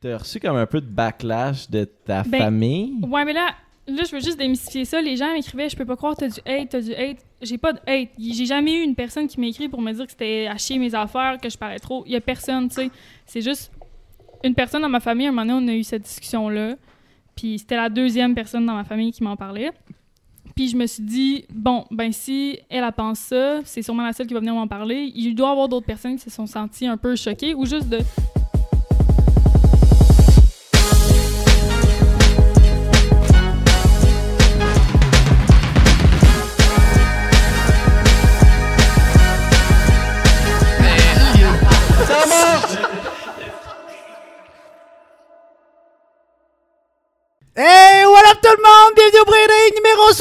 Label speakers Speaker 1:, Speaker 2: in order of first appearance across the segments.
Speaker 1: T'as reçu comme un peu de backlash de ta
Speaker 2: Ben,
Speaker 1: famille.
Speaker 2: Ouais, mais là, là, je veux juste démystifier ça. Les gens m'écrivaient, je peux pas croire, t'as du hate, t'as du hate. J'ai pas de hate. J'ai jamais eu une personne qui m'écrit pour me dire que c'était à chier mes affaires, que je parlais trop. Y a personne, tu sais. C'est juste une personne dans ma famille. À un moment donné, on a eu cette discussion-là. Puis c'était la deuxième personne dans ma famille qui m'en parlait. Puis je me suis dit, bon, ben si elle a pense ça, c'est sûrement la seule qui va venir m'en parler. Il doit y avoir d'autres personnes qui se sont senties un peu choquées ou juste de
Speaker 3: Hey, what up tout le monde? Bienvenue au Breeding numéro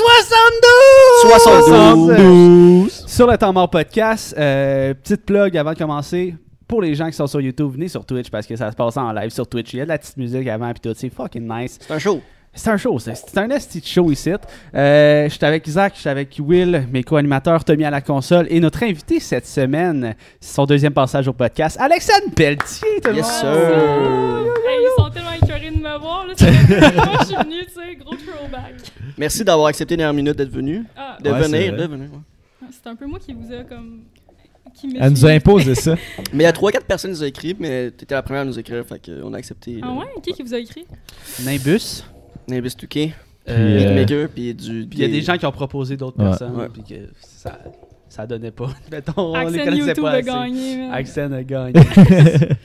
Speaker 3: 72!
Speaker 1: 72.
Speaker 3: Sur le Temps Mort Podcast, euh, petite plug avant de commencer. Pour les gens qui sont sur YouTube, venez sur Twitch parce que ça se passe en live sur Twitch. Il y a de la petite musique avant puis tout, c'est fucking nice.
Speaker 4: C'est un show.
Speaker 3: C'est un show, ça. c'est un esti de show ici. Euh, je suis avec Isaac, je suis avec Will, mes co-animateurs, Tommy à la console et notre invité cette semaine, son deuxième passage au podcast, Alexandre Pelletier. tout le
Speaker 4: Yes,
Speaker 3: monde.
Speaker 4: sir.
Speaker 2: Hey, ils sont tellement écœurés de me voir. Là, c'est la première fois que je suis venue, tu sais, gros throwback.
Speaker 4: Merci d'avoir accepté dernière minute d'être venu.
Speaker 2: Ah,
Speaker 4: De
Speaker 1: Ouais, c'est
Speaker 4: venir,
Speaker 1: vrai.
Speaker 4: de venir. ouais.
Speaker 2: c'est un peu moi qui vous a comme. Qui me
Speaker 1: Elle nous a
Speaker 2: suit.
Speaker 1: imposé ça.
Speaker 4: Mais il y a 3-4 personnes qui nous ont écrit, mais t'étais la première à nous écrire, fait qu'on a accepté. euh,
Speaker 2: Ah ouais, qui qui vous a écrit
Speaker 3: Nimbus.
Speaker 4: Nimbus 2K,
Speaker 1: Puis, euh,
Speaker 4: Beatmaker, puis du.
Speaker 3: Puis il y a des gens qui ont proposé d'autres
Speaker 1: Ouais.
Speaker 3: personnes,
Speaker 4: Ouais.
Speaker 3: puis que ça, ça donnait pas. Mettons, on les
Speaker 2: Accent
Speaker 3: connaissait
Speaker 2: YouTube
Speaker 3: pas.
Speaker 2: a
Speaker 3: assez.
Speaker 2: gagné. man.
Speaker 3: Accent a gagné. fait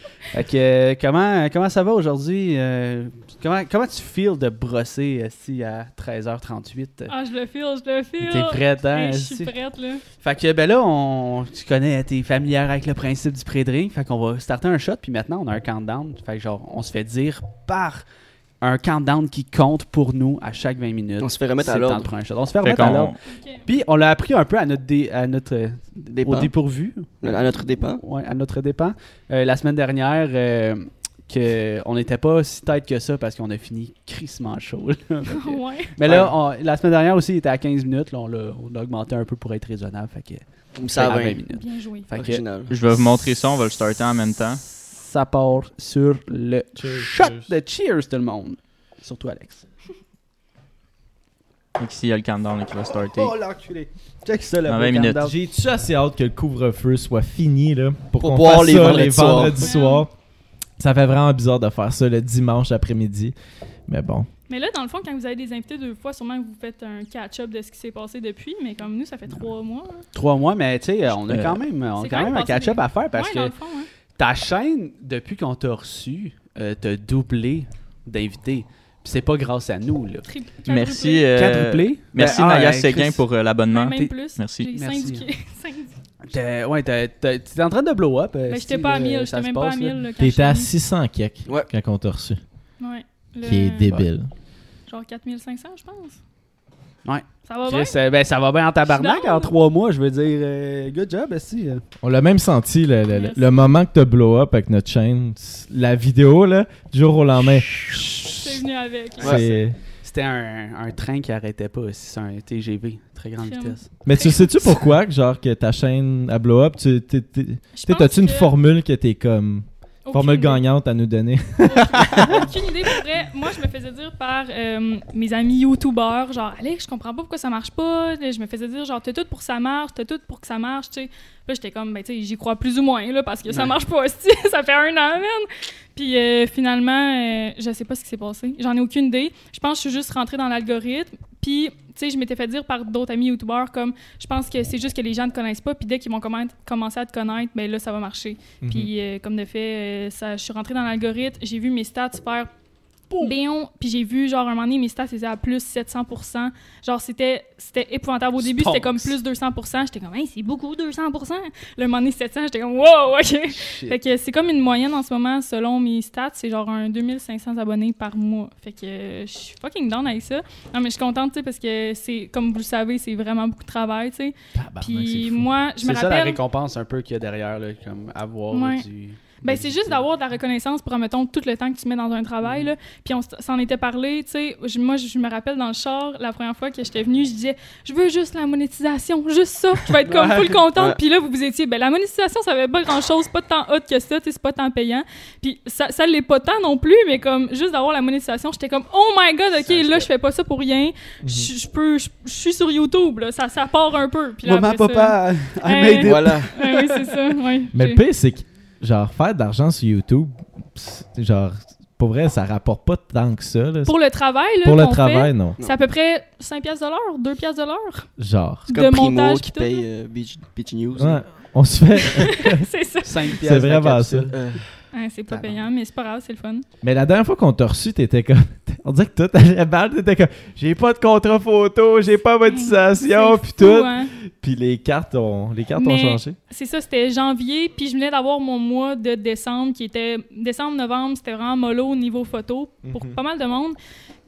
Speaker 3: que, euh, comment, comment ça va aujourd'hui? euh, comment, comment tu feels de brosser euh, si à 13h38? euh,
Speaker 2: Ah, je le file, je le file.
Speaker 3: T'es prête, hein?
Speaker 2: Hey, je
Speaker 3: si?
Speaker 2: suis prête, là.
Speaker 3: Fait que, ben là, on, tu connais, t'es familière avec le principe du pré-drink. Fait qu'on va starter un shot, puis maintenant, on a un countdown. Fait que, genre, on se fait dire par un countdown qui compte pour nous à chaque 20 minutes.
Speaker 4: On se fait remettre
Speaker 3: C'est
Speaker 4: à
Speaker 3: le temps de
Speaker 4: l'ordre.
Speaker 3: prendre un shot. On se fait
Speaker 1: Fait
Speaker 3: remettre à l'ordre.
Speaker 1: qu'on
Speaker 2: Ok.
Speaker 3: Puis on l'a appris un peu à notre, dé- à notre euh,
Speaker 4: Des
Speaker 3: au
Speaker 4: pans.
Speaker 3: dépourvu,
Speaker 4: À notre dépens.
Speaker 3: ouais, à notre dépens. Euh, la semaine dernière, euh, que on n'était pas si tête que ça parce qu'on a fini crissement chaud. là.
Speaker 2: Ouais.
Speaker 3: Mais là, on- la semaine dernière aussi, il était à 15 minutes. Là, on l'a on a augmenté un peu pour être raisonnable. Fait que,
Speaker 4: Ça
Speaker 3: à
Speaker 4: va.
Speaker 3: 20 minutes.
Speaker 2: Bien joué.
Speaker 3: Fait que,
Speaker 4: Original.
Speaker 5: Je vais vous montrer ça, on va le starter en même temps.
Speaker 3: ça part sur le
Speaker 6: Cheers,
Speaker 3: shot
Speaker 6: cheers.
Speaker 3: de cheers tout le monde. Surtout Alex.
Speaker 5: Donc ici, il y a le countdown là, qui va starter.
Speaker 3: Oh l'enculé. Check ça le
Speaker 5: Dans
Speaker 3: beau
Speaker 5: 20 minutes.
Speaker 3: countdown.
Speaker 1: J'ai-tu assez hâte que le couvre-feu soit fini là, pour,
Speaker 4: Pour
Speaker 1: qu'on
Speaker 4: boire
Speaker 1: fasse
Speaker 4: les
Speaker 1: ça
Speaker 4: vendredis
Speaker 1: les
Speaker 4: soirs.
Speaker 1: vendredis
Speaker 2: Ouais.
Speaker 1: soirs? Ça fait vraiment bizarre de faire ça le dimanche après-midi. Mais bon.
Speaker 2: Mais là, dans le fond, quand vous avez des invités deux fois, sûrement que vous faites un catch-up de ce qui s'est passé depuis. Mais comme nous, ça fait trois mois. hein.
Speaker 3: Trois mois, mais tu sais, on a
Speaker 5: Euh,
Speaker 3: quand même, on a
Speaker 2: c'est
Speaker 3: quand même un
Speaker 2: passé
Speaker 3: catch-up
Speaker 2: vite.
Speaker 3: à faire parce
Speaker 2: ouais,
Speaker 3: que
Speaker 2: dans le fond, hein.
Speaker 3: Ta chaîne, depuis qu'on t'a reçu, euh, t'as doublé d'invités. Puis c'est pas grâce à nous, là.
Speaker 2: Tri- quadruplé.
Speaker 5: Merci. euh,
Speaker 3: Quadruplé?
Speaker 5: Merci
Speaker 3: Ben, ah,
Speaker 5: Naya
Speaker 3: euh,
Speaker 5: Séguin
Speaker 3: Chris.
Speaker 5: pour euh,
Speaker 2: Ouais,
Speaker 5: l'abonnement.
Speaker 2: même plus.
Speaker 5: Merci.
Speaker 2: J'ai
Speaker 3: Merci. Euh,
Speaker 2: syndiqué. syndiqué.
Speaker 3: T'es, ouais, t'es, t'es- t'es en train de blow up. euh,
Speaker 2: Ben,
Speaker 3: si,
Speaker 2: j'étais pas à
Speaker 3: euh,
Speaker 2: 1000,
Speaker 3: ça
Speaker 2: j'étais
Speaker 3: se
Speaker 2: même pas à
Speaker 3: passe, là.
Speaker 2: 1000. là, quand je suis
Speaker 1: T'étais à
Speaker 2: venue.
Speaker 1: 600 quelques
Speaker 4: Ouais.
Speaker 1: quand on t'a reçu.
Speaker 2: Ouais. Le-
Speaker 1: Qui est débile.
Speaker 2: Genre 4500, je pense.
Speaker 3: Ouais.
Speaker 2: Ça va bien?
Speaker 3: Chris, euh, ben, ça va bien en
Speaker 2: Je
Speaker 3: tabarnak
Speaker 2: suis down,
Speaker 3: en
Speaker 2: là.
Speaker 3: trois mois, je veux dire. euh, good job, si.
Speaker 1: On l'a même senti, le, le- le-
Speaker 2: Merci.
Speaker 1: le moment que t'as blow up avec notre chaîne, la vidéo, là, du jour au lendemain.
Speaker 2: C'est venu avec.
Speaker 1: C'est-
Speaker 4: Ouais,
Speaker 3: C'était un, un train qui arrêtait pas aussi. C'est un TGV, très grande
Speaker 2: Film.
Speaker 3: vitesse.
Speaker 1: Mais tu sais-tu pourquoi, que genre, que ta chaîne à blow up, tu t'es- t'es- tu
Speaker 2: Je
Speaker 1: sais,
Speaker 2: pense
Speaker 1: t'as-tu une
Speaker 2: que-
Speaker 1: formule que t'es comme.
Speaker 2: aucune
Speaker 1: Formule
Speaker 2: idée.
Speaker 1: gagnante à nous donner?
Speaker 2: Aucune idée pour vrai. Moi, je me faisais dire par euh, mes amis youtubeurs, genre, allez, je comprends pas pourquoi ça marche pas. Je me faisais dire, genre, t'as tout pour que ça marche, t'as tout pour que ça marche, tu sais. Là, j'étais comme, ben, tu sais, j'y crois plus ou moins, là, parce que ça
Speaker 3: Ouais.
Speaker 2: marche pas aussi. ça fait un an, man. Puis euh, finalement, euh, je sais pas ce qui s'est passé. J'en ai aucune idée. Je pense que je suis juste rentrée dans l'algorithme. Puis, tu sais, je m'étais fait dire par d'autres amis youtubeurs comme, je pense que c'est juste que les gens te connaissent pas. Puis dès qu'ils vont commen- commencer à te connaître, ben là, ça va marcher.
Speaker 1: Mhm.
Speaker 3: Mhm.
Speaker 2: Puis, euh, comme de fait, euh, ça, je suis rentrée dans l'algorithme, j'ai vu mes stats faire béon, puis j'ai vu, genre, un moment donné, mes stats étaient à plus 700 Genre, c'était c'était épouvantable. Au début, c'était comme plus 200 J'étais comme, hey, c'est beaucoup 200 Le moment donné, 700, j'étais comme, wow, OK. Fait que c'est comme une moyenne en ce moment, selon mes stats, c'est genre un 2500 abonnés par mois. Fait que euh, je suis fucking down avec ça. Non, mais je suis contente, tu sais, parce que c'est, comme vous le savez, c'est vraiment beaucoup de travail, tu sais.
Speaker 3: Ah,
Speaker 1: Tabarnak, c'est
Speaker 2: Puis
Speaker 1: fou.
Speaker 2: moi, je me
Speaker 3: C'est ça la
Speaker 2: rappelle.
Speaker 3: récompense un peu qu'il y a derrière, là, comme avoir
Speaker 2: Ouais.
Speaker 3: du.
Speaker 2: Ben, c'est juste d'avoir de la reconnaissance pour, mettons, tout le temps que tu mets dans un travail. là. Puis on s- s'en était parlé, tu sais. je- Moi, je me rappelle dans le char, la première fois que j'étais venue, je disais, je veux juste la monétisation, juste ça. Je vais être comme full contente.
Speaker 4: Ouais.
Speaker 2: Puis là, vous vous étiez, ben, la monétisation, ça fait pas grand-chose, pas tant hot que ça, tu sais, c'est pas tant payant. Puis ça, ça l'est pas tant non plus, mais comme juste d'avoir la monétisation, j'étais comme, oh my god, ok, là, je fais pas ça pour rien. Je je peux, je je suis sur YouTube, là, ça, ça part un peu. Puis là,
Speaker 3: Maman,
Speaker 2: après ça-
Speaker 3: papa, I
Speaker 2: Hey.
Speaker 3: made it.
Speaker 4: Voilà.
Speaker 2: Ouais, oui, c'est ça, oui.
Speaker 1: Mais le pire, c'est que, genre, faire de l'argent sur YouTube, pss, genre, pour vrai, ça rapporte pas tant que ça. là.
Speaker 2: Pour le travail, là,
Speaker 1: Pour le
Speaker 2: qu'on fait,
Speaker 1: travail, non.
Speaker 2: C'est à peu près 5 piastres de l'heure, 2 piastres de l'heure
Speaker 1: Genre.
Speaker 4: C'est comme
Speaker 2: de
Speaker 4: Primo
Speaker 2: montage.
Speaker 4: qui
Speaker 2: pis tout,
Speaker 4: paye euh, Beach, Beach News.
Speaker 1: Ouais, on se fait.
Speaker 2: là. c'est ça.
Speaker 3: 5
Speaker 1: C'est vraiment ça.
Speaker 4: Euh,
Speaker 2: Ouais, c'est pas
Speaker 3: Tabarnak.
Speaker 2: payant, mais c'est pas grave, c'est le fun.
Speaker 1: Mais la dernière fois qu'on t'a reçu, t'étais comme. On dirait que tout allait mal, t'étais comme. J'ai pas de contrat photo, j'ai pas monétisation,
Speaker 2: C'est
Speaker 1: pis
Speaker 2: fou,
Speaker 1: tout.
Speaker 2: hein.
Speaker 1: Puis les cartes ont, les cartes ont
Speaker 2: Mais-
Speaker 1: changé.
Speaker 2: C'est ça, c'était janvier, puis je venais d'avoir mon mois de décembre qui était décembre-novembre, c'était vraiment mollo au niveau photo pour
Speaker 1: Mhm.
Speaker 2: pas mal de monde.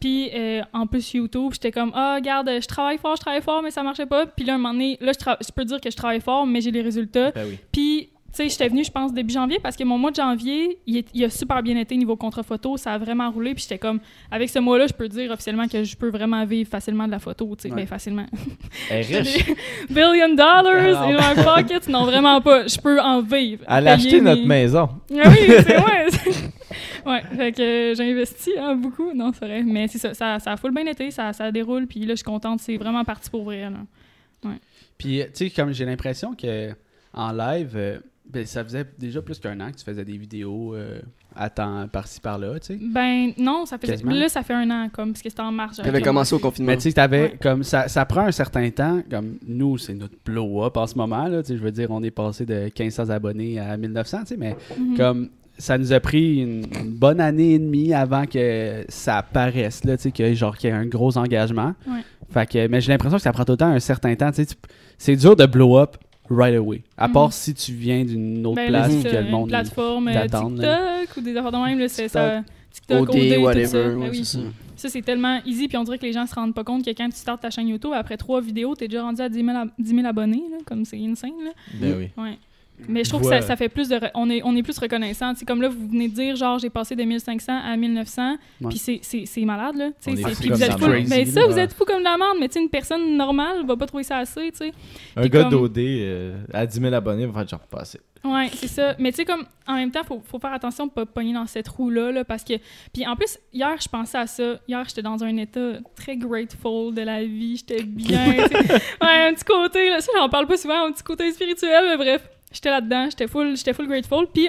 Speaker 2: Puis euh, en plus YouTube, j'étais comme ah regarde, je travaille fort, je travaille fort, mais ça marchait pas. Puis là un moment donné, là je, tra- je peux dire que je travaille fort, mais j'ai les résultats.
Speaker 1: Ben oui.
Speaker 2: Puis, tu sais, j'étais venue, je pense, début janvier, parce que mon mois de janvier, il, est- il a super bien été niveau contrat photo. Ça a vraiment roulé. Puis j'étais comme, avec ce mois-là, je peux dire officiellement que je peux vraiment vivre facilement de la photo. Tu sais,
Speaker 3: Ouais.
Speaker 2: ben, facilement.
Speaker 1: riche.
Speaker 2: Billion dollars
Speaker 3: Ah,
Speaker 2: in my pocket. Non, vraiment pas. Je peux en vivre.
Speaker 1: Elle
Speaker 2: Payer
Speaker 1: a acheté notre
Speaker 2: mes-
Speaker 1: maison.
Speaker 2: Ah oui, c'est ouais. c'est- ouais, fait que euh, j'ai investi hein, beaucoup. Non, c'est vrai. Mais c'est ça, ça, ça a full bien été, ça, ça déroule. Puis là, je suis contente. C'est vraiment parti pour vrai. Là.
Speaker 3: Puis, euh, tu sais, comme j'ai l'impression que en live, euh, ben, ça faisait déjà plus qu'un an que tu faisais des vidéos euh, à temps par-ci par-là, tu sais.
Speaker 2: Ben non, ça fait
Speaker 3: Quasiment.
Speaker 2: là, ça fait un an, comme, parce que c'était en mars.
Speaker 4: J'avais
Speaker 2: j'avais-
Speaker 4: commencé au confinement.
Speaker 3: Mais tu sais, t'avais
Speaker 2: Ouais.
Speaker 3: comme ça, ça prend un certain temps. Comme nous, c'est notre blow-up en ce moment. Là, tu sais, je veux dire, on est passé de 1500 abonnés à 1900, tu sais, mais
Speaker 2: Mhm.
Speaker 3: comme ça nous a pris une, une bonne année et demie avant que ça apparaisse, là, tu sais, que genre qu'il y ait un gros engagement.
Speaker 2: Ouais.
Speaker 3: Fait que, mais j'ai l'impression que ça prend tout le temps un certain temps. tu sais, tu- c'est dur de blow-up right away. À
Speaker 2: Mhm.
Speaker 3: part si tu viens d'une autre
Speaker 2: Ben, là,
Speaker 3: place
Speaker 2: c'est
Speaker 3: que
Speaker 2: ça,
Speaker 3: le monde.
Speaker 2: Une plateforme euh,
Speaker 3: d'attendre, là.
Speaker 2: TikTok ou des affaires de même, là, c'est
Speaker 3: TikTok.
Speaker 2: ça. TikTok,
Speaker 4: OD,
Speaker 2: OD, tout ça.
Speaker 4: whatever.
Speaker 2: Ben
Speaker 4: ouais,
Speaker 2: oui.
Speaker 4: c'est ça.
Speaker 2: Ça, c'est tellement easy, puis on dirait que les gens se rendent pas compte que quand tu startes ta chaîne YouTube, après trois vidéos, t'es déjà rendu à 10 000, ab- 10 000 abonnés, là, comme c'est insane. Là.
Speaker 1: Ben oui.
Speaker 2: Ouais. Mais je trouve que
Speaker 1: Voilà.
Speaker 2: ça, ça fait plus de. re- On est, on est plus reconnaissant. C'est comme là, vous venez de dire, genre, j'ai passé de 1500 à 1900,
Speaker 3: Ouais.
Speaker 2: puis c'est- c'est c'est malade, là. Tu
Speaker 1: On
Speaker 2: sais,
Speaker 1: est
Speaker 2: c'est-
Speaker 1: fou
Speaker 2: puis
Speaker 1: comme
Speaker 2: vous
Speaker 1: de
Speaker 2: êtes
Speaker 1: la
Speaker 2: fou.
Speaker 1: merde.
Speaker 2: Mais ça,
Speaker 3: Crazy,
Speaker 2: vous
Speaker 3: là.
Speaker 2: êtes fou comme de la merde, mais tu sais, une personne normale va pas trouver ça assez, tu sais.
Speaker 1: Un
Speaker 2: Puis
Speaker 1: gars
Speaker 2: comme-
Speaker 1: d'OD euh, à 10 000 abonnés va faire genre pas assez.
Speaker 2: Ouais, c'est ça. Mais tu sais, comme en même temps, faut, faut faire attention de pas pogner dans cette roue-là, là, parce que. Puis en plus, hier, je pensais à ça. Hier, j'étais dans un état très grateful de la vie. J'étais bien. tu sais. ouais, un petit côté, là. Ça, j'en parle pas souvent, un petit côté spirituel, mais bref. J'étais là-dedans. J'étais full, j'étais full grateful. Puis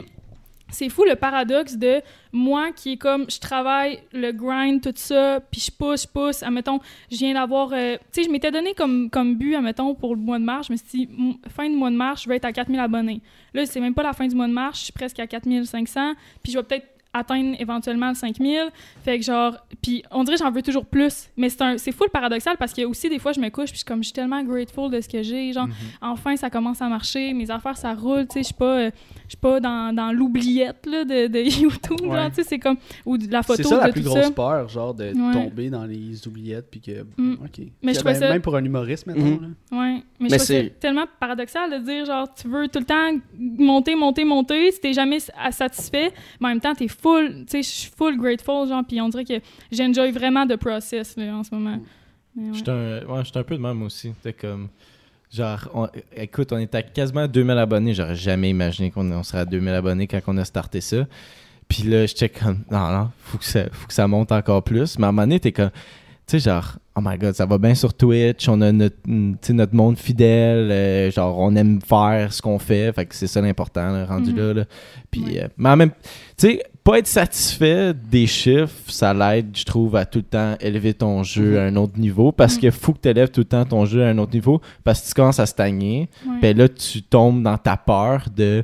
Speaker 2: c'est fou le paradoxe de moi qui est comme je travaille le grind tout ça puis je pousse je pousse admettons je viens d'avoir euh, tu sais je m'étais donné comme comme but admettons pour le mois de mars je me suis dit m- fin du mois de mars je vais être à 4000 abonnés là c'est même pas la fin du mois de mars je suis presque à 4500 puis je vais peut-être atteindre éventuellement le 5000 fait que genre puis on dirait que j'en veux toujours plus mais c'est un c'est fou le paradoxal parce que aussi des fois je me couche puis je suis comme je suis tellement grateful de ce que j'ai
Speaker 3: Mm-hmm.
Speaker 2: genre enfin ça commence à marcher mes affaires ça roule tu sais je suis pas euh, je suis pas dans, dans l'oubliette là, de, de YouTube
Speaker 3: Ouais.
Speaker 2: genre tu sais c'est comme ou de la photo
Speaker 3: C'est ça la
Speaker 2: de
Speaker 3: plus
Speaker 2: tout
Speaker 3: grosse
Speaker 2: ça
Speaker 3: peur, genre de
Speaker 2: Ouais.
Speaker 3: tomber dans les oubliettes puis que.
Speaker 2: Mm.
Speaker 3: ok.
Speaker 2: Mais je trouvais
Speaker 3: Ben,
Speaker 2: ça-
Speaker 3: Même pour un humoriste maintenant.
Speaker 4: Mhm.
Speaker 3: là.
Speaker 2: ouais mais, je
Speaker 4: Mais
Speaker 2: trouve ça
Speaker 4: c'est-
Speaker 2: tellement paradoxal de dire genre tu veux tout le temps monter monter monter si t'es jamais s- à- satisfait mais en même temps t'es full tu sais je suis full grateful genre puis on dirait que j'enjoy vraiment le process là, en ce moment Mais ouais.
Speaker 1: J'étais un, ouais, j'étais un peu de même aussi. C'était comme. Genre, on- écoute, on est à quasiment 2000 abonnés. J'aurais jamais imaginé qu'on on serait à 2000 abonnés quand on a starté ça. Puis là, j'étais comme, non, non, faut que ça, faut que ça monte encore plus. Mais à un moment donné, t'es comme, tu sais, genre, oh my god, ça va bien sur Twitch. On a notre, mm, tu sais, notre monde fidèle. euh, genre, on aime faire ce qu'on fait. Fait que c'est ça l'important, là, rendu
Speaker 2: Mhm.
Speaker 1: là, là. Puis,
Speaker 2: Ouais.
Speaker 1: euh, mais en même tu sais, pas être satisfait des chiffres, ça l'aide, je trouve, à tout le temps élever ton jeu à un autre niveau parce
Speaker 2: Mhm.
Speaker 1: que faut que tu élèves tout le temps ton jeu à un autre niveau parce que tu commences à stagner.
Speaker 2: Ouais.
Speaker 1: Ben là, tu tombes dans ta peur de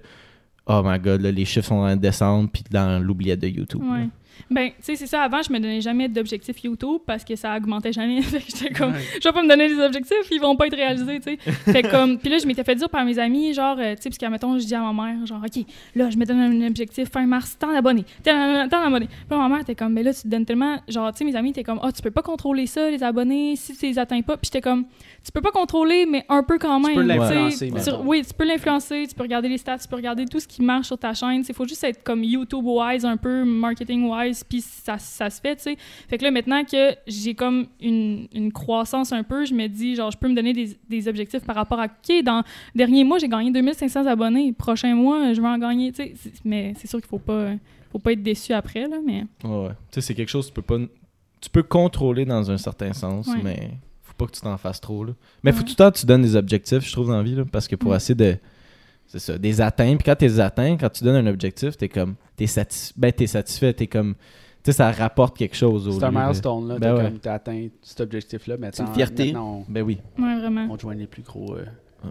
Speaker 1: Oh my god, là, les chiffres sont en descente puis dans l'oubliette de YouTube.
Speaker 2: Ouais. Ben, tu sais, c'est ça. Avant, je me donnais jamais d'objectifs YouTube parce que ça augmentait jamais. Fait que j'étais comme, je vais pas me donner des objectifs, ils vont pas être réalisés, tu sais. Fait que comme, puis là, je m'étais fait dire par mes amis, genre, euh, tu sais, parce qu'à mettons, je dis à ma mère, genre, OK, là, je me donne un objectif fin mars, tant d'abonnés, tant tant d'abonnés. Puis là, ma mère était comme, mais là, tu te donnes tellement, genre, tu sais, mes amis étaient comme, ah, tu peux pas contrôler ça, les abonnés, si tu les atteins pas. Puis j'étais comme, tu peux pas contrôler, mais un peu quand
Speaker 3: Tu
Speaker 2: même.
Speaker 3: peux
Speaker 2: tu sais.
Speaker 3: l'influencer.
Speaker 1: Ouais.
Speaker 2: Sur-
Speaker 3: mettons.
Speaker 2: oui, tu peux l'influencer, tu peux regarder les stats, tu peux regarder tout ce qui marche sur ta chaîne. Il faut juste être comme YouTube-wise, un peu marketing-wise, puis ça, ça se fait, tu sais. Fait que là, maintenant que j'ai comme une, une croissance un peu, je me dis, genre, je peux me donner des, des objectifs par rapport à, OK, dans le dernier mois, j'ai gagné 2500 abonnés. Prochain mois, je vais en gagner, tu sais. C'est- Mais c'est sûr qu'il faut pas, faut pas être déçu après, là, mais...
Speaker 1: Ouais, ouais. Tu sais, c'est quelque chose que tu peux pas. Tu peux contrôler dans un certain sens,
Speaker 2: Ouais.
Speaker 1: mais faut pas que tu t'en fasses trop. Là. Mais faut
Speaker 2: Ouais.
Speaker 1: tout le temps que tu donnes des objectifs, je trouve, dans la vie, là, parce que pour
Speaker 2: Mm.
Speaker 1: essayer de. C'est ça, des atteintes. Puis quand tu les atteins, quand tu donnes un objectif, t'es comme. T'es satis... ben, t'es satisfait, t'es comme. Tu sais, ça rapporte quelque chose au
Speaker 3: C'est un
Speaker 1: lieu de-
Speaker 3: milestone, là.
Speaker 1: Ben
Speaker 3: t'as
Speaker 1: ouais.
Speaker 3: comme- T'as atteint cet objectif-là. mais
Speaker 4: C'est une fierté.
Speaker 3: Maintenant,
Speaker 1: Ben oui.
Speaker 2: Ouais, vraiment.
Speaker 3: on, on te joint les plus gros, euh,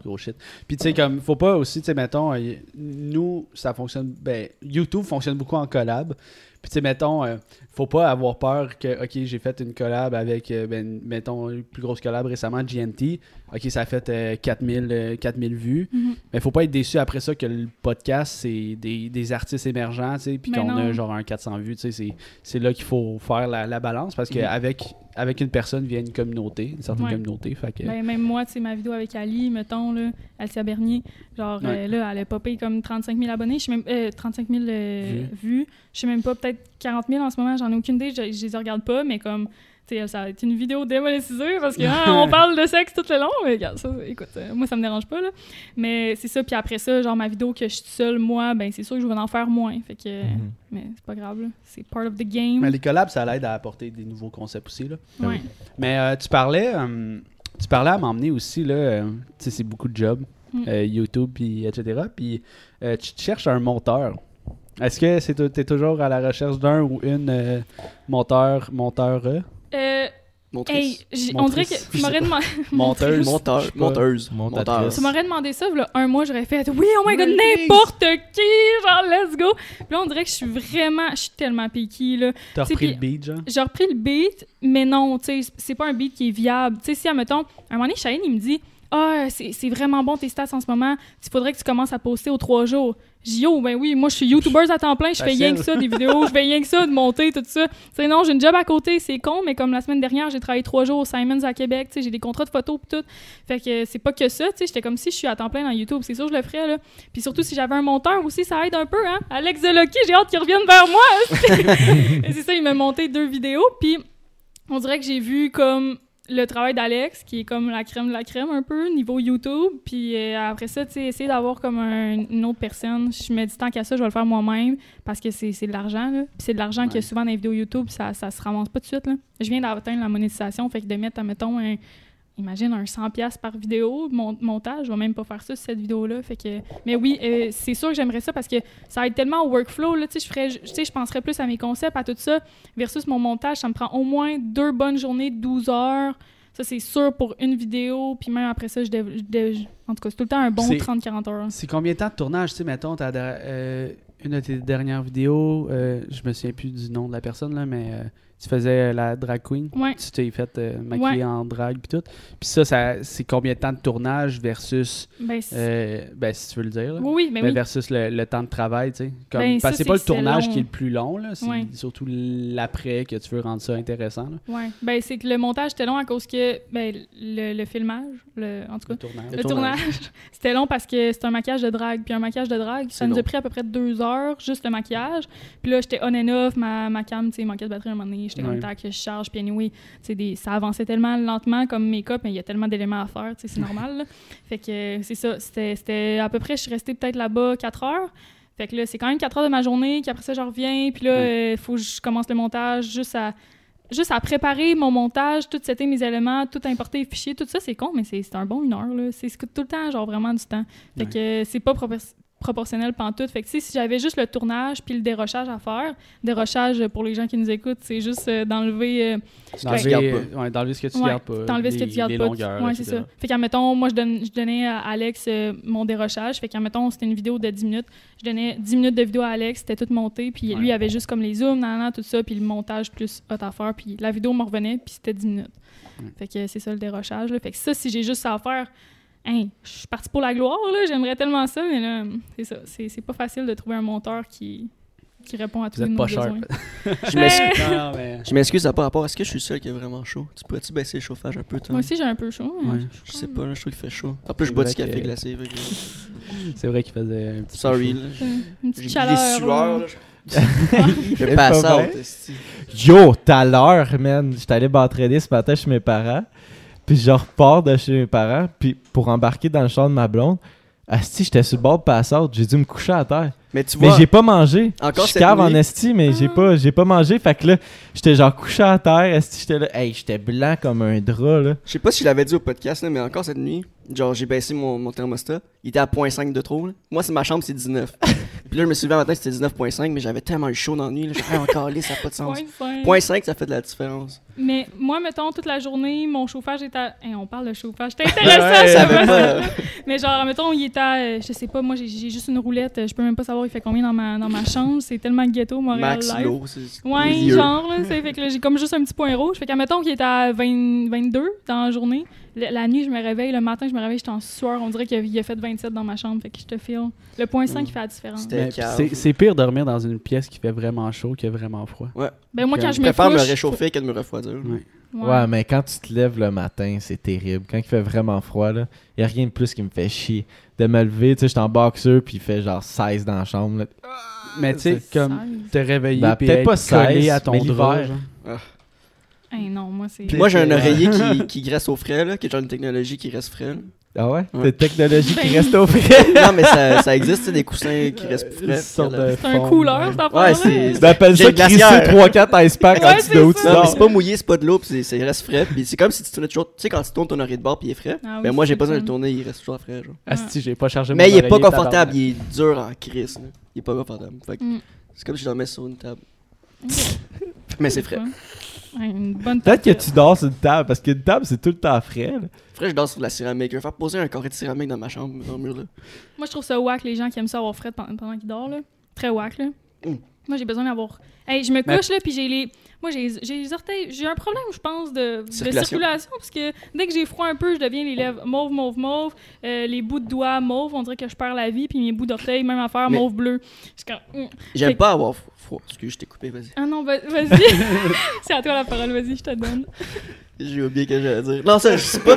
Speaker 3: gros shit. Puis, tu sais, comme, faut pas aussi, tu sais, mettons, euh, nous, ça fonctionne. Ben, YouTube fonctionne beaucoup en collab. Puis, tu sais, mettons, euh, faut pas avoir peur que, OK, j'ai fait une collab avec, euh, ben, mettons, une plus grosse collab récemment, GNT. OK, ça a fait euh, 4000, euh, 4000 vues.
Speaker 2: Mhm.
Speaker 3: Mais faut pas être déçu après ça que le podcast, c'est des, des artistes émergents, tu sais, puis
Speaker 2: Mais
Speaker 3: qu'on a
Speaker 2: non.
Speaker 3: genre un 400 vues, tu sais, c'est- c'est là qu'il faut faire la, la balance parce qu'avec avec une personne vient une communauté, une certaine
Speaker 2: Mm-hmm. Ouais.
Speaker 3: communauté, fait que...
Speaker 2: Ben, même moi, tu sais, ma vidéo avec Ali, mettons, là, Alcia Bernier, genre,
Speaker 3: Ouais.
Speaker 2: euh, là, elle a popé comme 35 000 abonnés, je sais même, euh, 35 000 euh, vues, je sais même pas, peut-être 40 000 en ce moment, j'en ai aucune idée, je, je les regarde pas, mais comme, tu sais, ça va être une vidéo démonétisée parce que hein, on parle de sexe tout le long, mais regarde ça, écoute, euh, moi, ça me dérange pas, là. Mais c'est ça, puis après ça, genre, ma vidéo que je suis seule, moi, ben, c'est sûr que je vais en faire moins, fait que,
Speaker 1: Mhm.
Speaker 2: mais c'est pas grave, là, c'est part of the game.
Speaker 3: Mais les collabs, ça l'aide à apporter des nouveaux concepts aussi, là.
Speaker 1: Ah oui.
Speaker 2: Ouais.
Speaker 3: Mais euh, tu parlais euh, tu parlais à m'emmener aussi, là, euh, tu sais, c'est beaucoup de jobs,
Speaker 2: Mm.
Speaker 3: euh, YouTube, puis etc., puis euh, tu te cherches un monteur. Est-ce que c'est es toujours à la recherche d'un ou une euh, monteur, monteur, euh?
Speaker 2: Euh, hey,
Speaker 4: Montrice.
Speaker 2: j'ai- on dirait
Speaker 3: Montrice.
Speaker 2: que
Speaker 4: Je
Speaker 2: tu
Speaker 4: sais
Speaker 2: m'aurais
Speaker 4: pas.
Speaker 2: demandé...
Speaker 3: monteuse,
Speaker 4: Monteur,
Speaker 3: je sais pas.
Speaker 4: monteuse,
Speaker 1: Montatrice.
Speaker 4: monteur.
Speaker 2: Tu m'aurais demandé ça, voilà, un mois, j'aurais fait oui, oh my god,
Speaker 3: Oui, please.
Speaker 2: n'importe qui, genre let's go. Puis là, on dirait que je suis vraiment, je suis tellement piquée, là.
Speaker 3: T'as
Speaker 2: C'est puis-
Speaker 3: repris le beat, genre?
Speaker 2: J'ai repris le beat, mais non, tu sais, c'est pas un beat qui est viable. Tu sais, si, admettons, à un moment donné, Shane, il me dit Ah, c'est c'est vraiment bon tes stats en ce moment, il faudrait que tu commences à poster aux trois jours. J'ai dit, Yo, ben oui, moi, je suis YouTuber à temps plein, je fais
Speaker 3: Facile.
Speaker 2: rien que ça, des vidéos, je fais rien que ça, de monter, tout ça. Tu sais, non, j'ai une job à côté, c'est con, mais comme la semaine dernière, j'ai travaillé trois jours au Simons à Québec, tu sais, j'ai des contrats de photos pis tout. Fait que c'est pas que ça, tu sais, j'étais comme si je suis à temps plein dans YouTube, c'est sûr, je le ferais, là. Puis surtout, si j'avais un monteur aussi, ça aide un peu, hein. Alex Delocky, j'ai hâte qu'il revienne vers moi. Et c'est ça, il m'a monté deux vidéos, puis on dirait que j'ai vu comme le travail d'Alex, qui est comme la crème de la crème un peu, niveau YouTube. Puis euh, après ça, tu sais, essayer d'avoir comme un- une autre personne. Je me dis tant qu'à ça, je vais le faire moi-même parce que c'est c'est de l'argent, là. Puis c'est de l'argent que
Speaker 3: Ouais.
Speaker 2: souvent dans les vidéos YouTube, ça, ça se ramasse pas tout de suite, là. Je viens d'atteindre la monétisation, fait que de mettre, admettons, un. Imagine un 100$ par vidéo, mon, montage, je vais même pas faire ça sur cette vidéo-là. Fait que, mais oui, euh, c'est sûr que j'aimerais ça parce que ça aide tellement au workflow. Là, tu sais, je, ferais, tu sais, je penserais plus à mes concepts, à tout ça, versus mon montage. Ça me prend au moins deux bonnes journées, 12 heures. Ça, c'est sûr pour une vidéo. Puis même après ça, je, dév- je dév- en tout cas, c'est tout le temps un bon
Speaker 3: C'est-
Speaker 2: 30-40 heures.
Speaker 3: C'est combien de temps de tournage, tu sais, mettons, t'as der- euh, une de tes dernières vidéos, euh, je me souviens plus du nom de la personne, là, mais euh, tu faisais euh, la drag queen.
Speaker 2: Ouais.
Speaker 3: Tu t'es fait euh, maquiller en drag puis tout. Puis ça, ça c'est combien de temps de tournage versus,
Speaker 2: Ben, c'est-
Speaker 3: euh, ben, si tu veux le dire, là,
Speaker 2: oui, oui, mais
Speaker 3: ben,
Speaker 2: oui.
Speaker 3: versus le, le temps de travail, tu sais. Comme-
Speaker 2: Ben,
Speaker 3: parce
Speaker 2: ça,
Speaker 3: que c'est pas le
Speaker 2: c'est- c'est
Speaker 3: tournage
Speaker 2: long.
Speaker 3: qui est le plus long, là, c'est
Speaker 2: Ouais.
Speaker 3: surtout l'après que tu veux rendre ça intéressant, là,
Speaker 2: ouais. Ben, c'est que le montage était long à cause que ben, le, le filmage, le, en tout cas,
Speaker 3: le tournage.
Speaker 2: Le, tournage, c'était long parce que c'est un maquillage de drague. Puis un maquillage de drague,
Speaker 4: C'est
Speaker 2: ça nous
Speaker 4: long.
Speaker 2: a pris à peu près deux heures, juste le maquillage. Puis là, j'étais on and off, ma, ma cam, tu sais, manquait de batterie à un moment donné. J'étais
Speaker 3: Ouais.
Speaker 2: comme tac, je charge. Puis anyway, tu sais, des- ça avançait tellement lentement comme make-up, mais il y a tellement d'éléments à faire, tu sais, c'est normal. là. Fait que euh, c'est ça, c'était c'était à peu près, je suis restée peut-être là-bas quatre heures. Fait que là, c'est quand même 4 heures de ma journée, qu'après ça, je reviens, puis là, euh, faut que je commence le montage juste à, juste à préparer mon montage, tout setter mes éléments, tout importer les fichiers, tout ça, c'est con, mais c'est c'est un bon une heure, là. C'est c'est tout le temps, genre, vraiment du temps. Fait que euh, c'est pas propor- proportionnel pantoute. Fait que, tu sais, si j'avais juste le tournage puis le dérochage à faire, dérochage, euh, pour les gens qui nous écoutent, c'est juste euh, d'enlever... euh,
Speaker 4: tu gardes
Speaker 3: D'enlever ouais, d'enlever ce que tu
Speaker 2: Ouais,
Speaker 3: gardes pas.
Speaker 2: t'enlever ce que
Speaker 3: euh, les-
Speaker 2: tu gardes
Speaker 3: les
Speaker 2: pas.
Speaker 3: longueurs,
Speaker 2: ouais, c'est
Speaker 3: etc.
Speaker 2: ça. Fait qu'admettons, moi, je, donne, je donnais à Alex euh, mon dérochage. Fait qu'admettons, c'était une vidéo de 10 minutes. Je donnais 10 minutes de vidéo à Alex, c'était tout monté. Puis lui, il avait juste comme les zooms, nan, nan, tout ça, puis le montage plus hot à faire. Puis la vidéo me revenait, puis c'était 10 minutes. Fait que c'est ça le dérochage. là. Fait que ça, si j'ai juste ça à faire, hein, je suis partie pour la gloire, là. J'aimerais tellement ça, mais là, c'est ça. C'est c'est pas facile de trouver un monteur qui qui répond à tous
Speaker 1: Vous
Speaker 2: nos
Speaker 1: êtes pas cher.
Speaker 2: besoins.
Speaker 4: Je m'excuse-
Speaker 2: Mais-
Speaker 3: Non, non, mais-
Speaker 4: je m'excuse à par rapport. Est-ce que je suis seul qui est vraiment chaud? Tu pourrais-tu baisser le chauffage un peu, toi?
Speaker 2: Moi aussi, j'ai un peu chaud. hein. mais
Speaker 3: Ouais.
Speaker 4: Je sais pas, là, je trouve qu'il fait chaud. En plus, je
Speaker 1: C'est
Speaker 4: bois
Speaker 1: vrai
Speaker 4: du café
Speaker 1: que-
Speaker 4: glacé. fait que-
Speaker 3: C'est vrai qu'il faisait un petit peu
Speaker 4: Sorry,
Speaker 3: chaud.
Speaker 4: là.
Speaker 2: euh, Une
Speaker 4: J'ai
Speaker 2: petite
Speaker 4: des
Speaker 2: chaleur. euh,
Speaker 4: sueurs,
Speaker 2: là.
Speaker 4: là. Je passe
Speaker 1: pas
Speaker 4: out,
Speaker 1: vrai.
Speaker 4: esti.
Speaker 1: Yo, t'as l'heure, man. J'étais allé m'entraîner ce matin chez mes parents. Puis je repars de chez mes parents. Puis pour embarquer dans le char de ma blonde, Asti, j'étais sur le bord de passante. J'ai dû me coucher à terre.
Speaker 4: Mais tu
Speaker 1: Mais
Speaker 4: vois,
Speaker 1: j'ai pas mangé.
Speaker 4: Encore
Speaker 1: je
Speaker 4: cette
Speaker 1: cave en
Speaker 4: nuit? Ah.
Speaker 1: esti, mais j'ai pas, j'ai pas mangé. Fait que là, j'étais genre couché à terre. Esti, j'étais là. Hey, j'étais blanc comme un drap, là.
Speaker 4: je sais pas si je l'avais dit au podcast, là, mais encore cette nuit, genre, j'ai baissé mon, mon thermostat. Il était à 0.5 de trop. là. Moi, c'est ma chambre, c'est 19. Puis là, je me suis levé un matin, c'était 19.5, mais j'avais tellement eu chaud dans la nuit. là, J'avais encore lisse, ça n'a pas de sens.
Speaker 2: Point cinq.
Speaker 4: 0.5, ça fait de la différence.
Speaker 2: Mais moi, mettons, toute la journée, mon chauffage est à. Hein, on parle de chauffage. T'es
Speaker 1: Ouais,
Speaker 2: intéressant,
Speaker 4: Ça
Speaker 2: ça
Speaker 4: avait
Speaker 2: va.
Speaker 4: pas.
Speaker 2: Mais genre, mettons, il est à. euh, Je sais pas, moi, j'ai- j'ai juste une roulette. euh, Je peux même pas savoir il fait combien dans ma, dans ma chambre. C'est tellement ghetto, Montréal.
Speaker 4: Max
Speaker 2: live.
Speaker 4: Low, c'est.
Speaker 2: Ouais,
Speaker 4: vieux.
Speaker 2: genre, là, c'est- fait que là, j'ai comme juste un petit point rouge. Fait qu'à mettons qu'il est à 20 22 dans la journée. Le- la nuit, je me réveille. Le matin, je me réveille, j'étais en sueur. On dirait qu'il a- il a fait 27 dans ma chambre. Fait que je te file. Le point 5 qui fait la différence.
Speaker 4: Mm. C'était
Speaker 3: Mais
Speaker 4: cave.
Speaker 3: c'est- C'est pire dormir dans une pièce qui fait vraiment chaud que vraiment froid.
Speaker 2: Ben, moi,
Speaker 3: Ok.
Speaker 2: quand
Speaker 4: Je
Speaker 2: je me
Speaker 4: préfère me
Speaker 2: couche-
Speaker 4: réchauffer que de me refroidir.
Speaker 1: Ouais.
Speaker 2: Ouais.
Speaker 1: mais quand tu te lèves le matin, c'est terrible. Quand il fait vraiment froid, là, y a rien de plus qui me fait chier. De me lever, tu sais, j'étais en boxeur, puis il fait genre 16 dans la chambre, là.
Speaker 3: Mais tu sais,
Speaker 2: Ah, C'est
Speaker 3: comme
Speaker 2: sale.
Speaker 3: te réveiller
Speaker 1: Ben,
Speaker 3: puis
Speaker 1: peut-être
Speaker 3: être
Speaker 1: pas
Speaker 3: collé
Speaker 1: 16,
Speaker 3: à ton
Speaker 1: mais
Speaker 3: drap.
Speaker 1: l'hiver.
Speaker 3: genre.
Speaker 2: Hey, non, moi, c'est.
Speaker 4: Puis moi, j'ai un
Speaker 3: Ouais.
Speaker 4: oreiller qui, qui graisse au frais, là, qui est genre une technologie qui reste frais. là.
Speaker 1: Ah ouais?
Speaker 4: Ouais.
Speaker 1: T'as une technologie qui
Speaker 2: Ben-
Speaker 1: reste au frais.
Speaker 4: non, mais ça, ça existe, tu sais, des coussins qui
Speaker 3: Euh,
Speaker 4: restent plus
Speaker 1: Une
Speaker 4: frais.
Speaker 1: sorte
Speaker 4: puis là-
Speaker 1: de
Speaker 2: C'est un
Speaker 1: fond.
Speaker 2: couleur, cette affaire-là.
Speaker 4: Ouais, c'est.
Speaker 1: On appelle
Speaker 4: J'ai
Speaker 1: ça
Speaker 4: le glaciaire.
Speaker 1: crisser 3-4 ice pack en
Speaker 2: Ouais,
Speaker 1: dessous
Speaker 2: c'est
Speaker 1: de où tu
Speaker 2: ça.
Speaker 4: Non, mais
Speaker 1: dors.
Speaker 4: c'est pas mouillé, c'est pas de l'eau, puis c'est- c'est reste frais. Puis c'est comme si tu tournais toujours. Tu sais, quand tu tournes ton oreiller de bord, puis il est frais.
Speaker 2: Ah oui,
Speaker 4: ben moi, j'ai
Speaker 2: c'est
Speaker 4: pas besoin de
Speaker 2: fun.
Speaker 4: le tourner, il reste toujours frais. Genre.
Speaker 2: Ah.
Speaker 3: Asti, j'ai pas chargé
Speaker 4: Mais
Speaker 3: mon
Speaker 4: il est pas
Speaker 3: oreiller,
Speaker 4: confortable,
Speaker 3: tabarnak.
Speaker 4: il est dur en crise. là. Il est pas confortable. Fait que
Speaker 2: Mm.
Speaker 4: c'est comme si je dormais sur une table.
Speaker 2: Ok.
Speaker 4: Mais c'est
Speaker 2: Mm.
Speaker 4: frais.
Speaker 2: Ouais, une bonne
Speaker 1: Peut-être que
Speaker 2: tartine.
Speaker 1: tu dors sur une table, parce qu'une table, c'est tout le temps frais. là.
Speaker 4: Frais, je dors sur de la céramique. Je vais faire poser un carré de céramique dans ma chambre, dans le mur là.
Speaker 2: Moi, je trouve ça whack, les gens qui aiment ça avoir fret pendant, pendant qu'ils dorment. là. Très whack, là.
Speaker 4: Mm.
Speaker 2: Moi, j'ai besoin d'avoir. Hey, je me
Speaker 3: Mais-
Speaker 2: couche, là, puis j'ai les. Moi, j'ai j'ai les orteils. J'ai un problème, je pense, de de circulation.
Speaker 4: Circulation.
Speaker 2: parce que dès que j'ai froid un peu, je deviens les lèvres mauve, mauve, mauve. euh, les bouts de doigts mauve, on dirait que je perds la vie, puis mes bouts d'orteils, même affaire,
Speaker 4: Mais-
Speaker 2: mauve, bleu. Je suis comme. mm.
Speaker 4: J'aime
Speaker 2: Fait-
Speaker 4: pas avoir fro- froid. Excuse, je t'ai coupé, vas-y.
Speaker 2: Ah non, va- vas-y. C'est à toi la parole, vas-y, je te donne.
Speaker 4: J'ai oublié que j'allais dire. Non, ça, je sais pas.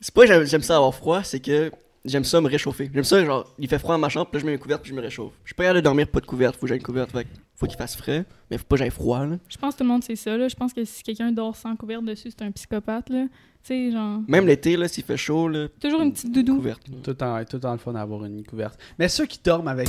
Speaker 4: c'est pas que j'aime- j'aime ça avoir froid, c'est que j'aime ça me réchauffer. J'aime ça, genre, il fait froid dans ma chambre, puis là, je mets une couverte, puis je me réchauffe. Je suis pas capable de dormir, pas de couverte, faut que j'aille une couverte. Fait que faut qu'il fasse frais, mais faut pas que j'aille froid, là.
Speaker 2: Je pense que tout le monde sait ça, là. Je pense que si quelqu'un dort sans couvert dessus, c'est un psychopathe, là. Tu sais, genre.
Speaker 4: Même l'été, là, s'il fait chaud, là,
Speaker 2: Toujours une petite doudou.
Speaker 4: couverte. là.
Speaker 3: Tout en, tout en le fun d'avoir une couverte. Mais ceux qui dorment avec.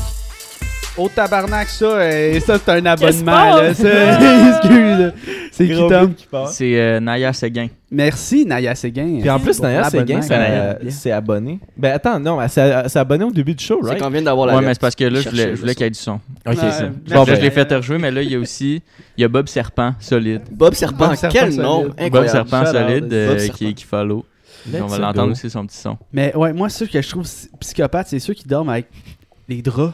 Speaker 3: Au tabarnak, ça, euh, ça c'est un
Speaker 2: Qu'est-ce
Speaker 3: abonnement. Là,
Speaker 2: passe?
Speaker 3: ça, excuse. C'est qui
Speaker 1: Gros
Speaker 3: dorme.
Speaker 1: bout qui part.
Speaker 5: C'est euh, Naya Seguin.
Speaker 3: Oh Merci, Naya Séguin.
Speaker 1: Puis en plus, Naya, c'est gain,
Speaker 3: L'abonnement,
Speaker 1: ça-
Speaker 3: Naya.
Speaker 1: c'est abonné. Ben attends, non, elle s'est s'est abonnée au début du show,
Speaker 4: C'est
Speaker 1: right?
Speaker 4: qu'on vient d'avoir la.
Speaker 5: Ouais, mais c'est parce que là, je voulais,
Speaker 4: Cherchez,
Speaker 5: je voulais
Speaker 4: je
Speaker 5: qu'il y ait du son.
Speaker 1: Ok,
Speaker 3: Ouais,
Speaker 1: ça.
Speaker 3: merci.
Speaker 1: Bon,
Speaker 5: Là, je
Speaker 1: ben,
Speaker 5: l'ai fait euh. rejouer, mais là, il y a aussi il y a Bob Serpent, solide.
Speaker 4: Bob Serpent,
Speaker 3: Bob Serpent
Speaker 4: quel
Speaker 3: solide.
Speaker 4: nom!
Speaker 3: Bob
Speaker 5: Bob
Speaker 4: Incroyable.
Speaker 5: Serpent,
Speaker 3: Shout out,
Speaker 5: solide, euh,
Speaker 4: Bob Serpent.
Speaker 5: qui, qui follow.
Speaker 1: let's
Speaker 5: on va
Speaker 1: go.
Speaker 5: l'entendre aussi, son petit son.
Speaker 3: Mais ouais, moi, ceux que je trouve psy- psychopathes, c'est ceux qui dorment avec les draps.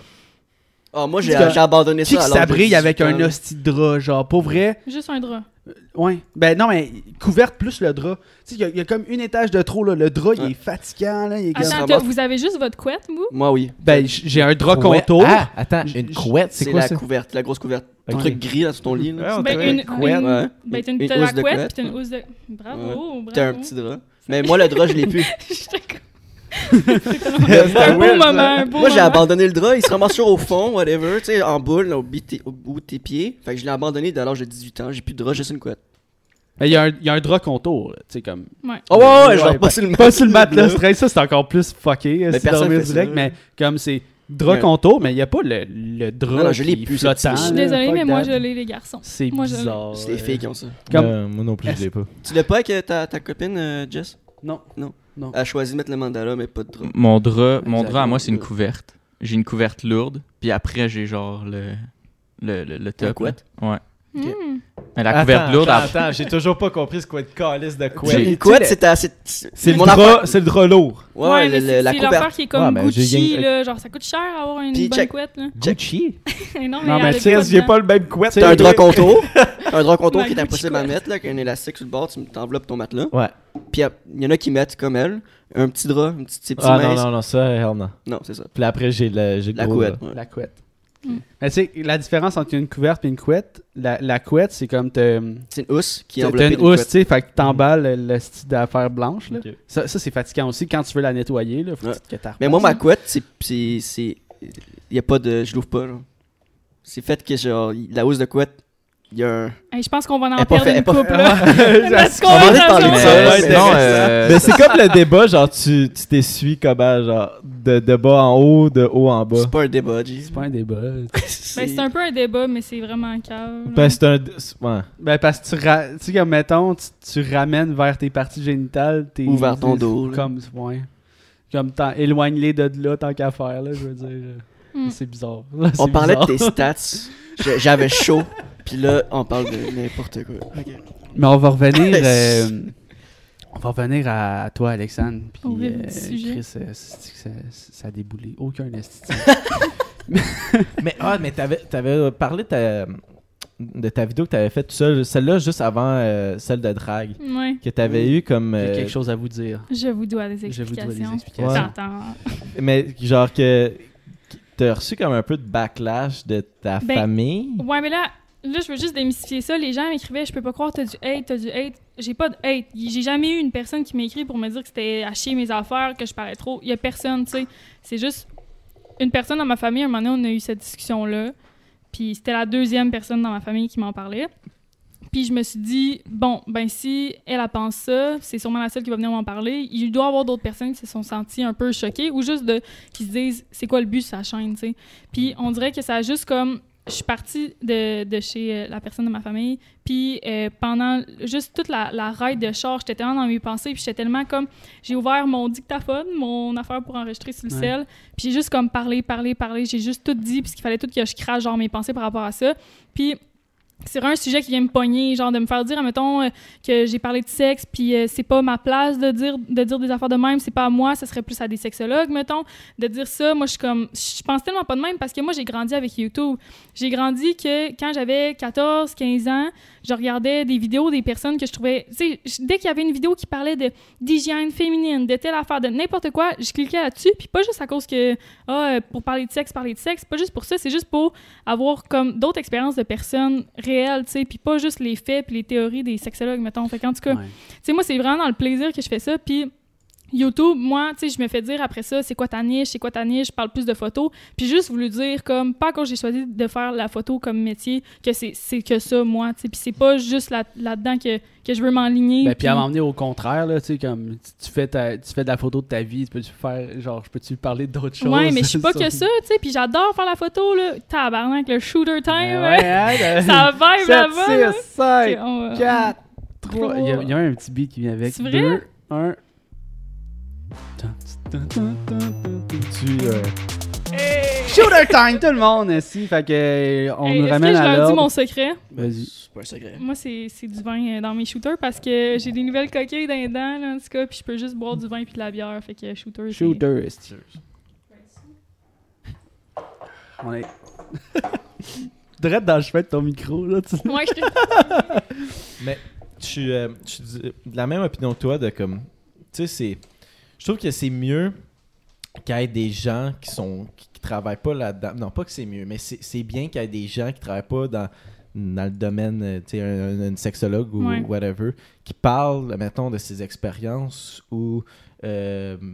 Speaker 4: Ah, moi, j'ai
Speaker 3: Parce que-
Speaker 4: j'ai abandonné
Speaker 3: Qui qui
Speaker 4: ça. à l'âge de
Speaker 3: s'abrille
Speaker 4: 18
Speaker 3: avec
Speaker 4: ans,
Speaker 3: un
Speaker 4: là.
Speaker 3: hostie de drap, genre, pour vrai.
Speaker 2: Juste un drap.
Speaker 3: Ouais. Ben non, mais couverte plus le drap. Tu sais, il y a- il y, a comme une étage de trop, là. Le drap, il est
Speaker 4: Ouais.
Speaker 3: fatigant, là. Il est comme-
Speaker 2: Attends,
Speaker 4: Regarde.
Speaker 2: t'as- vous avez juste votre couette, vous?
Speaker 4: Moi, oui.
Speaker 3: Ben, j- j'ai un drap
Speaker 1: Couette-
Speaker 3: contour.
Speaker 1: Ah, attends,
Speaker 3: Je-
Speaker 1: une
Speaker 3: je-
Speaker 1: couette, c'est
Speaker 4: C'est
Speaker 1: quoi
Speaker 4: la
Speaker 1: ça?
Speaker 4: couverte, la grosse couverte. Un
Speaker 1: Ok.
Speaker 4: truc gris là, sur ton lit, là.
Speaker 1: Ouais,
Speaker 2: Ben,
Speaker 1: dirait
Speaker 2: une,
Speaker 1: une couette.
Speaker 2: une-
Speaker 4: Ouais.
Speaker 2: ben, t'as une,
Speaker 4: Une
Speaker 2: t'as la
Speaker 4: housse de
Speaker 2: couette,
Speaker 4: couette.
Speaker 2: puis t'as une housse de... Bravo, bravo.
Speaker 4: T'as un petit drap. Mais moi, le drap, je l'ai plus.
Speaker 2: J'étais comme- un beau
Speaker 1: weird,
Speaker 2: moment,
Speaker 1: ça.
Speaker 2: un beau
Speaker 4: Moi, j'ai
Speaker 2: moment.
Speaker 4: abandonné le drap. Il se ramasse toujours au fond, whatever, tu sais, en boule, là, au, bi- t- au bout de tes pieds. Fait que je l'ai abandonné dès l'âge de 18 ans. J'ai plus de drap, juste une couette.
Speaker 3: Mais Ben, il y, a un- il y a un drap contour, là, tu sais, comme.
Speaker 2: Ouais.
Speaker 4: Oh, ouais, ouais, je
Speaker 3: Ouais,
Speaker 4: l'ai repassé le
Speaker 3: Pas sur le matelas straight, ça c'est encore plus fucké. C'est
Speaker 4: personne
Speaker 3: dormir
Speaker 4: fait ça,
Speaker 3: direct,
Speaker 4: là.
Speaker 3: mais comme c'est drap
Speaker 4: Ouais.
Speaker 3: contour, mais il n'y a pas le, le drap
Speaker 4: Non, non, je l'ai
Speaker 3: qui
Speaker 4: plus,
Speaker 3: flottant,
Speaker 4: cette
Speaker 3: là.
Speaker 2: Je suis
Speaker 4: Ah,
Speaker 2: désolée,
Speaker 3: Fuck
Speaker 2: mais moi,
Speaker 3: that.
Speaker 2: je l'ai, les garçons.
Speaker 3: C'est
Speaker 2: Moi, je l'ai.
Speaker 3: bizarre.
Speaker 4: C'est les filles qui ont ça.
Speaker 3: Comme-
Speaker 1: Euh, moi non plus, je
Speaker 3: Est-ce-
Speaker 1: l'ai pas.
Speaker 4: Tu l'as pas avec euh, ta, ta copine, euh, Jess
Speaker 3: Non.
Speaker 4: Elle a choisi de mettre le mandala, mais pas de drap.
Speaker 5: Mon drap, mon
Speaker 4: Exactement.
Speaker 5: drap à moi, c'est une couverte. J'ai une couverte lourde, puis après, j'ai genre le, le, le, le top. là.
Speaker 4: couette?
Speaker 5: Ouais.
Speaker 4: Ok.
Speaker 2: Hmm.
Speaker 5: Mais la couverte
Speaker 1: Attends,
Speaker 5: lourde,
Speaker 1: attends,
Speaker 5: elle-
Speaker 1: attends, j'ai toujours pas compris ce qu'est une calice de
Speaker 5: J'ai-
Speaker 1: couette.
Speaker 4: Une couette,
Speaker 3: Tu sais,
Speaker 4: c'est ta. C'est
Speaker 1: C'est
Speaker 4: c'est
Speaker 1: le
Speaker 4: mon affaire.
Speaker 1: drap- c'est le drap lourd.
Speaker 4: Ouais,
Speaker 2: Ouais,
Speaker 4: le-
Speaker 2: mais
Speaker 4: le-
Speaker 2: c'est-
Speaker 4: la
Speaker 2: c'est l'affaire
Speaker 4: couverte.
Speaker 2: qui est comme
Speaker 1: Ouais, ben, j'ai
Speaker 2: Gucci,
Speaker 1: gagné-
Speaker 2: là. Genre, ça coûte cher avoir une
Speaker 4: Puis
Speaker 2: bonne
Speaker 4: check.
Speaker 2: couette, là.
Speaker 1: Gucci?
Speaker 2: Eh non, mais,
Speaker 3: Non, mais
Speaker 2: elle a
Speaker 1: Chris,
Speaker 2: pas
Speaker 1: j'ai
Speaker 2: dedans.
Speaker 1: pas le même couette.
Speaker 4: T'as un drap contour. un drap contour
Speaker 2: Ma
Speaker 4: qui est
Speaker 2: Gucci
Speaker 4: impossible à
Speaker 2: couette.
Speaker 4: mettre, là, qu'un élastique sur le bord, tu t'enveloppes ton matelas.
Speaker 1: Ouais.
Speaker 4: Puis il y en a qui mettent, comme elle, un petit drap, un petit, ces petits
Speaker 1: Ah non,
Speaker 4: minces.
Speaker 1: non, non, ça, hell non.
Speaker 4: Non, c'est ça.
Speaker 1: Puis là, après, j'ai le, j'ai le
Speaker 4: La
Speaker 1: gros
Speaker 4: couette.
Speaker 1: drap.
Speaker 4: ouais.
Speaker 3: La couette.
Speaker 2: Mm.
Speaker 3: Mais tu sais, la différence entre une couverte et une couette, la, la couette, c'est comme t'as
Speaker 4: C'est une housse qui est
Speaker 3: t'as-
Speaker 4: enveloppée
Speaker 3: t'as une Mm.
Speaker 4: d'une
Speaker 3: housse, tu
Speaker 4: couette.
Speaker 3: sais, fait que t'emballes le, le style d'affaire blanche. Là.
Speaker 1: Ok.
Speaker 3: Ça, ça, c'est fatigant aussi. Quand tu veux la nettoyer, là, faut
Speaker 4: Ouais.
Speaker 3: que t'as
Speaker 4: Mais moi, ma couette, c'est. c'est- c'est- Il y a pas de. Je l'ouvre pas, genre. C'est fait que, genre, la housse de couette, il y a un.
Speaker 2: Hey, je pense qu'on va en
Speaker 4: est pas
Speaker 2: perdre
Speaker 4: fait- elle est
Speaker 2: une
Speaker 4: pas
Speaker 2: couple.
Speaker 4: fait-
Speaker 2: là. Parce qu'on
Speaker 4: On va
Speaker 2: est
Speaker 4: aller
Speaker 2: dans
Speaker 4: parler de
Speaker 2: un-
Speaker 4: ça,
Speaker 5: Mais
Speaker 4: ouais,
Speaker 5: sinon,
Speaker 4: intéressant.
Speaker 5: euh,
Speaker 1: Mais c'est comme le débat, genre tu tu t'essuies comment, genre de, de bas en haut, de haut en bas.
Speaker 4: C'est pas un débat, G.
Speaker 3: C'est pas un débat.
Speaker 2: Ben, c'est un peu un débat, mais c'est vraiment calme.
Speaker 1: Ben c'est un. c'est- Ouais.
Speaker 3: Ben, parce que tu, ra- tu sais, comme mettons, tu, tu ramènes vers tes parties génitales, tes.
Speaker 4: Ou vers ton
Speaker 3: tes-
Speaker 4: dos, là.
Speaker 3: Comme, ouais. Comme, t'en- éloigne-les de là tant qu'à faire, là, je veux dire. euh,
Speaker 2: Mm.
Speaker 3: C'est bizarre. Là,
Speaker 4: On
Speaker 3: c'est
Speaker 4: parlait de
Speaker 3: bizarre.
Speaker 4: tes stats. Je- J'avais chaud. Puis là, on parle de n'importe quoi.
Speaker 3: Mais on va revenir. euh, on va revenir à, à toi, Alexandre. Puis,
Speaker 2: Au vif du
Speaker 3: euh,
Speaker 2: sujet.
Speaker 3: Chris, euh, c'est- c'est- ça, ça a déboulé. Aucun esthétique.
Speaker 4: Euh,
Speaker 1: Mais ah, mais t'avais, t'avais parlé de ta- de ta vidéo que t'avais faite tout seul, celle-là juste avant euh, celle de drague,
Speaker 2: Ouais,
Speaker 1: que t'avais eu comme.
Speaker 3: J'ai
Speaker 1: euh,
Speaker 3: quelque chose à vous dire.
Speaker 2: je vous dois des
Speaker 3: Je vous
Speaker 2: explications.
Speaker 3: dois des explications.
Speaker 1: Ouais.
Speaker 2: T'entends.
Speaker 1: Mais genre que t'as reçu comme un peu de backlash de ta
Speaker 2: Ben,
Speaker 1: famille.
Speaker 2: Ouais, mais là, là, je veux juste démystifier ça. Les gens m'écrivaient, je peux pas croire, t'as du hate, t'as du hate. J'ai pas de hate. J'ai jamais eu une personne qui m'a écrit pour me dire que c'était à chier mes affaires, que je parlais trop. Il y a personne, tu sais. C'est juste une personne dans ma famille. À un moment donné, on a eu cette discussion-là. Puis c'était la deuxième personne dans ma famille qui m'en parlait. Puis je me suis dit, bon, ben si elle a pense ça, c'est sûrement la seule qui va venir m'en parler. Il doit y avoir d'autres personnes qui se sont senties un peu choquées ou juste de, qui se disent, c'est quoi le but de sa chaîne, tu sais. Puis on dirait que ça a juste comme. Je suis partie de, de chez euh, la personne de ma famille, puis euh, pendant juste toute la, la ride de char, j'étais tellement dans mes pensées, puis j'étais tellement comme. J'ai ouvert mon dictaphone, mon affaire pour enregistrer sur le
Speaker 3: Ouais.
Speaker 2: sel, puis j'ai juste comme parlé, parlé, parlé. J'ai juste tout dit, puisqu'il fallait tout que je crache, genre mes pensées par rapport à ça. Puis c'est vraiment un sujet qui vient me pogner, genre de me faire dire, admettons, euh, que j'ai parlé de sexe, puis euh, c'est pas ma place de dire, de dire des affaires de même, c'est pas à moi, ça serait plus à des sexologues, mettons, de dire ça. Moi, je suis comme, je pense tellement pas de même parce que moi, j'ai grandi avec YouTube. J'ai grandi que quand j'avais 14, 15 ans, je regardais des vidéos des personnes que je trouvais. Tu sais, je- dès qu'il y avait une vidéo qui parlait de d'hygiène féminine, de telle affaire, de n'importe quoi, je cliquais là-dessus, puis pas juste à cause que, ah, euh, pour parler de sexe, parler de sexe, pas juste pour ça, c'est juste pour avoir comme d'autres expériences de personnes réelles, tu sais, puis pas juste les faits puis les théories des sexologues, mettons. Fait qu'en tout cas,
Speaker 3: Ouais.
Speaker 2: tu sais, moi, c'est vraiment dans le plaisir que je fais ça, puis YouTube, moi, tu sais, je me fais dire après ça, c'est quoi ta niche, c'est quoi ta niche, je parle plus de photos, puis juste voulu dire comme, pas quand j'ai choisi de faire la photo comme métier, que c'est c'est que ça, moi, tu sais, puis c'est pas juste là- là-dedans que, que je veux m'enligner.
Speaker 3: Ben, puis à
Speaker 2: puis-
Speaker 3: m'emmener au contraire, là, tu sais, comme tu- tu fais, ta- tu fais de la photo de ta vie, tu peux-tu faire, genre, je peux-tu parler d'autres choses?
Speaker 2: Ouais, mais je suis pas que ça,
Speaker 3: Ouais,
Speaker 2: tu sais, puis j'adore faire la photo, là. Tabarnak, le shooter time,
Speaker 3: ouais, hein, ben,
Speaker 2: ça vibe
Speaker 3: 7,
Speaker 2: là-bas, là.
Speaker 3: 6, 5,
Speaker 2: Ok, on va-
Speaker 3: 4,
Speaker 2: trois.
Speaker 3: 3. Il y, a- il y a un petit beat qui vient avec.
Speaker 2: C'est vrai?
Speaker 3: 2, 1.
Speaker 1: Tu, euh,
Speaker 3: Shooter time, tout le monde, ici. Fait que, euh, on
Speaker 2: Hey,
Speaker 3: nous
Speaker 2: Est-ce que
Speaker 3: ramène
Speaker 2: je
Speaker 3: à
Speaker 2: leur dis
Speaker 3: l'ordre.
Speaker 2: mon secret?
Speaker 3: Vas-y.
Speaker 4: C'est pas un secret.
Speaker 2: Moi, c'est c'est du vin euh, dans mes shooters parce que j'ai des nouvelles coquilles dans les dents, là, en tout cas, puis je peux juste boire du vin puis de la bière, fait que shooter, c'est-
Speaker 3: Shooter, est On est. Drette dans le chemin de ton micro, là, tu
Speaker 2: Ouais, je-
Speaker 1: je suis, euh, je suis du- de la même opinion que toi de comme tu sais c'est je trouve que c'est mieux qu'il y ait des gens qui sont qui, qui travaillent pas là-dedans non pas que c'est mieux mais c'est c'est bien qu'il y ait des gens qui travaillent pas dans dans le domaine euh, tu sais un, un- une sexologue ou
Speaker 2: Ouais.
Speaker 1: whatever qui parle mettons de ses expériences ou euh, tu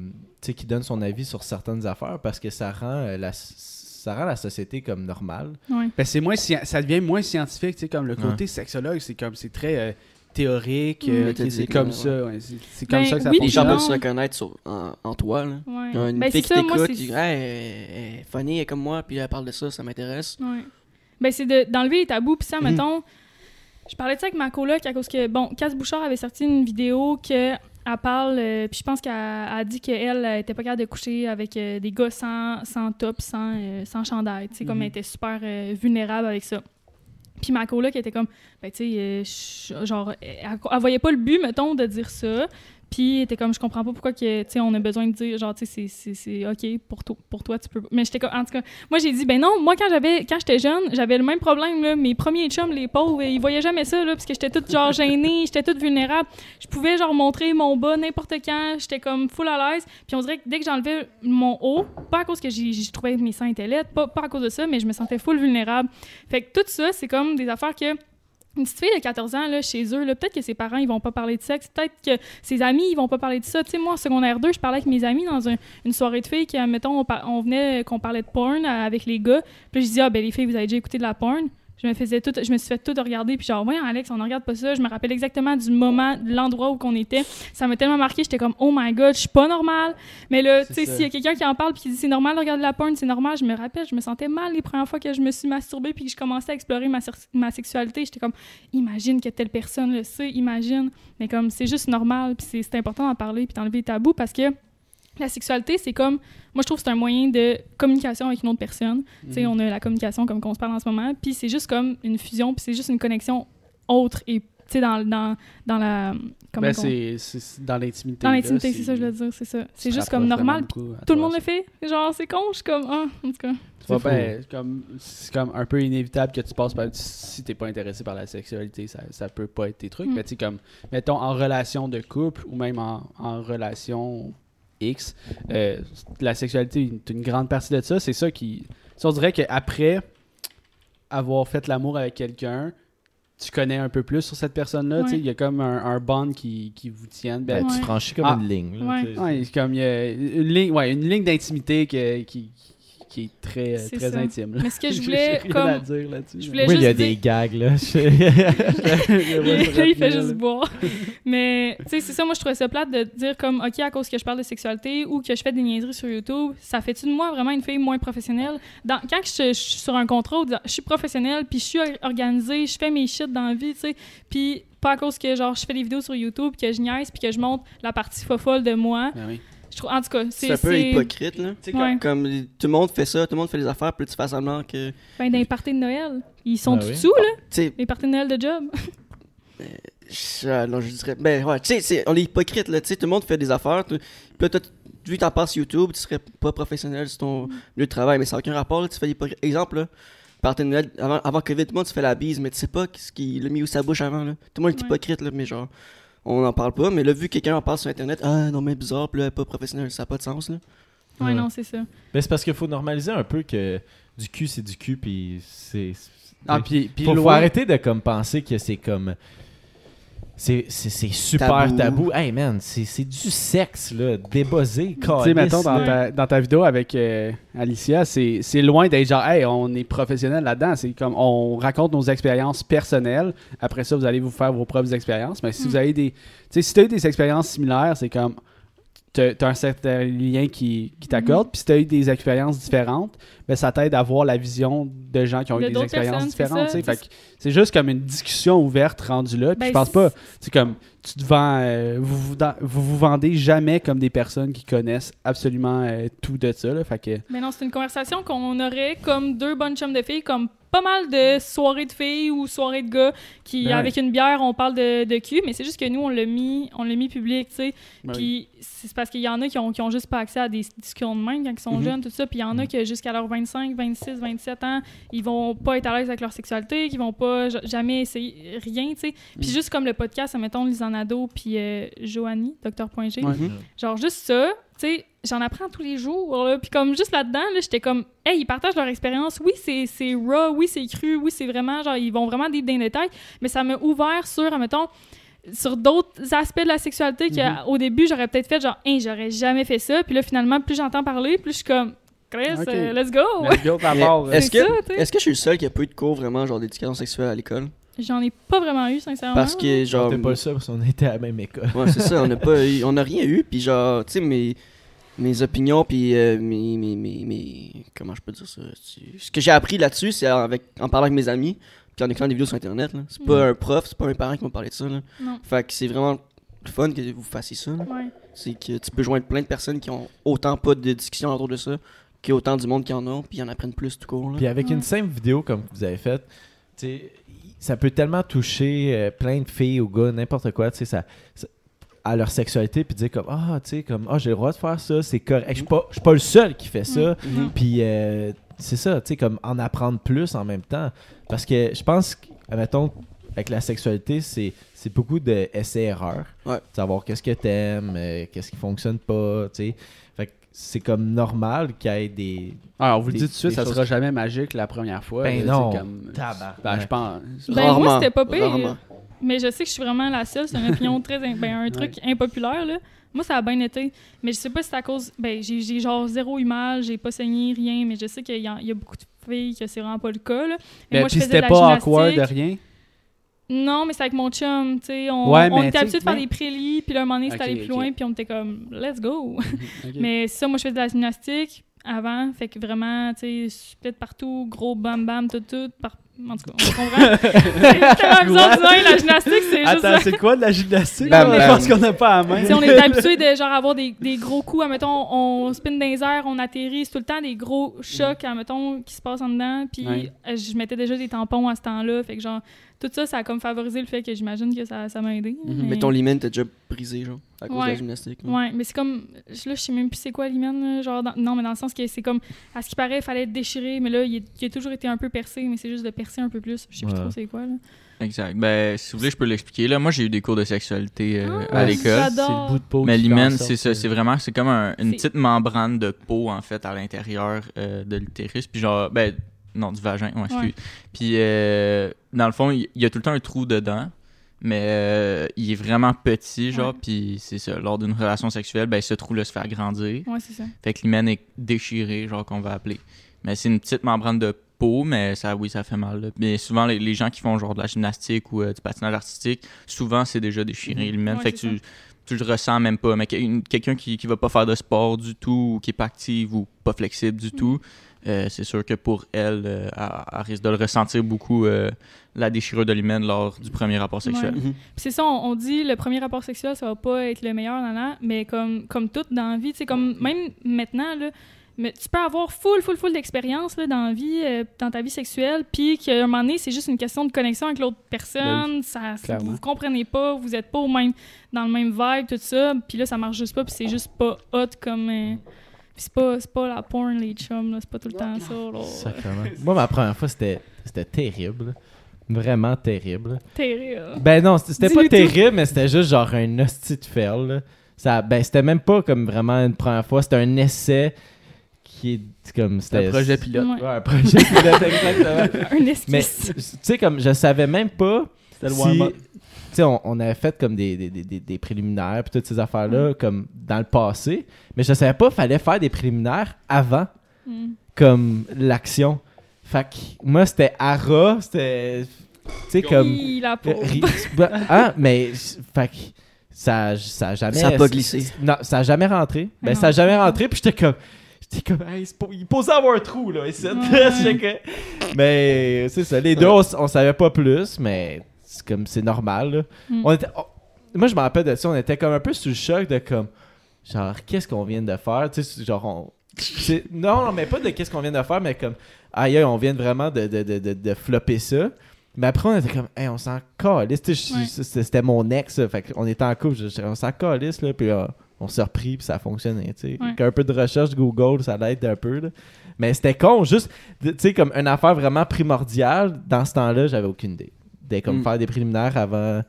Speaker 1: sais qui donne son avis sur certaines affaires parce que ça rend euh, la ça rend la société comme normale
Speaker 2: ouais.
Speaker 3: Ben, c'est moins scien- ça devient moins scientifique, tu sais, comme le
Speaker 1: Ouais.
Speaker 3: côté sexologue, c'est comme c'est très euh, théorique, euh,
Speaker 4: Mm.
Speaker 3: ok, c'est
Speaker 4: Méthodique,
Speaker 3: comme
Speaker 4: ouais.
Speaker 3: ça, ouais, c'est c'est comme
Speaker 2: Ben,
Speaker 3: ça que ça
Speaker 2: oui,
Speaker 4: Les
Speaker 2: puis
Speaker 4: gens
Speaker 2: non.
Speaker 3: fonctionne.
Speaker 4: peuvent se reconnaître sur- en, en toi, là.
Speaker 2: ouais.
Speaker 4: Une
Speaker 2: Ben, c'est
Speaker 4: fille qui
Speaker 2: ça, moi,
Speaker 4: t'écoute,
Speaker 2: c'est-
Speaker 4: qui dit Hey, elle est funny, elle est comme moi, puis elle parle de ça, ça m'intéresse.
Speaker 2: Ouais. Ben, c'est de- d'enlever les tabous. Puis ça,
Speaker 3: Mhm.
Speaker 2: mettons, je parlais de ça avec ma coloc à cause que, bon, Cass Bouchard avait sorti une vidéo que elle parle, euh, puis je pense qu'elle a dit qu'elle elle était pas capable de coucher avec euh, des gars sans, sans top, sans, euh, sans chandail. Tu sais, comme
Speaker 3: Mhm.
Speaker 2: elle était super euh, vulnérable avec ça. Puis ma coloc était comme, ben, tu sais, euh, je- genre, elle, elle voyait pas le but, mettons, de dire ça. Puis elle était comme, je comprends pas pourquoi que, tu sais, on a besoin de dire, genre, tu sais, c'est- c'est c'est OK pour, to- pour toi, tu peux. pas. Mais j'étais comme, en tout cas, moi j'ai dit, ben non, moi quand j'avais quand j'étais jeune, j'avais le même problème, là. Mes premiers chums, les pauvres, ils voyaient jamais ça, là, parce que j'étais toute, genre, gênée, j'étais toute vulnérable. Je pouvais, genre, montrer mon bas n'importe quand, j'étais comme full à l'aise. Puis on dirait que dès que j'enlevais mon haut, pas à cause que j'ai j'ai trouvé que mes seins étaient laides, pas, pas à cause de ça, mais je me sentais full vulnérable. Fait que tout ça, c'est comme des affaires que une petite fille de 14 ans là, chez eux, là, peut-être que ses parents ils vont pas parler de sexe, peut-être que ses amis ils vont pas parler de ça. Tu sais, moi en secondaire 2, je parlais avec mes amis dans un- une soirée de filles que mettons on, par- on venait qu'on parlait de porn euh, avec les gars. Puis je disais ah ben les filles vous avez déjà écouté de la porn. Je me faisais tout, je me suis fait tout regarder puis genre voyons Alex on ne regarde pas ça. Je me rappelle exactement du moment, de l'endroit où qu'on était. Ça m'a tellement marqué, j'étais comme oh my god, je suis pas normale. Mais là, tu sais
Speaker 3: ça.
Speaker 2: s'il y a quelqu'un qui en parle puis qui dit c'est normal de regarder de la porn, c'est normal. Je me rappelle, je me sentais mal les premières fois que je me suis masturbée puis que je commençais à explorer ma, ser- ma sexualité. J'étais comme imagine que telle personne le sait, imagine. Mais comme, c'est juste normal, puis c'est- c'est important d'en parler, puis d'enlever les tabous, parce que la sexualité, c'est comme, moi je trouve que c'est un moyen de communication avec une autre personne. Tu
Speaker 3: Hum.
Speaker 2: sais, on a la communication comme qu'on se parle en ce moment, puis c'est juste comme une fusion, puis c'est juste une connexion autre, et tu sais, dans, dans, dans la... comment
Speaker 3: Ben,
Speaker 2: qu'on-
Speaker 3: c'est c'est- c'est dans l'intimité.
Speaker 2: dans
Speaker 3: là,
Speaker 2: l'intimité, c'est ça que je veux dire, c'est ça. C'est
Speaker 3: tu te
Speaker 2: juste comme
Speaker 3: rapproches vraiment
Speaker 2: normal, puis
Speaker 3: beaucoup à
Speaker 2: tout le
Speaker 3: toi,
Speaker 2: monde le fait. Genre, c'est con, je suis comme, ah, en tout cas.
Speaker 3: Tu
Speaker 1: C'est
Speaker 3: vois,
Speaker 1: fou.
Speaker 3: ben, c'est comme, c'est comme un peu inévitable que tu passes par. Si t'es pas intéressé par la sexualité, ça, ça peut pas être tes trucs.
Speaker 2: Mm.
Speaker 3: Mais tu sais, comme, mettons, en relation de couple ou même en, en relation X, euh, la sexualité est une grande partie de ça. C'est ça qui. si on dirait qu'après avoir fait l'amour avec quelqu'un, tu connais un peu plus sur cette personne-là. tu sais,
Speaker 2: Ouais.
Speaker 3: Il y a comme un, un bond qui, qui vous tienne. Ben,
Speaker 1: Ben,
Speaker 2: Ouais.
Speaker 1: Tu franchis comme
Speaker 3: Ah.
Speaker 1: une ligne. là,
Speaker 2: Ouais.
Speaker 1: tu sais.
Speaker 3: Ouais, c'est comme il y a une ligne, ouais, une ligne d'intimité que- qui, qui, est très,
Speaker 2: C'est
Speaker 3: très
Speaker 2: ça.
Speaker 3: intime. là.
Speaker 2: Mais ce que je
Speaker 3: J'ai-
Speaker 2: voulais,
Speaker 3: j'ai rien à
Speaker 2: comme,
Speaker 3: dire là-dessus.
Speaker 2: je
Speaker 3: là.
Speaker 2: voulais
Speaker 1: Oui, il y a
Speaker 2: juste
Speaker 1: des
Speaker 2: dire-
Speaker 1: gags, là. Je-
Speaker 3: Je vois
Speaker 2: Puis
Speaker 3: ce
Speaker 2: là, il fait
Speaker 3: rapide,
Speaker 2: juste
Speaker 3: là.
Speaker 2: boire. Mais, tu sais, c'est ça, moi, je trouvais ça plate de dire comme, OK, à cause que je parle de sexualité ou que je fais des niaiseries sur YouTube, ça fait-tu de moi vraiment une fille moins professionnelle? Dans, quand je, je suis sur un contrat, ou dans- je suis professionnelle, puis je suis or- organisée, je fais mes shit dans la vie, tu sais, puis pas à cause que, genre, je fais des vidéos sur YouTube, que je niaise, puis que je montre la partie fofolle de moi.
Speaker 3: Ben oui.
Speaker 2: Je trouve, en tout cas,
Speaker 4: C'est
Speaker 2: c'est...
Speaker 4: un peu hypocrite, là. Tu sais, comme,
Speaker 2: Ouais.
Speaker 4: comme les- tout le monde fait ça, tout le monde fait les affaires, puis tu fais semblant que. Tu
Speaker 2: Ben, dans les parties de Noël, ils sont
Speaker 1: Ah
Speaker 2: tout
Speaker 1: oui?
Speaker 2: sous, là,
Speaker 4: sais,
Speaker 2: les parties de Noël de job.
Speaker 4: je- ah, non, je dirais. Ben ouais, tu sais, c'est- on est hypocrite, là. Tu sais, tout le monde fait des affaires. tu- Puis là, toi, tu- vu que t'en passes YouTube, tu serais pas professionnel sur ton lieu de travail, mais ça n'a aucun rapport, là, Tu fais hypocrite. Exemple, là. partait de Noël, avant, avant Covid, tout le monde se fait la bise, mais tu sais pas ce qu'il a mis où sa bouche avant, là. Tout le monde est
Speaker 2: Ouais.
Speaker 4: hypocrite, là, mais genre. On n'en parle pas, mais là, vu que quelqu'un en parle sur Internet, ah non, mais bizarre, puis là, pas professionnel, ça n'a pas de sens, là.
Speaker 2: Ouais,
Speaker 1: Ouais.
Speaker 2: non, c'est ça.
Speaker 1: Ben, c'est parce qu'il faut normaliser un peu que du cul, c'est du cul, puis c'est. c'est-
Speaker 3: Ah, puis, puis
Speaker 1: faut, faut
Speaker 3: loin-
Speaker 1: arrêter de comme penser que c'est comme. C'est c'est- c'est super
Speaker 4: Tabou.
Speaker 1: tabou. Hey man, c'est c'est du sexe, là. Débosé,
Speaker 3: Tu sais, mettons, dans
Speaker 2: Ouais.
Speaker 3: ta, dans ta vidéo avec euh, Alicia, c'est c'est loin d'être genre, hey, on est professionnel là-dedans. C'est comme, on raconte nos expériences personnelles. Après ça, vous allez vous faire vos propres expériences. Mais si
Speaker 2: Mm.
Speaker 3: vous avez des. Tu sais, si tu as eu des expériences similaires, c'est comme, tu as un certain lien qui, qui t'accorde.
Speaker 2: Hmm.
Speaker 3: Puis si tu as eu des expériences différentes, ben, ça t'aide à voir la vision de gens qui ont
Speaker 2: De
Speaker 3: eu des
Speaker 2: d'autres
Speaker 3: expériences
Speaker 2: personnes, c'est
Speaker 3: différentes.
Speaker 2: ça.
Speaker 3: tu sais. Fait que C'est juste comme une discussion ouverte rendue là.
Speaker 2: Ben,
Speaker 3: Puis je pense pas. C'est comme, tu te vends, euh, vous, vous, dans- vous vous vendez jamais comme des personnes qui connaissent absolument euh, tout de ça. Là, fait que,
Speaker 2: Mais non, c'est une conversation qu'on aurait comme deux bonnes chums de filles, comme pas mal de soirées de filles ou soirées de gars qui,
Speaker 3: Ben ouais.
Speaker 2: avec une bière, on parle de, de cul, mais c'est juste que nous, on l'a mis, on l'a mis public, tu sais.
Speaker 3: Ben
Speaker 2: Puis c'est parce qu'il y en a qui ont, qui ont juste pas accès à des discussions de même quand ils sont
Speaker 3: Mhm.
Speaker 2: jeunes, tout ça. Puis il y en a que jusqu'à leurs 25, 26, 27 ans, ils vont pas être à l'aise avec leur sexualité, qu'ils vont pas ja- jamais essayer rien, tu sais. Puis
Speaker 3: Mm.
Speaker 2: juste comme le podcast, mettons, Lisanado, puis euh, Joanie, Dr.G.
Speaker 3: Ouais.
Speaker 2: Genre juste ça, tu sais, j'en apprends tous les jours. Là. Puis comme juste là-dedans, là, j'étais comme, hey, ils partagent leur expérience. Oui, c'est, c'est raw, oui, c'est cru, oui, c'est vraiment, genre, ils vont vraiment deep dans les détails. Mais ça m'a ouvert sur, admettons, sur d'autres aspects de la sexualité
Speaker 4: Mm-hmm.
Speaker 3: Mhm.
Speaker 2: qu'au début, j'aurais peut-être fait genre, hein, j'aurais jamais fait ça. Puis là, finalement, plus j'entends parler, plus je suis comme, Chris,
Speaker 3: Ok.
Speaker 2: euh, let's go.
Speaker 3: Let's go, par
Speaker 4: Mais
Speaker 3: rapport, euh,
Speaker 4: Est-ce
Speaker 2: C'est
Speaker 4: que,
Speaker 2: ça, tu sais.
Speaker 4: est-ce que je suis le seul qui a pas eu de cours vraiment genre d'éducation sexuelle à l'école
Speaker 2: J'en ai pas vraiment eu, sincèrement.
Speaker 4: Parce que genre
Speaker 1: Genre, pas le seul parce qu'on était à la même école.
Speaker 4: ouais, c'est ça, on n'a pas eu- on a rien eu puis genre tu sais mes mes opinions puis euh, mes, mes, mes, mes- comment je peux dire ça tu- ce que j'ai appris là-dessus c'est avec en parlant avec mes amis puis en écoutant des vidéos sur internet là. C'est
Speaker 2: Mm.
Speaker 4: pas un prof, c'est pas mes parents qui m'ont parlé de ça là.
Speaker 2: Non.
Speaker 4: Fait que c'est vraiment le fun que vous fassiez ça. là.
Speaker 2: Ouais.
Speaker 4: C'est que tu peux joindre plein de personnes qui ont autant pas de discussion autour de ça qu'il y a autant du monde qui en ont puis ils en apprennent plus tout court là.
Speaker 1: Puis avec une
Speaker 2: Ouais.
Speaker 1: simple vidéo comme vous avez faite, tu sais, ça peut tellement toucher euh, plein de filles ou gars, n'importe quoi. tu sais, Ça, ça- à leur sexualité puis dire comme ah tu sais comme ah j'ai le droit de faire ça c'est correct je suis pas je suis pas le seul qui fait ça
Speaker 4: mm-hmm.
Speaker 2: Mhm.
Speaker 1: puis euh, c'est ça tu sais comme en apprendre plus en même temps parce que je pense que, admettons avec la sexualité c'est c'est beaucoup de essais erreurs
Speaker 4: Ouais.
Speaker 1: savoir qu'est-ce que t'aimes euh, qu'est-ce qui fonctionne pas tu sais fait que c'est comme normal qu'il y ait des
Speaker 3: Alors, Ah, on vous le
Speaker 1: Des-
Speaker 3: dit tout de suite,
Speaker 1: des
Speaker 3: ça
Speaker 1: choses-
Speaker 3: sera jamais magique la première fois.
Speaker 1: Ben
Speaker 3: là,
Speaker 1: non.
Speaker 3: c'est Comme...
Speaker 1: Tabarnak.
Speaker 3: Ben, je pense.
Speaker 2: Ben, moi,
Speaker 4: Rarement.
Speaker 2: c'était pas pire.
Speaker 4: Rarement.
Speaker 2: Mais je sais que je suis vraiment la seule. C'est une opinion très. in- Ben, un truc impopulaire, là. Moi, ça a bien été. Mais je sais pas si c'est à cause. Ben, j'ai j'ai genre zéro eu mal, j'ai pas saigné, rien. Mais je sais qu'il y, en- il y a beaucoup de filles que c'est vraiment pas le cas, là. Mais
Speaker 3: Ben,
Speaker 2: moi, je faisais
Speaker 3: puis
Speaker 2: de
Speaker 3: c'était
Speaker 2: la
Speaker 3: pas
Speaker 2: gymnastique.
Speaker 3: awkward de rien.
Speaker 2: Non, mais c'est avec mon chum, tu sais. On,
Speaker 3: Ouais,
Speaker 2: on
Speaker 3: mais
Speaker 2: était
Speaker 3: tu-
Speaker 2: habitué de faire
Speaker 3: mais-
Speaker 2: des prélits, puis là, un moment donné, c'était
Speaker 3: Ok,
Speaker 2: allé plus
Speaker 3: ok.
Speaker 2: loin, puis on était comme, let's go.
Speaker 3: Ok.
Speaker 2: Mais ça, moi, je faisais de la gymnastique avant, fait que vraiment, tu sais, split partout, gros bam bam, tout, tout. Par... En tout cas, on comprend. c'est tellement bizarre de dire, la gymnastique, c'est juste.
Speaker 3: Attends, c'est quoi de la gymnastique?
Speaker 2: Bam,
Speaker 3: là? Je
Speaker 2: bam.
Speaker 3: pense qu'on n'a pas à main.
Speaker 2: Tu sais, on est habitué de genre avoir des, des gros coups, admettons, on spin dans les airs, on atterrit, c'est tout le temps des gros chocs, admettons, qui se passent en dedans. Puis
Speaker 3: Ouais.
Speaker 2: euh, je mettais déjà des tampons à ce temps-là, fait que genre, tout ça, ça a comme favorisé le fait que j'imagine que ça, ça m'a aidé.
Speaker 3: Mhm.
Speaker 4: Mais ton limite t'es déjà brisé, genre, à cause de la
Speaker 2: Ouais.
Speaker 4: gymnastique. là.
Speaker 2: Ouais, mais c'est comme. je- Là, je sais même plus c'est quoi l'hymen. là, Genre, dans- non, mais dans le sens que c'est comme. À ce qui paraît, il fallait être déchiré, mais là, il, est- il a toujours été un peu percé, mais c'est juste de percer un peu plus. Je sais plus
Speaker 1: Ouais.
Speaker 2: trop c'est quoi, là.
Speaker 5: Exact. Ben, si vous voulez, je peux l'expliquer. Là, moi, j'ai eu des cours de sexualité euh,
Speaker 2: Ah,
Speaker 5: à
Speaker 2: c'est ça.
Speaker 5: l'école.
Speaker 3: C'est le bout de peau.
Speaker 5: Mais
Speaker 3: qui fait en
Speaker 5: l'hymen,
Speaker 3: sorte
Speaker 5: c'est ça.
Speaker 3: que-
Speaker 5: C'est vraiment, c'est comme un- une
Speaker 2: euh. C'est-
Speaker 5: petite membrane de peau, en fait, à l'intérieur euh, de l'utérus. Puis genre, ben, non, du vagin, ouais, excuse.
Speaker 2: Ouais.
Speaker 5: Puis, euh, dans le fond, il il y, a tout le temps un trou dedans. Mais euh, il est vraiment petit, genre,
Speaker 2: Ouais.
Speaker 5: puis c'est ça. Lors d'une relation sexuelle, ben, ce trou-là se fait agrandir.
Speaker 2: Ouais, c'est ça.
Speaker 5: Fait que l'hymen est déchiré, genre qu'on va appeler. Mais c'est une petite membrane de peau, mais ça, oui, ça fait mal. là. Mais souvent, les, les gens qui font genre de la gymnastique ou euh, du patinage artistique, souvent, c'est déjà déchiré l'hymen.
Speaker 2: Mhm. Ouais,
Speaker 5: fait que
Speaker 2: c'est
Speaker 5: tu, tu le ressens même pas. Mais que- une- quelqu'un qui, qui va pas faire de sport du tout, ou qui est pas active ou pas flexible
Speaker 2: Mhm.
Speaker 5: du tout, euh, c'est sûr que pour elle, euh, elle, elle risque de le ressentir beaucoup, euh, la déchirure de l'hymen lors du premier rapport sexuel.
Speaker 4: Mhm.
Speaker 2: Puis c'est ça, on, on dit le premier rapport sexuel, ça va pas être le meilleur, nan, nan, mais comme, comme tout dans la vie, tu sais, comme même maintenant, là, mais tu peux avoir full, full, full d'expérience là, dans, la vie, euh, dans ta vie sexuelle, puis qu'à un moment donné, c'est juste une question de connexion avec l'autre personne, ça, ça-
Speaker 3: clairement.
Speaker 2: vous vous comprenez pas, vous êtes pas au même, dans le même vibe, tout ça, puis là, ça marche juste pas, puis c'est juste pas hot comme... euh, puis c'est pas, c'est pas la porn, les chums, là, c'est pas tout le temps ça, là.
Speaker 1: Sacrément. Moi, ma première fois, c'était c'était terrible. Vraiment terrible.
Speaker 2: Terrible.
Speaker 1: Ben non, c'était c'était pas
Speaker 2: Dis-nous tout.
Speaker 1: terrible, mais c'était juste genre un hostie de ferle. là. Ça, ben, c'était même pas comme vraiment une première fois. C'était un essai qui est comme.
Speaker 3: C'est
Speaker 1: C'était
Speaker 3: un projet pilote.
Speaker 2: Ouais.
Speaker 1: Ouais, un projet pilote, exactement.
Speaker 2: Un
Speaker 1: Mais
Speaker 2: esquisse.
Speaker 1: tu sais, comme je savais même pas
Speaker 3: C'était le
Speaker 1: si-
Speaker 3: warm-up.
Speaker 1: Tu sais, on, on avait fait comme des, des, des- des- des préliminaires puis toutes ces affaires-là, comme dans le passé, mais je savais pas fallait faire des préliminaires avant
Speaker 2: Mm.
Speaker 1: comme l'action. Fait que moi, c'était Ara, c'était. Tu sais, comme.
Speaker 2: Hi, la pauvre.
Speaker 1: Euh, Ri- hein, mais. Fait que. Ça, ça a jamais.
Speaker 4: Ça a pas glissé.
Speaker 1: Non, ça a jamais rentré. Ben,
Speaker 2: Mais Ah non.
Speaker 1: ça a jamais rentré, puis j'étais comme. J'étais comme, hey, c'est pas- il posait avoir un trou, là, ici.
Speaker 2: Ouais.
Speaker 1: J'étais comme- mais c'est ça, les deux, on, s- on savait pas plus, mais c'est comme, c'est normal, là.
Speaker 2: Mm.
Speaker 1: On était, on- moi, je me rappelle de ça, on était comme un peu sous le choc de comme, genre, qu'est-ce qu'on vient de faire, tu sais, genre, on. c'est- Non, non, mais pas de qu'est-ce qu'on vient de faire, mais comme, aïe, aïe, on vient vraiment de, de, de, de, de flopper ça. Mais après, on était comme, hey, on s'en calisse. Tu sais, je-
Speaker 2: Ouais.
Speaker 1: C'était c'était mon ex, là, fait qu'on était en couple, je- je- on s'en calisse, là, puis euh, on s'est repris, puis ça a fonctionné, tu sais.
Speaker 2: Ouais.
Speaker 1: Avec Un peu de recherche Google, ça l'aide un peu, là. Mais c'était con, juste, tu sais, comme une affaire vraiment primordiale, dans ce temps-là, j'avais aucune idée. De comme
Speaker 4: Mm.
Speaker 1: faire des préliminaires avant.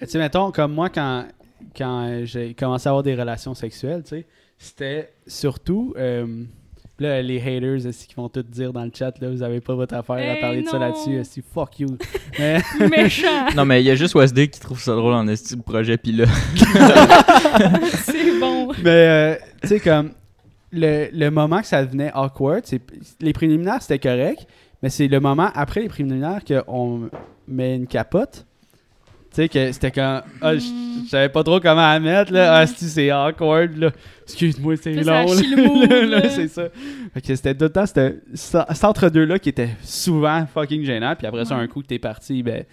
Speaker 3: Mais tu sais, mettons, comme moi, quand, quand euh, j'ai commencé à avoir des relations sexuelles, tu sais, c'était surtout. euh, là, les haters, est-ce qui vont tout dire dans le chat, là, vous avez pas votre affaire à
Speaker 2: Eh
Speaker 3: parler de ça
Speaker 2: non.
Speaker 3: là-dessus, est-ce que fuck you. Mais-
Speaker 2: Méchant.
Speaker 5: Non, mais il y a juste Wesley qui trouve ça drôle en esti de projet pilote.
Speaker 2: C'est bon.
Speaker 3: Mais euh, tu sais, comme le, le moment que ça devenait awkward, c'est les préliminaires c'était correct, mais c'est le moment après les préliminaires qu'on met une capote. Tu sais, que c'était quand. Ah, je je savais pas trop comment la mettre, là. Ah, si, c'est awkward, là. Excuse-moi, c'est
Speaker 2: Là,
Speaker 3: long,
Speaker 2: Mm. ça
Speaker 3: là.
Speaker 2: chie le mood,
Speaker 3: Là, là,
Speaker 2: là.
Speaker 3: c'est ça. Fait que c'était tout le temps, c'était ça- cet entre-deux-là qui était souvent fucking gênant. Puis après ça,
Speaker 2: Ouais.
Speaker 3: un coup que t'es parti, ben,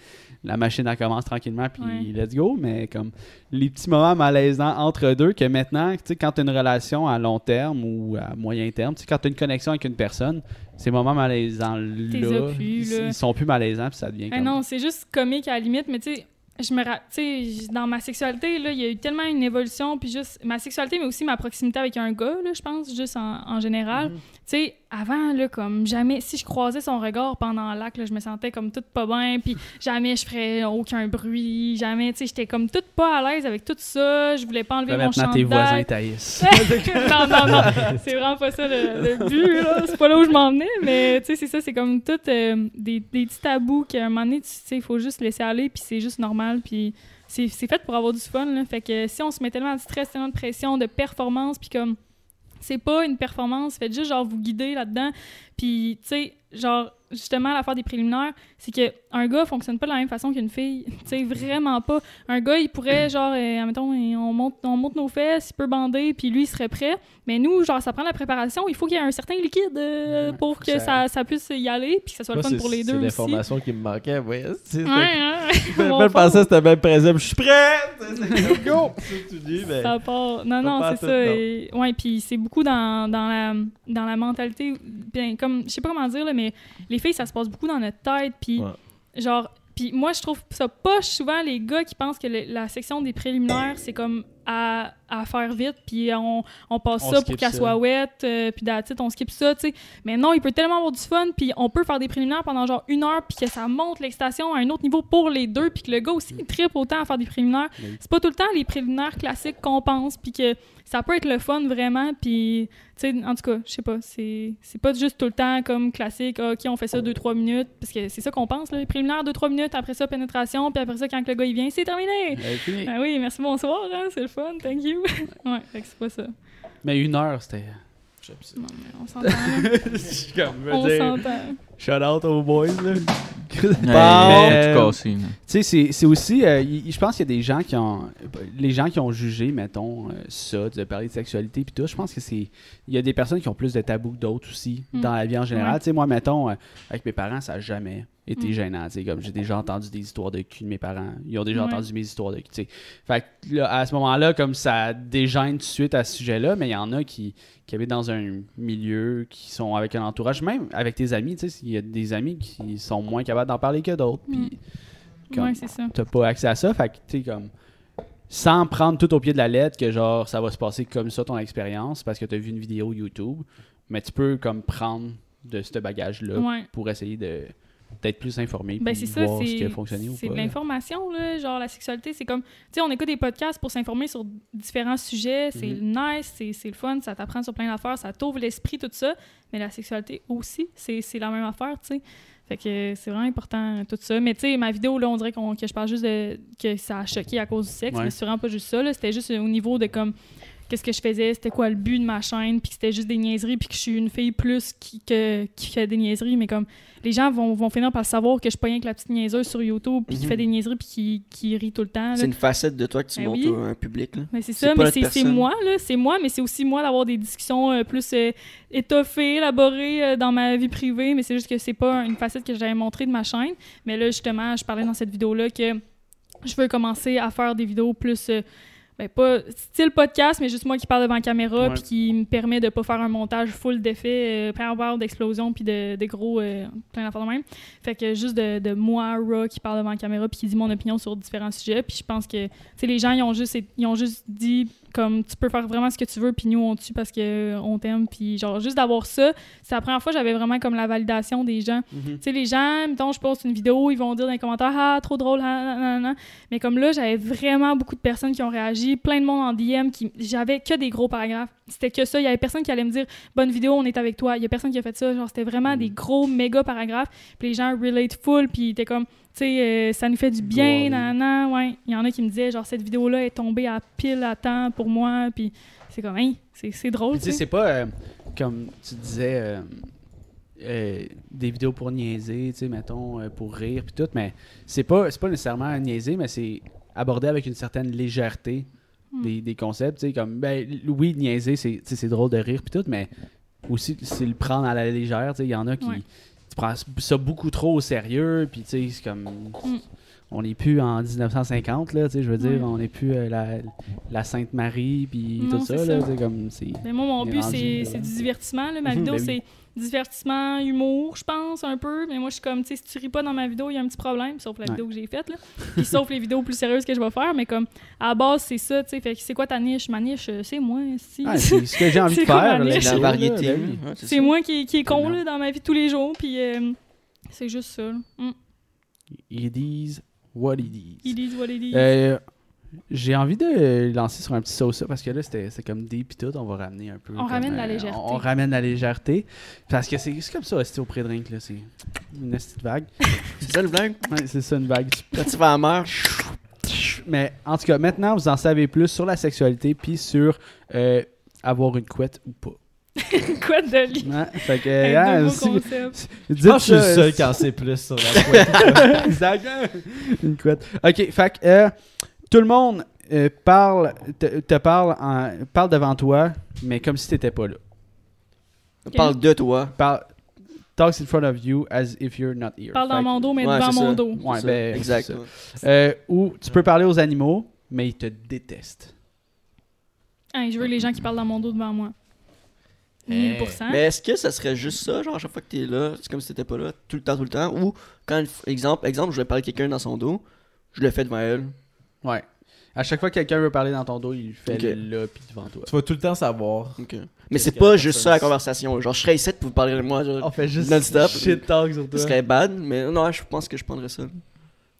Speaker 3: la machine, elle commence tranquillement, puis
Speaker 2: Ouais.
Speaker 3: let's go. Mais comme les petits moments malaisants entre deux que maintenant, tu sais, quand tu as une relation à long terme ou à moyen terme, tu sais, quand tu as une connexion avec une personne, ces moments malaisants-là,
Speaker 2: T'es as plus,
Speaker 3: ils,
Speaker 2: là.
Speaker 3: ils sont plus malaisants puis ça devient
Speaker 2: Ah
Speaker 3: comme...
Speaker 2: non, c'est juste comique à la limite, mais tu sais, je me ra- tu sais, j- dans ma sexualité là, il y a eu tellement une évolution puis juste ma sexualité mais aussi ma proximité avec un gars là, je pense juste en, en général.
Speaker 3: Mhm.
Speaker 2: Tu sais, avant là comme jamais si je croisais son regard pendant l'acte, là, je me sentais comme toute pas bien puis jamais je ferais aucun bruit, jamais tu sais, j'étais comme toute pas à l'aise avec tout ça, je voulais pas enlever
Speaker 3: Là,
Speaker 2: mon
Speaker 3: maintenant,
Speaker 2: chandail.
Speaker 3: tes voisins taillissent.
Speaker 2: non, non, non. C'est vraiment pas ça le, le but, là. C'est pas là où je m'en venais, mais tu sais, c'est ça, c'est comme tout euh, des, des petits tabous qu'à un moment donné, tu sais, il faut juste laisser aller, puis c'est juste normal, puis c'est c'est fait pour avoir du fun, là. Fait que euh, si on se met tellement de stress, tellement de pression, de performance, puis comme c'est pas une performance, faites juste genre vous guider là-dedans. Puis, tu sais, genre, justement, l'affaire des préliminaires, c'est que un gars fonctionne pas de la même façon qu'une fille. Tu sais, vraiment pas. Un gars, il pourrait, genre, euh, admettons, euh, on monte, on monte nos fesses, il peut bander, puis lui, il serait prêt. Mais nous, genre, ça prend la préparation. Il faut qu'il y ait un certain liquide euh,
Speaker 3: Ouais,
Speaker 2: pour
Speaker 3: faut
Speaker 2: que
Speaker 3: que
Speaker 2: ça... ça puisse y aller, puis que ça soit
Speaker 1: Moi,
Speaker 2: le
Speaker 1: c'est-
Speaker 2: fun pour les
Speaker 1: C'est
Speaker 2: deux aussi.
Speaker 1: l'information qui me manquait. Ouais, c'est
Speaker 2: Ouais, hein,
Speaker 1: Belle,
Speaker 2: mon
Speaker 1: belle
Speaker 2: fort.
Speaker 1: pensée, c'était bien présent. Je suis prêt! C'est- c'est- Go! C'est ce que tu dis, mais.
Speaker 2: Ça part-
Speaker 1: Pas
Speaker 2: Non, non,
Speaker 1: pas
Speaker 2: c'est
Speaker 1: à
Speaker 2: ça.
Speaker 1: ben, tout, non.
Speaker 2: Et... Ouais, puis c'est beaucoup dans, dans, la, dans la mentalité. Bien, comme, je sais pas comment dire, là, mais les filles, ça se passe beaucoup dans notre tête. Puis,
Speaker 1: Ouais.
Speaker 2: genre, puis moi, je trouve ça poche souvent, les gars qui pensent que le- la section des préliminaires, c'est comme à, à faire vite, puis on, on passe
Speaker 1: On
Speaker 2: ça pour
Speaker 1: skip
Speaker 2: qu'elle
Speaker 1: ça.
Speaker 2: soit wet, euh, puis d'attitude, on skip ça, tu sais. Mais non, il peut tellement avoir du fun, puis on peut faire des préliminaires pendant genre une heure, puis que ça monte l'excitation à un autre niveau pour les deux, puis que le gars aussi, il tripe autant à faire des préliminaires.
Speaker 3: Oui.
Speaker 2: C'est pas tout le temps les préliminaires classiques qu'on pense, puis que ça peut être le fun vraiment, puis, tu sais, en tout cas, je sais pas, c'est c'est pas juste tout le temps comme classique, ah, OK, on fait ça 2-3 minutes, parce que c'est ça qu'on pense, là, les préliminaires, 2-3 minutes, après ça, pénétration, puis après ça, quand que le gars, il vient, c'est terminé!
Speaker 3: Elle est finie.
Speaker 2: Ah oui, merci, bonsoir, hein, c'est le fun, thank you. ouais, fait que c'est pas ça.
Speaker 3: Mais une heure, c'était.
Speaker 2: Non, mais on s'entend. là.
Speaker 3: Je suis comme, je
Speaker 2: on
Speaker 3: veux dire,
Speaker 2: s'entend.
Speaker 3: Shout out aux boys, là. Bon.
Speaker 5: Ouais, mais-
Speaker 3: Euh,
Speaker 5: tout cassé, là.
Speaker 3: Tu sais, c'est- c'est aussi. euh, y- y- je pense qu'il y a des gens qui ont. Les gens qui ont jugé, mettons, euh, ça, de parler de sexualité, puis tout. Je pense que c'est. Il y a des personnes qui ont plus de tabous que d'autres aussi,
Speaker 2: Mm.
Speaker 3: dans la vie en général.
Speaker 2: Ouais.
Speaker 3: Tu sais, moi, mettons, euh, avec mes parents, ça n'a jamais été
Speaker 2: Mm.
Speaker 3: gênant. Tu sais, comme j'ai déjà entendu des histoires de cul de mes parents. Ils ont déjà
Speaker 2: Ouais.
Speaker 3: entendu mes histoires de cul. Tu sais, fait que là, à ce moment-là, comme ça dégêne tout de suite à ce sujet-là, mais il y en a qui, qui habitent dans un milieu, qui sont avec un entourage, même avec tes amis, tu sais, il y a des amis qui sont moins capables d'en parler que d'autres.
Speaker 2: Mm.
Speaker 3: Puis comme-
Speaker 2: Ouais, c'est ça.
Speaker 3: t'as pas accès à ça. Fait que, tu sais, comme. Sans prendre tout au pied de la lettre que, genre, ça va se passer comme ça ton expérience parce que t'as vu une vidéo YouTube. Mais tu peux, comme, prendre de ce bagage-là
Speaker 2: Ouais.
Speaker 3: pour essayer de d'être plus informé
Speaker 2: Ben,
Speaker 3: puis
Speaker 2: c'est ça,
Speaker 3: voir ce qui a
Speaker 2: c'est
Speaker 3: fonctionné ou
Speaker 2: c'est
Speaker 3: pas.
Speaker 2: de l'information, là. Genre, la sexualité, c'est comme. Tu sais, on écoute des podcasts pour s'informer sur différents sujets. C'est
Speaker 3: Mhm.
Speaker 2: nice, c'est- c'est le fun, ça t'apprend sur plein d'affaires, ça t'ouvre l'esprit, tout ça. Mais la sexualité aussi, c'est c'est la même affaire, tu sais. Fait que c'est vraiment important, tout ça. Mais tu sais, ma vidéo, là, on dirait qu'on- que je parle juste de. que ça a choqué à cause du sexe,
Speaker 3: Ouais.
Speaker 2: mais c'est vraiment pas juste ça, là. C'était juste au niveau de comme. Qu'est-ce que je faisais, c'était quoi le but de ma chaîne, puis que c'était juste des niaiseries, puis que je suis une fille plus qui, que, qui fait des niaiseries, mais comme les gens vont, vont finir par savoir que je suis pas rien que la petite niaiseuse sur YouTube, puis qui
Speaker 4: Mhm.
Speaker 2: fait des niaiseries, puis qui, qui rit tout le temps. là.
Speaker 4: C'est une facette de toi que tu
Speaker 2: Ben
Speaker 4: montres
Speaker 2: oui.
Speaker 4: à un public. Là.
Speaker 2: Mais c'est
Speaker 4: C'est
Speaker 2: ça,
Speaker 4: pas
Speaker 2: mais
Speaker 4: notre
Speaker 2: c'est c'est
Speaker 4: personne.
Speaker 2: moi, là, c'est moi, mais c'est aussi moi d'avoir des discussions euh, plus euh, étoffées, élaborées euh, dans ma vie privée, mais c'est juste que c'est pas une facette que j'avais montrée de ma chaîne. Mais là, justement, je parlais dans cette vidéo-là que je veux commencer à faire des vidéos plus. euh, ben pas style podcast, mais juste moi qui parle devant la caméra,
Speaker 3: Ouais.
Speaker 2: puis qui me permet de pas faire un montage full d'effets, euh, power, d'explosion, puis de, de gros, euh, plein d'affaires de même. Fait que juste de, de moi, Ra, qui parle devant la caméra, puis qui dit mon opinion sur différents sujets, puis je pense que tu sais, les gens, ils ont, juste, ils ont juste dit, comme, tu peux faire vraiment ce que tu veux, puis nous, on te tue parce que euh, on t'aime. Puis, genre, juste d'avoir ça, c'est la première fois que j'avais vraiment comme la validation des gens.
Speaker 3: Mhm.
Speaker 2: Tu sais, les gens, mettons, je poste une vidéo, ils vont dire dans les commentaires, ah, trop drôle, ah, nan, nan, nan. Mais comme là, j'avais vraiment beaucoup de personnes qui ont réagi, plein de monde en DM, qui j'avais que des gros paragraphes. C'était que ça. Il y avait personne qui allait me dire, bonne vidéo, on est avec toi. Il y a personne qui a fait ça. Genre, c'était
Speaker 3: Mhm.
Speaker 2: vraiment des gros, méga paragraphes. Puis les gens relate full, puis ils étaient comme, tu sais, euh, ça nous fait du bien,
Speaker 3: Glory.
Speaker 2: nan, nan, ouais. Il y en a qui me disaient, genre, cette vidéo-là est tombée à pile à temps pour moi, puis c'est comme, hein, c'est c'est drôle,
Speaker 3: Puis, tu sais,
Speaker 2: tu sais.
Speaker 3: c'est pas euh, comme tu disais euh, euh, des vidéos pour niaiser, tu sais, mettons, euh, pour rire, puis tout, mais c'est pas, c'est pas nécessairement niaiser, mais c'est aborder avec une certaine légèreté
Speaker 2: Hmm.
Speaker 3: des, des concepts, tu sais, comme, ben, l- oui, niaiser, c'est tu sais, c'est drôle de rire, puis tout, mais aussi, c'est le prendre à la légère, tu sais, il y en a qui
Speaker 2: Ouais.
Speaker 3: tu prends ça beaucoup trop au sérieux, puis tu sais, c'est comme. on n'est plus en 1950, là, tu sais, je veux dire,
Speaker 2: Hmm. Ouais.
Speaker 3: on n'est plus euh, la, la Sainte-Marie, puis
Speaker 2: Non,
Speaker 3: tout ça,
Speaker 2: c'est
Speaker 3: là,
Speaker 2: ça.
Speaker 3: tu sais, comme c'est...
Speaker 2: Mais moi, mon
Speaker 3: Il est
Speaker 2: but,
Speaker 3: rendu,
Speaker 2: c'est
Speaker 3: là.
Speaker 2: c'est du divertissement. Là. Ma
Speaker 3: Mhm,
Speaker 2: vidéo,
Speaker 3: ben oui.
Speaker 2: c'est divertissement, humour, je pense, un peu. Mais moi, je suis comme, tu sais, si tu ris pas dans ma vidéo, il y a un petit problème, sauf la
Speaker 3: Ouais.
Speaker 2: vidéo que j'ai faite, là. Puis sauf les vidéos plus sérieuses que je vais faire. Mais comme, à la base, c'est ça, tu sais. Fait que c'est quoi ta niche? Ma niche, euh, c'est moi, si.
Speaker 3: Ah, c'est ce que j'ai envie de
Speaker 2: C'est
Speaker 3: faire,
Speaker 2: comme
Speaker 3: là,
Speaker 2: la
Speaker 3: là,
Speaker 2: niche.
Speaker 4: La
Speaker 3: là,
Speaker 4: variété.
Speaker 3: là, ben oui.
Speaker 4: ouais, c'est
Speaker 2: c'est
Speaker 4: ça.
Speaker 2: moi qui, qui est con,
Speaker 3: Tellement.
Speaker 2: là, dans ma vie de tous les jours. Puis euh, c'est juste ça, là. Mm.
Speaker 3: Ils disent what ils disent.
Speaker 2: It is what it is.
Speaker 3: Euh, j'ai envie de euh, lancer sur un petit sauce parce que là, c'était c'est comme des pis tout. On va ramener un peu.
Speaker 2: On
Speaker 3: comme, euh,
Speaker 2: ramène la légèreté.
Speaker 3: On, on ramène la légèreté. Parce que c'est c'est comme ça, c'est au pré-drink. là, C'est une petite vague.
Speaker 4: C'est ça le blague?
Speaker 3: Ouais, c'est ça, une vague. Tu-
Speaker 4: Quand tu vas à la mer,
Speaker 3: Mais en tout cas, maintenant, vous en savez plus sur la sexualité puis sur euh, avoir une couette ou pas.
Speaker 2: quoi de lit?
Speaker 3: Hein? Fait que,
Speaker 2: Hey,
Speaker 3: hein,
Speaker 2: nouveau
Speaker 3: si-
Speaker 2: concept.
Speaker 3: dites
Speaker 1: Je pense que je suis
Speaker 3: ça,
Speaker 1: le seul
Speaker 3: si-
Speaker 1: qui en sait plus sur la couette.
Speaker 3: Exact. Une couette. OK, fait que, euh, tout le monde euh, parle, te, te parle, en- parle devant toi, mais comme si t'étais pas là.
Speaker 4: on parle de toi.
Speaker 3: Parle, talks in front of you as if you're not here.
Speaker 2: Parle dans
Speaker 3: Fait que-
Speaker 2: mon dos, mais
Speaker 4: Ouais,
Speaker 2: devant
Speaker 4: c'est
Speaker 2: mon
Speaker 4: ça.
Speaker 2: dos.
Speaker 3: Ouais,
Speaker 4: C'est ça,
Speaker 3: ben,
Speaker 4: exact.
Speaker 3: c'est ça. Euh, ou tu peux parler aux animaux, mais ils te détestent.
Speaker 2: Hey, je veux les gens qui parlent dans mon dos devant moi.
Speaker 3: Euh,
Speaker 1: Hey.
Speaker 2: 1000%.
Speaker 4: Mais est-ce que ça serait juste ça, genre à chaque fois que t'es là, c'est comme si t'étais pas là, tout le temps, tout le temps, ou quand, exemple, exemple, je vais parler à quelqu'un dans son dos, je le fais devant elle.
Speaker 3: Ouais. À chaque fois que quelqu'un veut parler dans ton dos, il le fait
Speaker 4: Ok.
Speaker 3: là puis devant toi.
Speaker 1: tu vas tout le temps savoir.
Speaker 4: Ok. Mais c'est
Speaker 1: que
Speaker 4: pas
Speaker 1: la
Speaker 4: juste
Speaker 1: personne- Oh,
Speaker 4: ça la conversation. Genre, je serais ici pour vous parler de moi. Genre,
Speaker 3: On fait juste
Speaker 4: Non-stop.
Speaker 3: shit talk sur
Speaker 4: ce
Speaker 1: ben.
Speaker 3: toi.
Speaker 4: serait bad, mais non, je pense que je prendrais ça.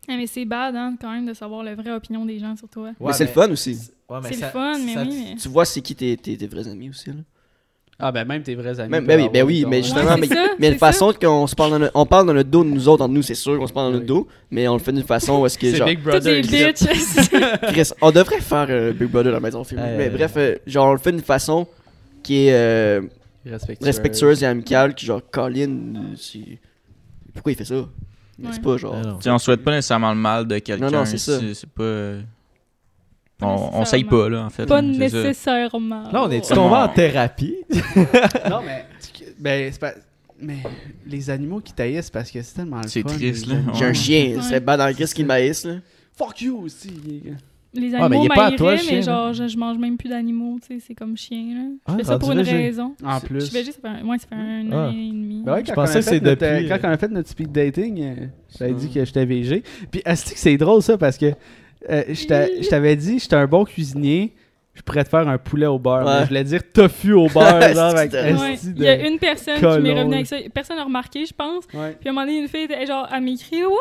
Speaker 2: Ah, mais c'est bad, hein, quand même, de savoir la vraie opinion des gens sur toi.
Speaker 1: Ouais,
Speaker 4: mais c'est le fun aussi.
Speaker 1: ouais, Ah, mais
Speaker 2: c'est le
Speaker 1: ça-
Speaker 2: fun, mais
Speaker 1: ça-
Speaker 2: oui. Mais...
Speaker 4: Tu vois, c'est qui tes, tes, tes vrais amis aussi. Là.
Speaker 3: Ah ben même tes vrais amis.
Speaker 4: Même-
Speaker 3: peuvent
Speaker 4: ben oui,
Speaker 3: avoir
Speaker 4: ben oui,
Speaker 3: ton-
Speaker 4: mais justement,
Speaker 2: Ouais,
Speaker 4: mais,
Speaker 2: c'est ça,
Speaker 4: mais
Speaker 2: c'est
Speaker 4: une façon qu'on se parle dans notre, on parle dans notre dos, nous autres, entre nous, c'est sûr qu'on se parle dans notre
Speaker 3: Ah Oui.
Speaker 4: dos, mais on le fait d'une façon où est-ce que,
Speaker 3: C'est
Speaker 4: genre,
Speaker 3: Big
Speaker 2: Toutes des
Speaker 3: Brother. qui-
Speaker 2: bitches.
Speaker 4: Chris, on devrait faire euh, Big Brother dans la maison film.
Speaker 3: Euh,
Speaker 4: mais bref, euh, genre, on le fait d'une façon qui est euh,
Speaker 3: Respectueux.
Speaker 4: respectueuse et amicale, qui genre, Colin, euh, c'est- pourquoi il fait ça? Mais
Speaker 2: Ouais.
Speaker 4: C'est pas genre.
Speaker 1: Ah non.
Speaker 5: Tu sais, on souhaite pas nécessairement le mal de quelqu'un.
Speaker 4: Non, non, c'est ça.
Speaker 5: C'est pas. euh,
Speaker 2: Pas
Speaker 5: On, on s'aille
Speaker 2: nécessairement.
Speaker 5: pas, là, en fait.
Speaker 2: Pas
Speaker 5: C'est ça.
Speaker 2: nécessairement.
Speaker 1: Là, on est
Speaker 5: Ouais.
Speaker 1: tombé en thérapie.
Speaker 3: Non, mais. Ben, c'est pas. Mais les animaux qui taillissent parce que c'est tellement le
Speaker 5: C'est
Speaker 3: fun,
Speaker 5: triste,
Speaker 3: les
Speaker 5: là.
Speaker 3: animaux.
Speaker 4: J'ai un
Speaker 5: Ouais.
Speaker 4: chien, ce serait bad dans Chris qui maïs, là.
Speaker 3: Fuck you aussi.
Speaker 2: Les
Speaker 1: Ah, mais
Speaker 2: animaux
Speaker 1: il est pas à toi,
Speaker 2: m'haïraient,
Speaker 1: le
Speaker 2: mais
Speaker 1: chien, là.
Speaker 2: genre, je, je mange même plus d'animaux, tu sais, c'est comme chien, là.
Speaker 1: Ah,
Speaker 2: je fais ça pour
Speaker 1: rendu
Speaker 2: une
Speaker 1: là, j'ai-
Speaker 2: raison.
Speaker 3: En plus.
Speaker 2: Je vais juste, ça fait un, ouais, ça fait un
Speaker 1: Ah.
Speaker 2: an et demi.
Speaker 3: Ben ouais, quand
Speaker 1: Je pensais
Speaker 3: on a
Speaker 1: que
Speaker 3: fait
Speaker 1: c'est
Speaker 3: notre,
Speaker 1: depuis,
Speaker 3: euh,
Speaker 1: euh,
Speaker 3: Quand on a fait notre speed dating, euh, je t'avais
Speaker 4: Hmm.
Speaker 3: dit que j'étais VG. Puis, est-ce que c'est drôle ça parce que euh, je t'a- je t'avais dit, j'étais un bon cuisinier, je pourrais te faire un poulet au beurre.
Speaker 4: Ouais.
Speaker 3: mais je voulais dire tofu au beurre, genre, avec
Speaker 4: Ouais,
Speaker 2: Ouais.
Speaker 3: esti
Speaker 2: Il
Speaker 3: de-
Speaker 2: y a une personne qui
Speaker 3: colon,
Speaker 2: m'est revenue
Speaker 3: là.
Speaker 2: avec ça. Personne n'a remarqué, je pense.
Speaker 3: Ouais.
Speaker 2: Puis à un moment donné, une fille était genre, elle m'écrit, Waouh,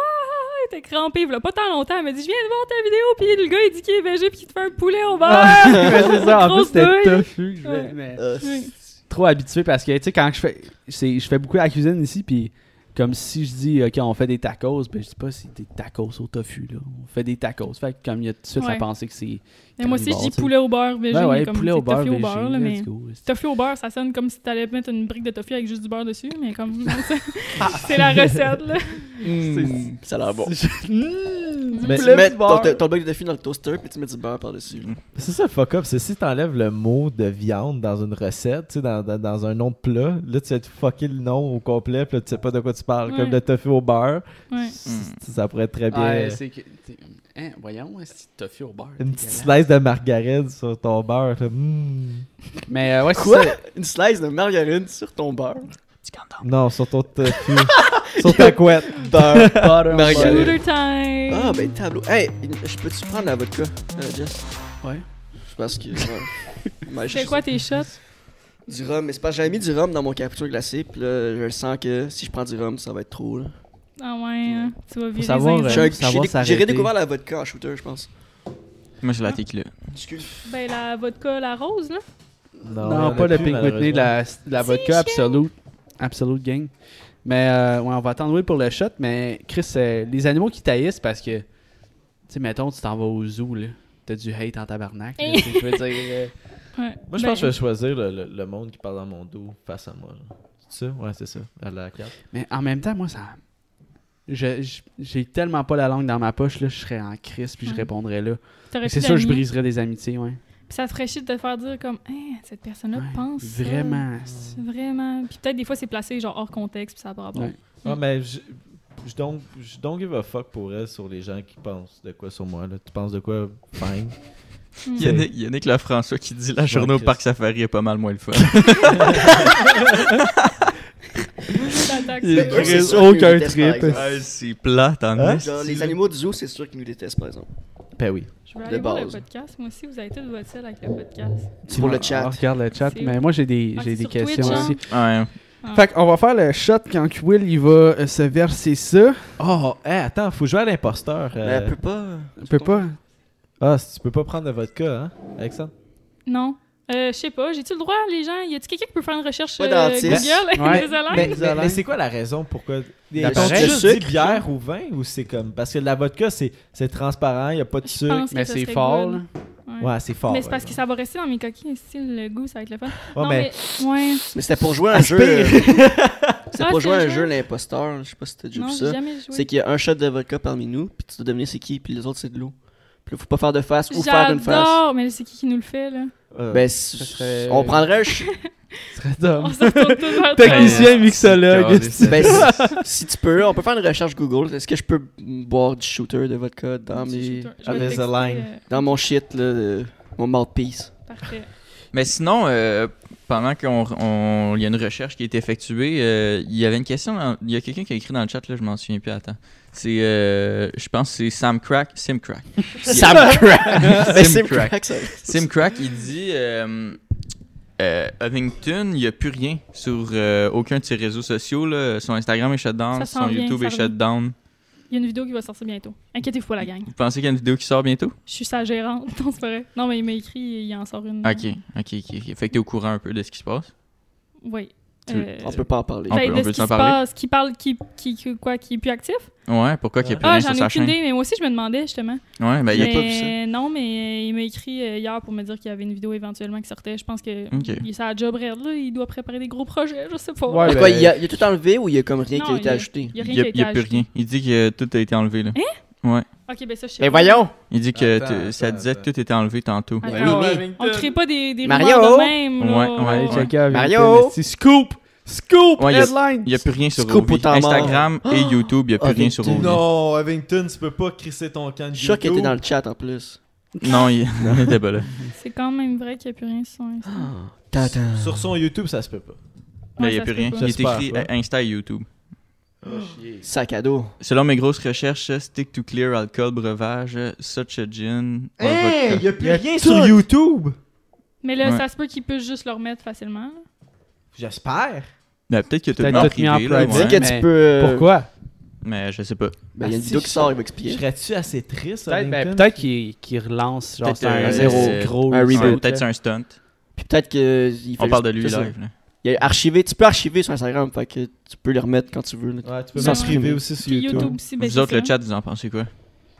Speaker 2: t'es crampée. Voilà, pas tant longtemps. Elle m'a dit, je viens de voir ta vidéo. Puis le gars, il dit qu'il est végé, puis qu'il te fait un poulet au beurre.
Speaker 3: Ah, mais c'est ça, en plus,
Speaker 2: Grosse
Speaker 3: c'était
Speaker 2: douille.
Speaker 3: tofu. que je voulais-
Speaker 2: Ouais.
Speaker 3: mais-
Speaker 4: Euh,
Speaker 2: Oui.
Speaker 3: trop habitué parce que tu sais quand je fais c'est- je fais beaucoup la cuisine ici puis comme si je dis ok on fait des tacos ben je dis pas c'est des tacos au tofu là on fait des tacos fait que comme il y a tout de suite à
Speaker 2: Ouais.
Speaker 3: penser que c'est
Speaker 2: Mais moi aussi, je dis
Speaker 3: carnivore,
Speaker 2: poulet au beurre végé.
Speaker 3: ben
Speaker 2: mais
Speaker 3: ouais
Speaker 2: comme,
Speaker 3: poulet
Speaker 2: tu
Speaker 3: au
Speaker 2: sais, tofu
Speaker 3: beurre, végé,
Speaker 2: là, mais-
Speaker 3: let's go c'est-
Speaker 2: Tofu au beurre, ça sonne comme si t'allais mettre une brique de tofu avec juste du beurre dessus, mais comme. non, c'est-
Speaker 3: Ah.
Speaker 2: c'est la recette, là.
Speaker 1: Hmm.
Speaker 4: Ça a l'air bon.
Speaker 3: Mm,
Speaker 1: Mais-
Speaker 4: Tu
Speaker 3: poulet
Speaker 4: mets
Speaker 3: au
Speaker 4: ton,
Speaker 3: beurre.
Speaker 4: ton bloc de tofu dans le toaster, puis tu mets du beurre par-dessus.
Speaker 1: C'est ça, fuck up. C'est si t'enlèves le mot de viande dans une recette, tu sais, dans, dans, dans un nom de plat, là, tu vas te fucker le nom au complet, puis là, tu sais pas de quoi tu parles.
Speaker 2: Ouais.
Speaker 1: Comme le tofu au beurre,
Speaker 2: Ouais.
Speaker 1: c- ça pourrait être très bien.
Speaker 3: Ouais, c'est que t'es- hein, voyons c'est tofu au beurre
Speaker 1: une petite
Speaker 3: dégueulasse.
Speaker 1: slice de margarine sur ton beurre. là, hmm.
Speaker 3: mais euh, ouais c'est
Speaker 4: Quoi?
Speaker 3: ça
Speaker 4: Une slice de margarine sur ton beurre.
Speaker 1: Non, sur ton tofu. sur ta couette.
Speaker 4: Beurre.
Speaker 3: butter,
Speaker 4: Margarine.
Speaker 3: butter.
Speaker 2: Shooter time!
Speaker 4: Ah, ben tableau. Hey, je peux-tu prendre la vodka, euh, Jess?
Speaker 3: Ouais.
Speaker 4: Parce que. ouais. Ouais, je-
Speaker 2: C'est quoi tes shots?
Speaker 4: Du rhum, mais c'est parce que j'avais mis du rhum dans mon capture glacée, puis là, je le sens que si je prends du rhum, ça va être trop. Là.
Speaker 2: Ah ouais, hein, tu vas virer
Speaker 3: savoir,
Speaker 2: zinzin.
Speaker 3: euh,
Speaker 4: J'ai-
Speaker 3: savoir
Speaker 4: j'ai déc-
Speaker 3: s'arrêter.
Speaker 4: J'ai redécouvert la vodka en shooter, je pense.
Speaker 5: Moi, j'ai la tequila.
Speaker 4: Excuse.
Speaker 2: Ben la vodka, la rose, là.
Speaker 1: Non,
Speaker 3: non
Speaker 1: y'en a
Speaker 3: pas le
Speaker 1: plus,
Speaker 3: pink
Speaker 1: malheureusement.
Speaker 3: Whitney de la de la vodka absolute absolute gang mais euh, ouais on va attendre oui, pour le shot mais Chris euh, les animaux qui taillissent parce que tu sais mettons tu t'en vas au zoo là t'as du hate en tabarnak là, tu sais, je veux dire euh,
Speaker 2: Ouais.
Speaker 1: Moi, je
Speaker 2: Ben,
Speaker 1: pense que je vais choisir le, le- le monde qui parle dans mon dos face à moi. là. C'est ça? Ouais, c'est ça. À la carte.
Speaker 3: Mais en même temps, moi, ça. je- je- J'ai tellement pas la langue dans ma poche, là, je serais en crise puis je
Speaker 2: Ouais.
Speaker 3: répondrais là.
Speaker 2: t'aurais
Speaker 3: C'est
Speaker 2: plus
Speaker 3: sûr, je
Speaker 2: d'amis.
Speaker 3: briserais des amitiés, ouais.
Speaker 2: Puis ça te ferait chier de te faire dire comme, Hein, cette personne-là
Speaker 3: Ouais,
Speaker 2: pense. ça.
Speaker 3: Vraiment. c'est-
Speaker 2: Vraiment. Puis peut-être des fois, c'est placé genre hors contexte, puis ça a pas rapport.
Speaker 3: Ouais.
Speaker 1: Ah, mais je, Je don't, je don't give a fuck pour elle sur les gens qui pensent de quoi sur moi. Là. Tu penses de quoi? Fine.
Speaker 2: Hum.
Speaker 5: Il y a Nick- il y a Nick Lafrançois qui dit la journée au
Speaker 1: Christ.
Speaker 5: Parc Safari est pas mal moins le fun.
Speaker 2: T'attaques.
Speaker 4: Il-
Speaker 2: Ouais,
Speaker 4: eux, Ben, c'est sûr qu'ils
Speaker 6: aucun
Speaker 4: nous détestent, par
Speaker 6: trip.
Speaker 4: exemple.
Speaker 5: Ah, c'est plate en
Speaker 1: Hein?
Speaker 5: esti.
Speaker 4: Genre, les animaux du zoo, c'est sûr qu'ils nous détestent, par exemple.
Speaker 1: Ben oui.
Speaker 2: Je veux
Speaker 4: de
Speaker 2: aller voir le
Speaker 4: base.
Speaker 2: podcast. Moi aussi, vous avez tous votre selle avec le podcast.
Speaker 4: Pour le
Speaker 3: On
Speaker 4: chat.
Speaker 3: regarde le chat,
Speaker 2: C'est
Speaker 3: mais moi j'ai des,
Speaker 2: Ah,
Speaker 3: j'ai
Speaker 2: c'est
Speaker 3: des
Speaker 2: sur
Speaker 3: questions
Speaker 2: Twitch, hein?
Speaker 3: aussi.
Speaker 5: Ouais.
Speaker 2: Ah.
Speaker 6: Fait qu'on va faire le shot quand que Will il va euh, se verser ça.
Speaker 1: Oh, hey, attends, faut jouer à l'imposteur.
Speaker 4: Mais
Speaker 1: euh.
Speaker 4: elle peut pas.
Speaker 6: Je peux pas.
Speaker 1: Ah, si tu peux pas prendre de vodka, hein, Alexandre?
Speaker 2: Non. Euh, je sais pas, j'ai-tu le droit, les gens? Y a-tu quelqu'un qui peut faire une recherche
Speaker 4: Pas
Speaker 2: euh,
Speaker 4: dentiste.
Speaker 2: Google?
Speaker 3: Ouais.
Speaker 2: Désolé.
Speaker 1: Mais,
Speaker 6: Nous
Speaker 1: mais-
Speaker 6: allons-
Speaker 1: Ben, mais c'est quoi la raison pourquoi. Ils
Speaker 3: La
Speaker 1: ont
Speaker 3: barrette.
Speaker 1: juste
Speaker 4: Le
Speaker 1: dit
Speaker 4: sucre.
Speaker 1: bière ou vin ou c'est comme. Parce que la vodka, c'est c'est transparent, il n'y a pas de
Speaker 2: Je
Speaker 1: sucre.
Speaker 2: pense que
Speaker 3: Mais
Speaker 2: ça
Speaker 3: c'est
Speaker 2: serait
Speaker 3: fort.
Speaker 2: good.
Speaker 3: là.
Speaker 2: Ouais.
Speaker 1: Ouais, c'est fort.
Speaker 2: mais c'est
Speaker 1: ouais.
Speaker 2: parce que ça va rester dans mes coquilles, si le goût, ça va être le fun.
Speaker 1: Ouais,
Speaker 4: ben,
Speaker 2: non,
Speaker 1: mais-
Speaker 2: mais... ouais.
Speaker 4: Mais c'était pour jouer à un
Speaker 1: Aspire.
Speaker 4: jeu. euh, C'était
Speaker 2: Ah,
Speaker 4: pour jouer à
Speaker 2: c'est
Speaker 4: un
Speaker 2: le
Speaker 4: jeu,
Speaker 2: jeu?
Speaker 4: l'imposteur. Je sais pas si t'as déjà
Speaker 2: Non,
Speaker 4: vu
Speaker 2: j'ai
Speaker 4: ça.
Speaker 2: jamais joué.
Speaker 4: C'est qu'il y a un shot de vodka parmi nous, puis tu dois deviner c'est qui, puis les autres, c'est de l'eau. Puis là, faut pas faire de face ou faire une face.
Speaker 2: J'adore, mais c'est qui qui nous le fait, là?
Speaker 1: Euh,
Speaker 4: Ben,
Speaker 3: serait-
Speaker 4: on prendrait un. ch-
Speaker 6: Ce serait dumb.
Speaker 2: On se retourne tous vers
Speaker 6: Technicien
Speaker 5: Ah,
Speaker 6: mixologue.
Speaker 5: c'est-
Speaker 4: ben, si, si tu peux, on peut faire une recherche Google. Est-ce que je peux boire du shooter de vodka dans,
Speaker 2: Petit shooter. Je
Speaker 4: mes,
Speaker 2: vais
Speaker 1: Ah,
Speaker 2: le
Speaker 1: mais c'est
Speaker 2: texter,
Speaker 1: line.
Speaker 2: euh,
Speaker 4: dans mon shit, là, euh, mon mouthpiece?
Speaker 2: Parfait.
Speaker 5: Mais sinon, euh, pendant qu'on on- il y a une recherche qui a été effectuée, euh, il y avait une question. dans- Il y a quelqu'un qui a écrit dans le chat, là, je m'en souviens plus. Attends. C'est, euh, je pense, que c'est Sam Crack, Sim Crack.
Speaker 4: Sam Crack! Mais
Speaker 5: Sim
Speaker 4: Ben, Sim
Speaker 5: Crack.
Speaker 4: Crack, ça.
Speaker 5: Sim Crack, il dit euh, euh, Ovington, il n'y a plus rien sur euh, aucun de ses réseaux sociaux. Là. Son Instagram est shutdown,
Speaker 2: Ça
Speaker 5: son
Speaker 2: s'en vient,
Speaker 5: YouTube
Speaker 2: ça
Speaker 5: est
Speaker 2: revient.
Speaker 5: shutdown.
Speaker 2: Il y a une vidéo qui va sortir bientôt. Inquiétez-vous pas, la gang.
Speaker 5: Vous pensez qu'il y a une vidéo qui sort bientôt
Speaker 2: Je suis sa gérante. Non, c'est pas vrai. Non, mais il m'a écrit et il en sort une.
Speaker 5: Ok, ok, ok. ok. Fait que t'es au courant un peu de ce qui se passe.
Speaker 2: Oui.
Speaker 5: Tu-
Speaker 2: Euh,
Speaker 4: On peut pas en parler.
Speaker 5: On
Speaker 2: fait
Speaker 5: peut-
Speaker 2: de
Speaker 5: peut
Speaker 2: ce qui
Speaker 5: s'en
Speaker 2: se
Speaker 5: parler?
Speaker 2: passe, qui parle, qui, qui, qui- quoi, qui est plus actif.
Speaker 5: Ouais, pourquoi qu'il n'y a plus
Speaker 2: Ah,
Speaker 5: rien
Speaker 2: j'en
Speaker 5: sur
Speaker 2: ai
Speaker 5: sa
Speaker 2: aucune
Speaker 5: chaîne
Speaker 2: idée, mais moi aussi, je me demandais justement.
Speaker 5: Ouais, ben il y a
Speaker 4: Mais-
Speaker 5: pas.
Speaker 4: pas vu ça.
Speaker 2: Non, mais euh, il m'a écrit euh, hier pour me dire qu'il y avait une vidéo éventuellement qui sortait. Je pense que
Speaker 5: Ok.
Speaker 2: il c'est à job raide, là. Il doit préparer des gros projets, je sais pas.
Speaker 6: Ouais,
Speaker 4: Mais
Speaker 6: ben,
Speaker 4: quoi, il y, a, il y a tout enlevé ou il y a comme rien
Speaker 2: Non,
Speaker 4: qui a été
Speaker 2: il y a-
Speaker 4: ajouté?
Speaker 2: Il y a rien
Speaker 5: Il y a,
Speaker 2: qui a été
Speaker 5: il y a plus
Speaker 2: ajouté. Hein?
Speaker 5: rien. Il dit que tout a été enlevé là.
Speaker 2: Ok, ben ça, je sais.
Speaker 6: Mais
Speaker 2: pas.
Speaker 6: voyons!
Speaker 5: Il dit que
Speaker 1: Attends,
Speaker 5: t- ça
Speaker 1: attends,
Speaker 5: disait que
Speaker 1: attends.
Speaker 5: tout était enlevé tantôt.
Speaker 2: Attends, euh,
Speaker 4: Mimi.
Speaker 2: On crée pas des, des
Speaker 4: Mario!
Speaker 2: rumeurs de même, là.
Speaker 5: Ouais, ouais,
Speaker 6: Allez,
Speaker 5: ouais.
Speaker 6: checker avec
Speaker 4: Mario!
Speaker 6: le- c'est Scoop! Scoop!
Speaker 5: Ouais, y a-
Speaker 6: Headline!
Speaker 5: Il n'y a plus rien sur
Speaker 4: Scoop
Speaker 5: Ovi.
Speaker 4: au temps mort.
Speaker 5: Instagram
Speaker 1: Ah!
Speaker 5: et YouTube, il n'y a plus
Speaker 4: Ovington.
Speaker 5: rien sur Ovi. Non,
Speaker 1: oh, Non, Evington, tu peux pas crisser ton camp de
Speaker 4: Je suis sûr qu'il était
Speaker 1: judo.
Speaker 4: dans le chat en plus.
Speaker 5: il n'était pas là.
Speaker 2: C'est quand même vrai qu'il n'y a plus rien sur son Insta.
Speaker 4: Tata.
Speaker 1: Sur son YouTube, ça se peut pas.
Speaker 5: Là,
Speaker 2: Ouais,
Speaker 5: il n'y a
Speaker 2: ça
Speaker 5: plus
Speaker 2: se
Speaker 5: rien.
Speaker 2: peut
Speaker 5: Il
Speaker 2: pas.
Speaker 5: est
Speaker 1: J'espère
Speaker 5: écrit
Speaker 1: pas.
Speaker 5: à Insta et YouTube.
Speaker 4: Sac à dos.
Speaker 5: Selon mes grosses recherches, euh, stick to clear alcool breuvage, euh, such a gin. or
Speaker 1: Hey,
Speaker 5: vodka.
Speaker 1: il y a plus
Speaker 6: Y a
Speaker 1: rien
Speaker 6: tout.
Speaker 1: sur YouTube.
Speaker 2: Mais là,
Speaker 5: Ouais.
Speaker 2: ça se peut qu'il peut juste le remettre facilement.
Speaker 1: J'espère.
Speaker 5: Ben, peut-être que tu as
Speaker 3: Peut-être tout mis en
Speaker 4: Dis
Speaker 3: private.
Speaker 5: ouais.
Speaker 4: que tu
Speaker 3: mais
Speaker 4: peux. euh,
Speaker 6: Pourquoi?
Speaker 5: Mais je sais pas.
Speaker 4: Ben, il y a une
Speaker 1: Ah,
Speaker 4: vidéo
Speaker 1: si,
Speaker 4: qui
Speaker 1: je-
Speaker 4: sort, il va
Speaker 1: Je
Speaker 4: expliquer.
Speaker 1: Serais-tu assez triste,
Speaker 3: Peut-être ben,
Speaker 1: Ovington?
Speaker 3: peut-être qu'il qu'il relance genre
Speaker 5: Peut-être,
Speaker 3: c'est un
Speaker 5: euh,
Speaker 3: zéro
Speaker 5: c'est-
Speaker 3: gros.
Speaker 4: un
Speaker 5: Ouais,
Speaker 4: reboot,
Speaker 3: site,
Speaker 5: Peut-être c'est
Speaker 3: là.
Speaker 5: un stunt.
Speaker 4: Puis peut-être que. euh, il fait
Speaker 5: On parle de
Speaker 4: juste-
Speaker 5: lui
Speaker 4: c'est ça.
Speaker 5: live. là.
Speaker 4: Il y a archivé, tu peux archiver sur Instagram, fait que tu peux le remettre quand tu veux. là.
Speaker 1: Ouais, tu peux
Speaker 2: Ouais,
Speaker 1: m'en
Speaker 2: ouais.
Speaker 1: priver aussi sur
Speaker 2: Puis
Speaker 1: YouTube.
Speaker 2: YouTube aussi, ben
Speaker 5: Vous
Speaker 2: c'est
Speaker 5: autres, le
Speaker 2: ça.
Speaker 5: chat, vous en pensez quoi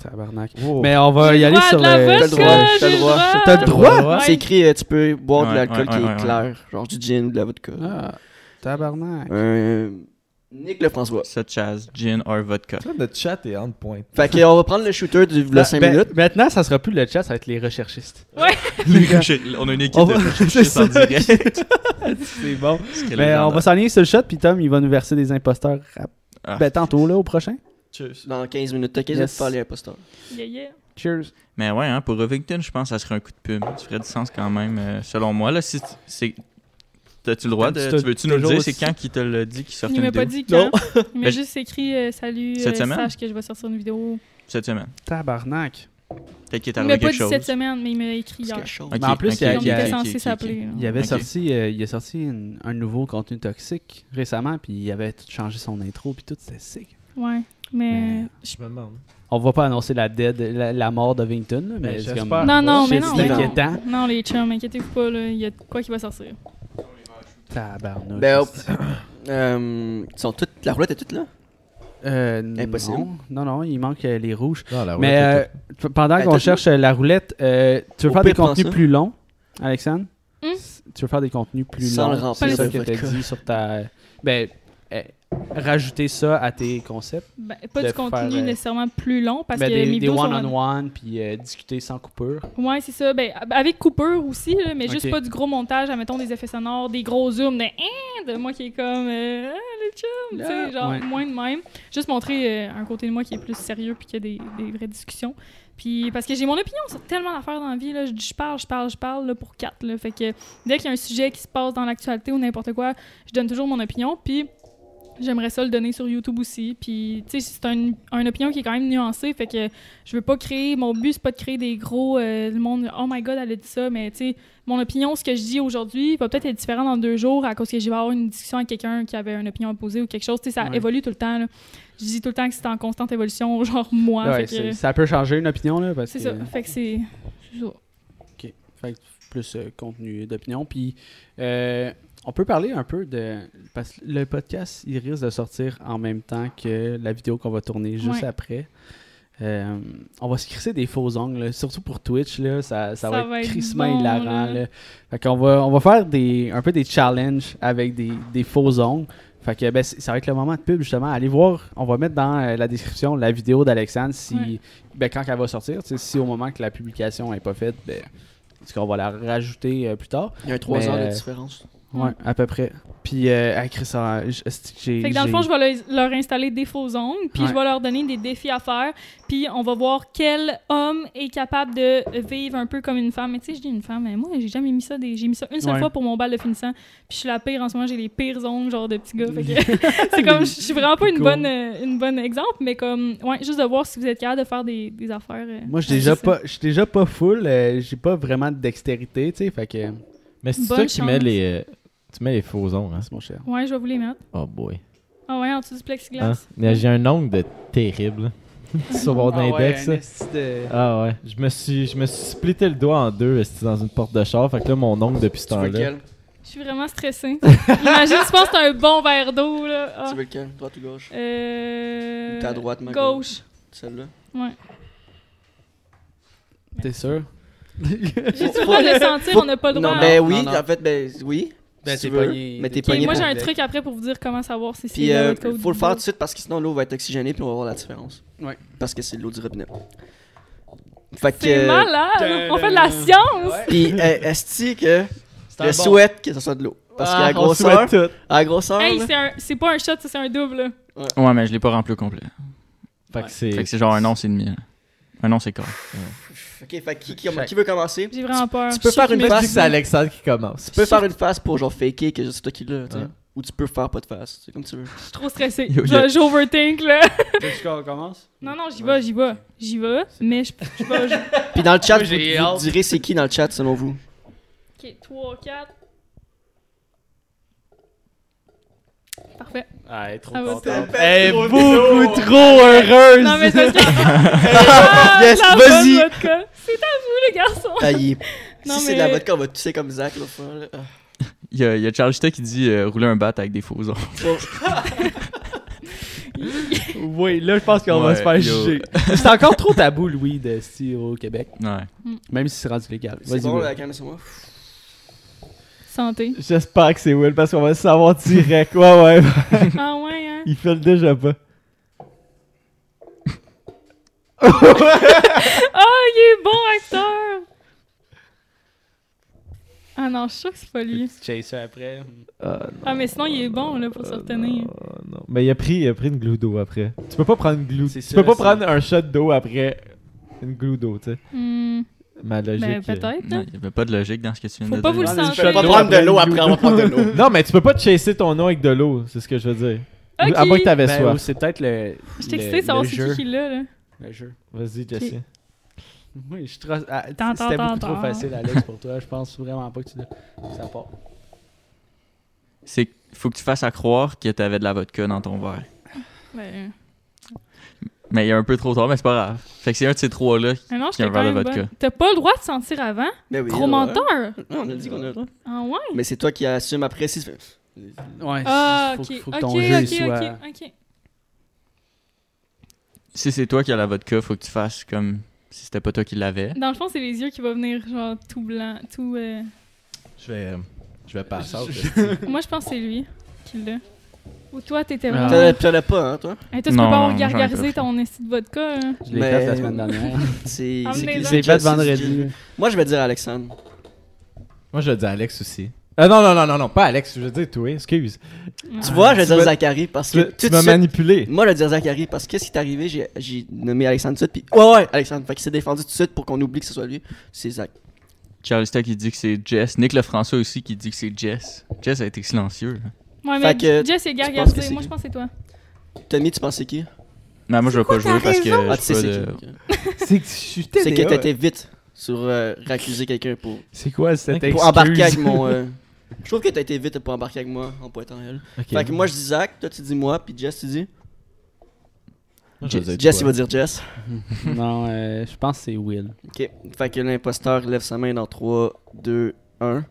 Speaker 3: Tabarnak.
Speaker 1: Wow.
Speaker 3: Mais on va
Speaker 2: J'ai
Speaker 3: y
Speaker 2: le
Speaker 3: aller
Speaker 2: droit
Speaker 3: sur
Speaker 2: de la Ah,
Speaker 3: le.
Speaker 4: T'as le
Speaker 2: vodka,
Speaker 4: droit,
Speaker 2: j'ai
Speaker 4: t'as le
Speaker 2: le
Speaker 4: droit.
Speaker 2: droit.
Speaker 6: T'as le droit?
Speaker 2: Ouais.
Speaker 4: C'est écrit, euh, tu peux boire
Speaker 5: Ouais,
Speaker 4: de l'alcool
Speaker 5: ouais,
Speaker 4: qui
Speaker 5: ouais,
Speaker 4: est
Speaker 5: ouais.
Speaker 4: clair, genre du gin ou de la vodka.
Speaker 3: Ah, tabarnak.
Speaker 4: Euh, Nick Lefrançois.
Speaker 5: Such as gin or vodka.
Speaker 1: Tu vois, Notre chat est en point.
Speaker 4: Fait que on va prendre le shooter du v'là
Speaker 3: Ben-
Speaker 4: 5
Speaker 3: ben,
Speaker 4: minutes.
Speaker 3: Maintenant, ça sera plus le chat, ça va être les recherchistes.
Speaker 5: On a une équipe
Speaker 3: On
Speaker 5: de
Speaker 3: va-
Speaker 5: recherchistes en
Speaker 3: C'est ça.
Speaker 5: direct.
Speaker 3: C'est bon.
Speaker 5: Ce
Speaker 3: Mais
Speaker 5: serait
Speaker 3: on
Speaker 5: légendaire.
Speaker 3: va s'en aller sur le chat, puis Tom, il va nous verser des imposteurs rap-
Speaker 5: Ah.
Speaker 3: ben, tantôt, là, au prochain.
Speaker 1: Cheers.
Speaker 4: Dans 15 minutes, t'as 15 minutes
Speaker 3: Yes.
Speaker 4: pour faire les imposteurs.
Speaker 2: Yeah, yeah.
Speaker 3: Cheers.
Speaker 5: Mais ouais, hein, pour Ovington, je pense que ça serait un coup de pub. Ça ferait du sens quand même, euh, selon moi. Là, si t- c'est. T'as-tu le droit
Speaker 3: Comme
Speaker 5: de.
Speaker 3: tu t'as-
Speaker 5: Tu veux-tu nous le
Speaker 3: toujours
Speaker 5: dire C'est
Speaker 3: aussi-
Speaker 5: quand qui te l'a dit qu'il sortait
Speaker 2: Il
Speaker 5: une
Speaker 2: m'a
Speaker 5: vidéo
Speaker 2: pas dit quand. Il
Speaker 5: Ben,
Speaker 2: m'a juste écrit euh, Salut, euh,
Speaker 5: Cette semaine?
Speaker 2: sache que je vais sortir une vidéo.
Speaker 5: Cette semaine.
Speaker 3: Tabarnak.
Speaker 5: Peut-être qu'il
Speaker 2: Il m'a
Speaker 5: est arrivé
Speaker 2: pas
Speaker 5: quelque
Speaker 2: dit
Speaker 5: chose.
Speaker 2: cette semaine, mais il m'a écrit
Speaker 4: C'est
Speaker 2: hier.
Speaker 4: quelque chose.
Speaker 5: Ok,
Speaker 3: Mais en plus,
Speaker 5: ok,
Speaker 3: il y a-
Speaker 5: ok,
Speaker 2: Donc, on était
Speaker 5: ok,
Speaker 2: censé
Speaker 5: ok, ok.
Speaker 2: s'appeler. là.
Speaker 3: Il avait
Speaker 5: Ok.
Speaker 3: sorti, euh, il a sorti une- un nouveau contenu toxique récemment, puis il avait tout changé son intro, puis tout, c'était sick.
Speaker 2: Ouais, mais.
Speaker 1: Je me demande.
Speaker 3: On va pas annoncer la, dead, la, la mort de Vington, là, mais
Speaker 1: Ben,
Speaker 3: c'est
Speaker 1: j'espère.
Speaker 3: comme...
Speaker 2: Non, non, mais
Speaker 3: shit,
Speaker 2: non.
Speaker 3: C'est
Speaker 2: mais non.
Speaker 3: inquiétant.
Speaker 2: Non, les chums, inquiétez-vous pas, là. Il y a de quoi qui va sortir.
Speaker 3: Tabarnak.
Speaker 4: Ben, euh, ils sont toutes, la roulette est toute là.
Speaker 3: Euh,
Speaker 4: Impossible. Ah
Speaker 3: Non, non, non, il manque euh, les rouges.
Speaker 1: Non, la
Speaker 3: mais
Speaker 1: roulette est
Speaker 3: euh, p- pendant
Speaker 4: Ben,
Speaker 3: qu'on
Speaker 4: t'as-
Speaker 3: cherche euh, la roulette, euh, tu veux
Speaker 4: Au
Speaker 3: faire des
Speaker 4: pire, prends
Speaker 3: contenus
Speaker 4: ça.
Speaker 3: plus longs, Alexandre?
Speaker 2: Hmm?
Speaker 3: S- Tu veux faire des contenus plus
Speaker 4: Sans le
Speaker 3: longs?
Speaker 4: remplir
Speaker 3: C'est ça
Speaker 4: de
Speaker 3: que t'as
Speaker 4: vodka.
Speaker 3: dit sur ta... Ben, euh, rajouter ça à tes concepts.
Speaker 2: Ben, pas
Speaker 3: De
Speaker 2: du contenu
Speaker 3: faire, euh,
Speaker 2: nécessairement plus long parce
Speaker 3: Ben,
Speaker 2: que mes
Speaker 3: des,
Speaker 2: vidéos sont.
Speaker 3: one-on-one, puis euh, discuter sans coupure.
Speaker 2: Ouais, c'est ça. Ben, avec coupure aussi, là, mais
Speaker 3: Ok.
Speaker 2: juste pas du gros montage, admettons des effets sonores, des gros zooms, de, Hein, de moi qui est comme. euh, les chums! Tu sais,
Speaker 3: Là,
Speaker 2: genre,
Speaker 3: Ah, ouais.
Speaker 2: moins de même. Juste montrer euh, un côté de moi qui est plus sérieux puis qui a des, des vraies discussions. Puis, parce que j'ai mon opinion sur tellement d'affaires dans la vie, là. Je, je parle, je parle, je parle, là, pour quatre, là. Fait que dès qu'il y a un sujet qui se passe dans l'actualité ou n'importe quoi, je donne toujours mon opinion. Puis, j'aimerais ça le donner sur YouTube aussi. Puis, tu sais, c'est un- une opinion qui est quand même nuancée. Fait que je veux pas créer. Mon but, c'est pas de créer des gros. euh, le monde, oh my god, elle a dit ça. Mais, tu sais, mon opinion, ce que je dis aujourd'hui, va peut-être être différent dans deux jours à cause que je vais avoir une discussion avec quelqu'un qui avait une opinion opposée ou quelque chose. Tu sais, ça
Speaker 3: Ouais.
Speaker 2: évolue tout le temps. là. Je dis tout le temps que c'est en constante évolution, genre moi.
Speaker 3: Ouais,
Speaker 2: fait
Speaker 3: c'est-
Speaker 2: que-
Speaker 3: Ça peut changer une opinion, là, parce
Speaker 2: c'est
Speaker 3: que...
Speaker 2: ça. Fait que c'est. c'est ça.
Speaker 3: OK. Fait que plus euh, contenu d'opinion. Puis, euh, on peut parler un peu de... Parce que le podcast, il risque de sortir en même temps que la vidéo qu'on va tourner juste
Speaker 2: Ouais.
Speaker 3: après. Euh, on va se crisser des faux ongles, là. surtout pour Twitch, là, ça, ça, va, être crissement
Speaker 2: bon,
Speaker 3: hilarant.
Speaker 2: là.
Speaker 3: Là. Fait qu'on va, on va faire des, un peu des challenges avec des, des faux ongles. Fait que ben, c'est- ça va être le moment de pub justement. Allez voir, on va mettre dans euh, la description la vidéo d'Alexandre si
Speaker 2: Ouais.
Speaker 3: ben, quand elle va sortir. tu sais, Si au moment que la publication n'est pas faite, ben, en tout cas, on va la rajouter euh, plus tard.
Speaker 4: Il y a 3
Speaker 3: Mais,
Speaker 4: heures
Speaker 3: euh,
Speaker 4: de différence.
Speaker 2: Mm.
Speaker 3: Ouais, à peu près. Puis, euh, ah, Chris, ah, j- est-ce que j'ai.
Speaker 2: Fait que dans le fond,
Speaker 3: j'ai-
Speaker 2: je vais leur- leur installer des faux ongles, puis
Speaker 3: Ouais.
Speaker 2: je vais leur donner des défis à faire, puis on va voir quel homme est capable de vivre un peu comme une femme. Mais tu sais, je dis une femme, mais moi, j'ai jamais mis ça, des... j'ai mis ça une seule
Speaker 3: Ouais.
Speaker 2: fois pour mon bal de finissant, puis je suis la pire en ce moment, j'ai les pires ongles, genre de petit gars. Fait que c'est comme, je suis vraiment pas une
Speaker 3: Cool.
Speaker 2: bonne, euh, une bonne exemple, mais comme, ouais, juste de voir si vous êtes capable de faire des, des affaires. euh,
Speaker 3: Moi, je suis
Speaker 2: avec
Speaker 3: déjà
Speaker 2: ça.
Speaker 3: pas, je suis déjà pas full. euh, j'ai pas vraiment de dextérité, tu sais. Fait que. euh,
Speaker 1: Mais c'est
Speaker 2: Bonne
Speaker 1: toi qui mets
Speaker 2: chance.
Speaker 1: les, euh, tu mets les faux ongles. hein?
Speaker 3: C'est mon cher.
Speaker 2: Ouais, je vais vous les mettre.
Speaker 1: Oh boy.
Speaker 2: Ah ouais, en dessous
Speaker 1: Hein?
Speaker 2: du
Speaker 3: Ah.
Speaker 2: plexiglas.
Speaker 1: Mais J'ai un ongle de terrible. là. Sur mon
Speaker 2: Ah
Speaker 1: index. là. Ah ouais, je me suis, je me suis splitté le doigt en deux esti, dans une porte de char. Fait que là, mon ongle depuis ce
Speaker 4: Tu veux
Speaker 1: temps-là.
Speaker 4: lequel
Speaker 2: Je suis vraiment stressée. Imagine, je pense que c'est un bon verre d'eau, là. Ah.
Speaker 4: Tu veux lequel Droite ou gauche
Speaker 2: Euh...
Speaker 4: Ta droite, ma
Speaker 2: Gauche.
Speaker 4: Celle-là.
Speaker 3: T'es sûr?
Speaker 2: J'ai le droit de le sentir, on n'a pas le droit.
Speaker 4: Non,
Speaker 2: hein.
Speaker 4: ben
Speaker 3: Non,
Speaker 4: oui,
Speaker 3: non.
Speaker 4: en fait, ben oui.
Speaker 3: Ben,
Speaker 4: Si
Speaker 3: t'es
Speaker 4: tu veux.
Speaker 3: pogné-
Speaker 4: Mais t'es
Speaker 3: t'es
Speaker 2: Ok,
Speaker 4: pogné.
Speaker 2: moi,
Speaker 4: pour-
Speaker 2: j'ai un truc après pour vous dire comment savoir si c'est
Speaker 4: Puis
Speaker 2: le
Speaker 4: euh,
Speaker 2: code.
Speaker 4: faut le faire tout de suite parce que sinon l'eau va être oxygénée puis on va voir la différence.
Speaker 3: Ouais.
Speaker 4: Parce que c'est de l'eau du robinet. Fait que. euh,
Speaker 2: C'est malade! On fait de la science!
Speaker 4: Puis euh, est-ce que
Speaker 3: C'est
Speaker 4: je
Speaker 3: un bon- Ah,
Speaker 4: souhaite que ça soit de l'eau Parce qu'à
Speaker 1: on
Speaker 4: grosseur,
Speaker 1: souhaite tout.
Speaker 4: à grosseur,
Speaker 2: Hey,
Speaker 4: là,
Speaker 2: c'est un- c'est pas un shot, ça, c'est un double. là.
Speaker 5: Ouais, mais je l'ai pas rempli au complet.
Speaker 1: Fait que c'est.
Speaker 5: Fait que c'est genre un once et demi. là. Un once et quart.
Speaker 4: ok, fait que qui, qui- qui veut commencer Tu
Speaker 2: J'ai vraiment peur.
Speaker 4: tu peux
Speaker 2: Je suis
Speaker 4: faire
Speaker 2: sûre
Speaker 4: une
Speaker 2: qu'il
Speaker 4: face-
Speaker 2: m'explique.
Speaker 1: c'est Alexandre qui commence.
Speaker 4: peux faire une face pour genre faker que c'est toi qui l'as, tu sais.
Speaker 1: Ouais.
Speaker 4: Ou tu peux faire pas de face, c'est comme tu veux.
Speaker 2: Je suis trop stressée.
Speaker 5: Yo,
Speaker 2: Je-
Speaker 5: yo.
Speaker 2: J'overthink, là.
Speaker 3: Tu veux qu'on commence?
Speaker 2: Non, non, j'y vais, j'y vais. J'y vais, mais je je vais. je-
Speaker 4: Puis dans le chat,
Speaker 3: Moi,
Speaker 4: vous,
Speaker 3: j'ai
Speaker 4: vous
Speaker 3: hâte.
Speaker 4: direz c'est qui dans le chat selon vous.
Speaker 2: Ok, 3, 4. Parfait.
Speaker 3: Ah, elle est trop
Speaker 2: Ça va
Speaker 3: contente.
Speaker 6: Eh, beaucoup trop heureuse!
Speaker 2: Non, mais c'est parce que. Ah,
Speaker 4: Yes,
Speaker 2: la bonne
Speaker 4: vas-y.
Speaker 2: vodka. C'est à vous, les garçons!
Speaker 4: Ah, il est-
Speaker 2: Non,
Speaker 4: si c'est de la
Speaker 2: mais-
Speaker 4: vodka, on va tousser comme Zach l'autre fois. là. Ah.
Speaker 5: Il y a, il y a Charles Tech qui dit euh, rouler un bat avec des faux ongles.
Speaker 3: Oui, là, je pense qu'on va
Speaker 5: Ouais,
Speaker 3: se faire
Speaker 5: yo.
Speaker 3: juger. C'est encore trop tabou, Louis, de style au Québec.
Speaker 5: Ouais.
Speaker 3: Même si c'est rendu légal. Vas-y.
Speaker 4: C'est bon,
Speaker 3: Will.
Speaker 4: la caméra, c'est moi.
Speaker 2: Santé.
Speaker 1: J'espère que c'est Will parce qu'on va le savoir direct. Ouais, ouais.
Speaker 2: Ah ouais, hein?
Speaker 1: Il fait le déjà pas.
Speaker 2: Ah, il est bon acteur! Ah non, je suis sûre que c'est pas lui.
Speaker 3: Petit chaser après.
Speaker 2: Ah, mais sinon, il est bon, là,
Speaker 3: Euh,
Speaker 2: pour se retenir.
Speaker 1: Oh, non. Mais il a pris, il a pris une glue d'eau après. Tu peux pas prendre une glue.
Speaker 3: C'est
Speaker 1: Tu
Speaker 3: ça,
Speaker 1: peux pas
Speaker 3: c'est-
Speaker 1: prendre un shot d'eau après une glue d'eau, tu sais.
Speaker 2: Hmm,
Speaker 1: Ma logique.
Speaker 2: ben,
Speaker 1: euh,
Speaker 2: peut-être,
Speaker 5: Non,
Speaker 2: là.
Speaker 5: il y avait pas de logique dans ce que tu viens
Speaker 2: Faut
Speaker 5: de
Speaker 2: pas
Speaker 5: dire.
Speaker 2: vous le
Speaker 3: Ah, mais
Speaker 2: sentir.
Speaker 3: je vais
Speaker 4: On va
Speaker 3: pas
Speaker 2: Ok,
Speaker 4: prendre de l'eau après, on va prendre de l'eau.
Speaker 1: Non, mais tu peux pas chasser ton nom avec de l'eau, c'est ce que je veux dire. À moins que t'avais
Speaker 3: Ben, ou
Speaker 1: soif.
Speaker 3: c'est peut-être le.
Speaker 2: je
Speaker 3: le-
Speaker 2: t'excite de savoir
Speaker 3: le
Speaker 2: c'est
Speaker 3: jeu.
Speaker 2: qui qui l'a, là.
Speaker 3: Le jeu.
Speaker 1: Vas-y, Jesse.
Speaker 3: Oui, je trace. ah, t-
Speaker 2: Tant,
Speaker 3: C'était
Speaker 2: tant,
Speaker 3: beaucoup
Speaker 2: tant,
Speaker 3: trop
Speaker 2: tant.
Speaker 3: facile, Alex, pour toi. Je pense vraiment pas que tu l'as. Ça part.
Speaker 5: C'est faut que tu fasses à croire que t'avais de la vodka dans ton verre.
Speaker 2: Ben,
Speaker 5: Mais il y a un peu trop tard, mais c'est pas grave. Fait que c'est un de ces trois-là.
Speaker 2: ah non, je
Speaker 5: Il
Speaker 2: t'ai
Speaker 5: y a un
Speaker 2: quand
Speaker 5: verre de
Speaker 2: même
Speaker 5: vodka.
Speaker 2: bonne. T'as pas le droit de sentir avant?
Speaker 4: Ben oui,
Speaker 2: Gros
Speaker 4: on a-
Speaker 2: menteur!
Speaker 4: Non, on a dit qu'on a le droit.
Speaker 2: Ah ouais?
Speaker 4: Mais c'est toi qui assume après si.
Speaker 3: Ouais,
Speaker 2: Ah,
Speaker 3: il faut,
Speaker 2: ok.
Speaker 3: faut
Speaker 2: Ok,
Speaker 3: que ton jeu il
Speaker 2: ok,
Speaker 3: soit.
Speaker 2: ok, ok.
Speaker 5: Si c'est toi qui as la vodka, faut que tu fasses comme si c'était pas toi qui l'avais.
Speaker 2: Dans le fond, c'est les yeux qui vont venir, genre, tout blanc, tout... euh,
Speaker 1: Je vais. euh, Je vais passer.
Speaker 2: Moi, je pense que c'est lui qui l'a. Ou toi, t'étais
Speaker 3: Ah.
Speaker 2: vraiment...
Speaker 4: T'en as- T'en as pas, hein, toi
Speaker 2: Hey, toi, tu
Speaker 5: Euh, Non,
Speaker 2: peux pas
Speaker 5: non, j'en ai pas
Speaker 2: gargariser
Speaker 5: fait.
Speaker 2: ton esti de vodka, hein?
Speaker 3: Je l'ai
Speaker 4: Mais-
Speaker 3: fait la semaine dernière.
Speaker 4: C'est.
Speaker 3: Ah,
Speaker 2: Amenez-en.
Speaker 4: c'est-
Speaker 3: J'ai
Speaker 4: c'est-
Speaker 3: fait vendredi.
Speaker 4: Moi, je vais dire Alexandre.
Speaker 1: Moi, je dis Alex aussi. Ah non, non, non, non, non, pas Alex, je veux dire toi, excuse.
Speaker 4: Tu vois, je vais
Speaker 1: Tu
Speaker 4: dire
Speaker 1: m'as-
Speaker 4: Zachary parce
Speaker 1: Tu,
Speaker 4: que
Speaker 1: tu
Speaker 4: tout de
Speaker 1: m'as
Speaker 4: suite-
Speaker 1: manipulé.
Speaker 4: Moi, je vais dire Zachary parce que ce qui est arrivé, j'ai- j'ai nommé Alexandre tout de suite. Puis, ouais, ouais, Alexandre. Fait qu'il s'est défendu tout de suite pour qu'on oublie que ce soit lui. C'est Zach.
Speaker 5: Charles Stack qui dit que c'est Jess. Nick Lefrançois aussi qui dit que c'est Jess. Jess a été silencieux. là.
Speaker 2: Ouais,
Speaker 4: Fait
Speaker 2: mais
Speaker 4: que
Speaker 2: Jess et Gare
Speaker 4: tu penses que c'est
Speaker 2: Moi,
Speaker 4: qui?
Speaker 2: je pense que c'est toi.
Speaker 4: Tommy, tu penses c'est qui
Speaker 1: Euh,
Speaker 5: Non, moi je vais pas jouer parce que.
Speaker 4: Ah,
Speaker 5: je
Speaker 4: tu sais,
Speaker 5: suis pas
Speaker 4: c'est
Speaker 5: de-
Speaker 4: qui. ok.
Speaker 6: C'est que je suis
Speaker 4: C'est que
Speaker 6: TDA.
Speaker 4: t'étais vite sur euh, réaccuser quelqu'un pour,
Speaker 6: C'est quoi cette excuse?
Speaker 4: pour embarquer avec mon. euh, Je trouve que t'as été vite pour embarquer avec moi en pointant elle.
Speaker 1: Ok.
Speaker 4: Fait que moi, je dis Zach, toi, tu dis moi, puis Jess, tu dis.
Speaker 1: Moi, je vais
Speaker 4: Je-
Speaker 1: dire
Speaker 4: Jess, il
Speaker 1: toi.
Speaker 4: va dire Jess.
Speaker 3: non, euh, je pense que c'est Will.
Speaker 4: Ok. Fait que l'imposteur lève sa main dans 3, 2, 1.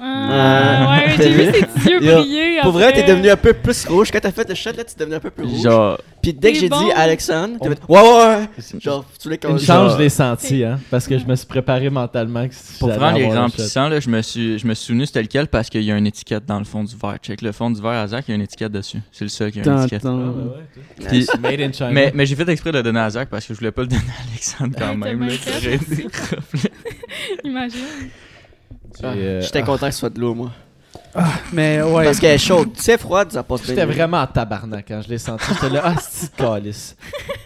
Speaker 2: Ah,
Speaker 4: Ah.
Speaker 2: ouais,
Speaker 4: T'as
Speaker 2: j'ai
Speaker 4: vu?
Speaker 2: vu ses petits yeux
Speaker 4: Yo,
Speaker 2: briller.
Speaker 4: Pour vrai,
Speaker 2: après.
Speaker 4: t'es devenu un peu plus rouge. Quand t'as fait le shot, là, t'es devenu un peu plus rouge.
Speaker 5: Genre,
Speaker 4: Puis dès que
Speaker 2: T'es
Speaker 4: j'ai
Speaker 2: bon.
Speaker 4: dit Alexandre, t'as fait. Ouais, ouais, ouais. Genre, tu voulais qu'on.
Speaker 1: Une
Speaker 4: genre-
Speaker 1: chance, je l'ai senti, hein, parce que je me suis préparé mentalement. Que
Speaker 5: pour
Speaker 1: j'allais avoir
Speaker 5: prendre
Speaker 1: un
Speaker 5: l'exemple
Speaker 1: shot.
Speaker 5: puissant, là, je me suis je me suis souvenu c'était lequel parce qu'il y a une étiquette dans le fond du verre. Check le fond du verre à Zach, il y a une étiquette dessus. C'est le seul qui a une
Speaker 6: Tant,
Speaker 5: étiquette.
Speaker 1: Ah,
Speaker 6: tant.
Speaker 1: ben ouais, toi.
Speaker 5: Puis-
Speaker 1: Made in China.
Speaker 5: mais mais j'ai fait exprès de le donner à Zach parce que je voulais pas le donner à Alexandre quand
Speaker 2: Ouais,
Speaker 5: même.
Speaker 2: t'as
Speaker 5: là.
Speaker 2: bien fait.
Speaker 5: Ça aurait été-
Speaker 2: Imagine.
Speaker 1: J'ai,
Speaker 4: Ah,
Speaker 1: euh,
Speaker 4: J'étais content que ce soit de l'eau, moi.
Speaker 6: Ah, Mais ouais.
Speaker 4: Parce qu'elle est chaude. Tu sais, froide, ça passe bien.
Speaker 1: J'étais vraiment en tabarnak quand je l'ai senti. J'étais là, ah, c'est calice.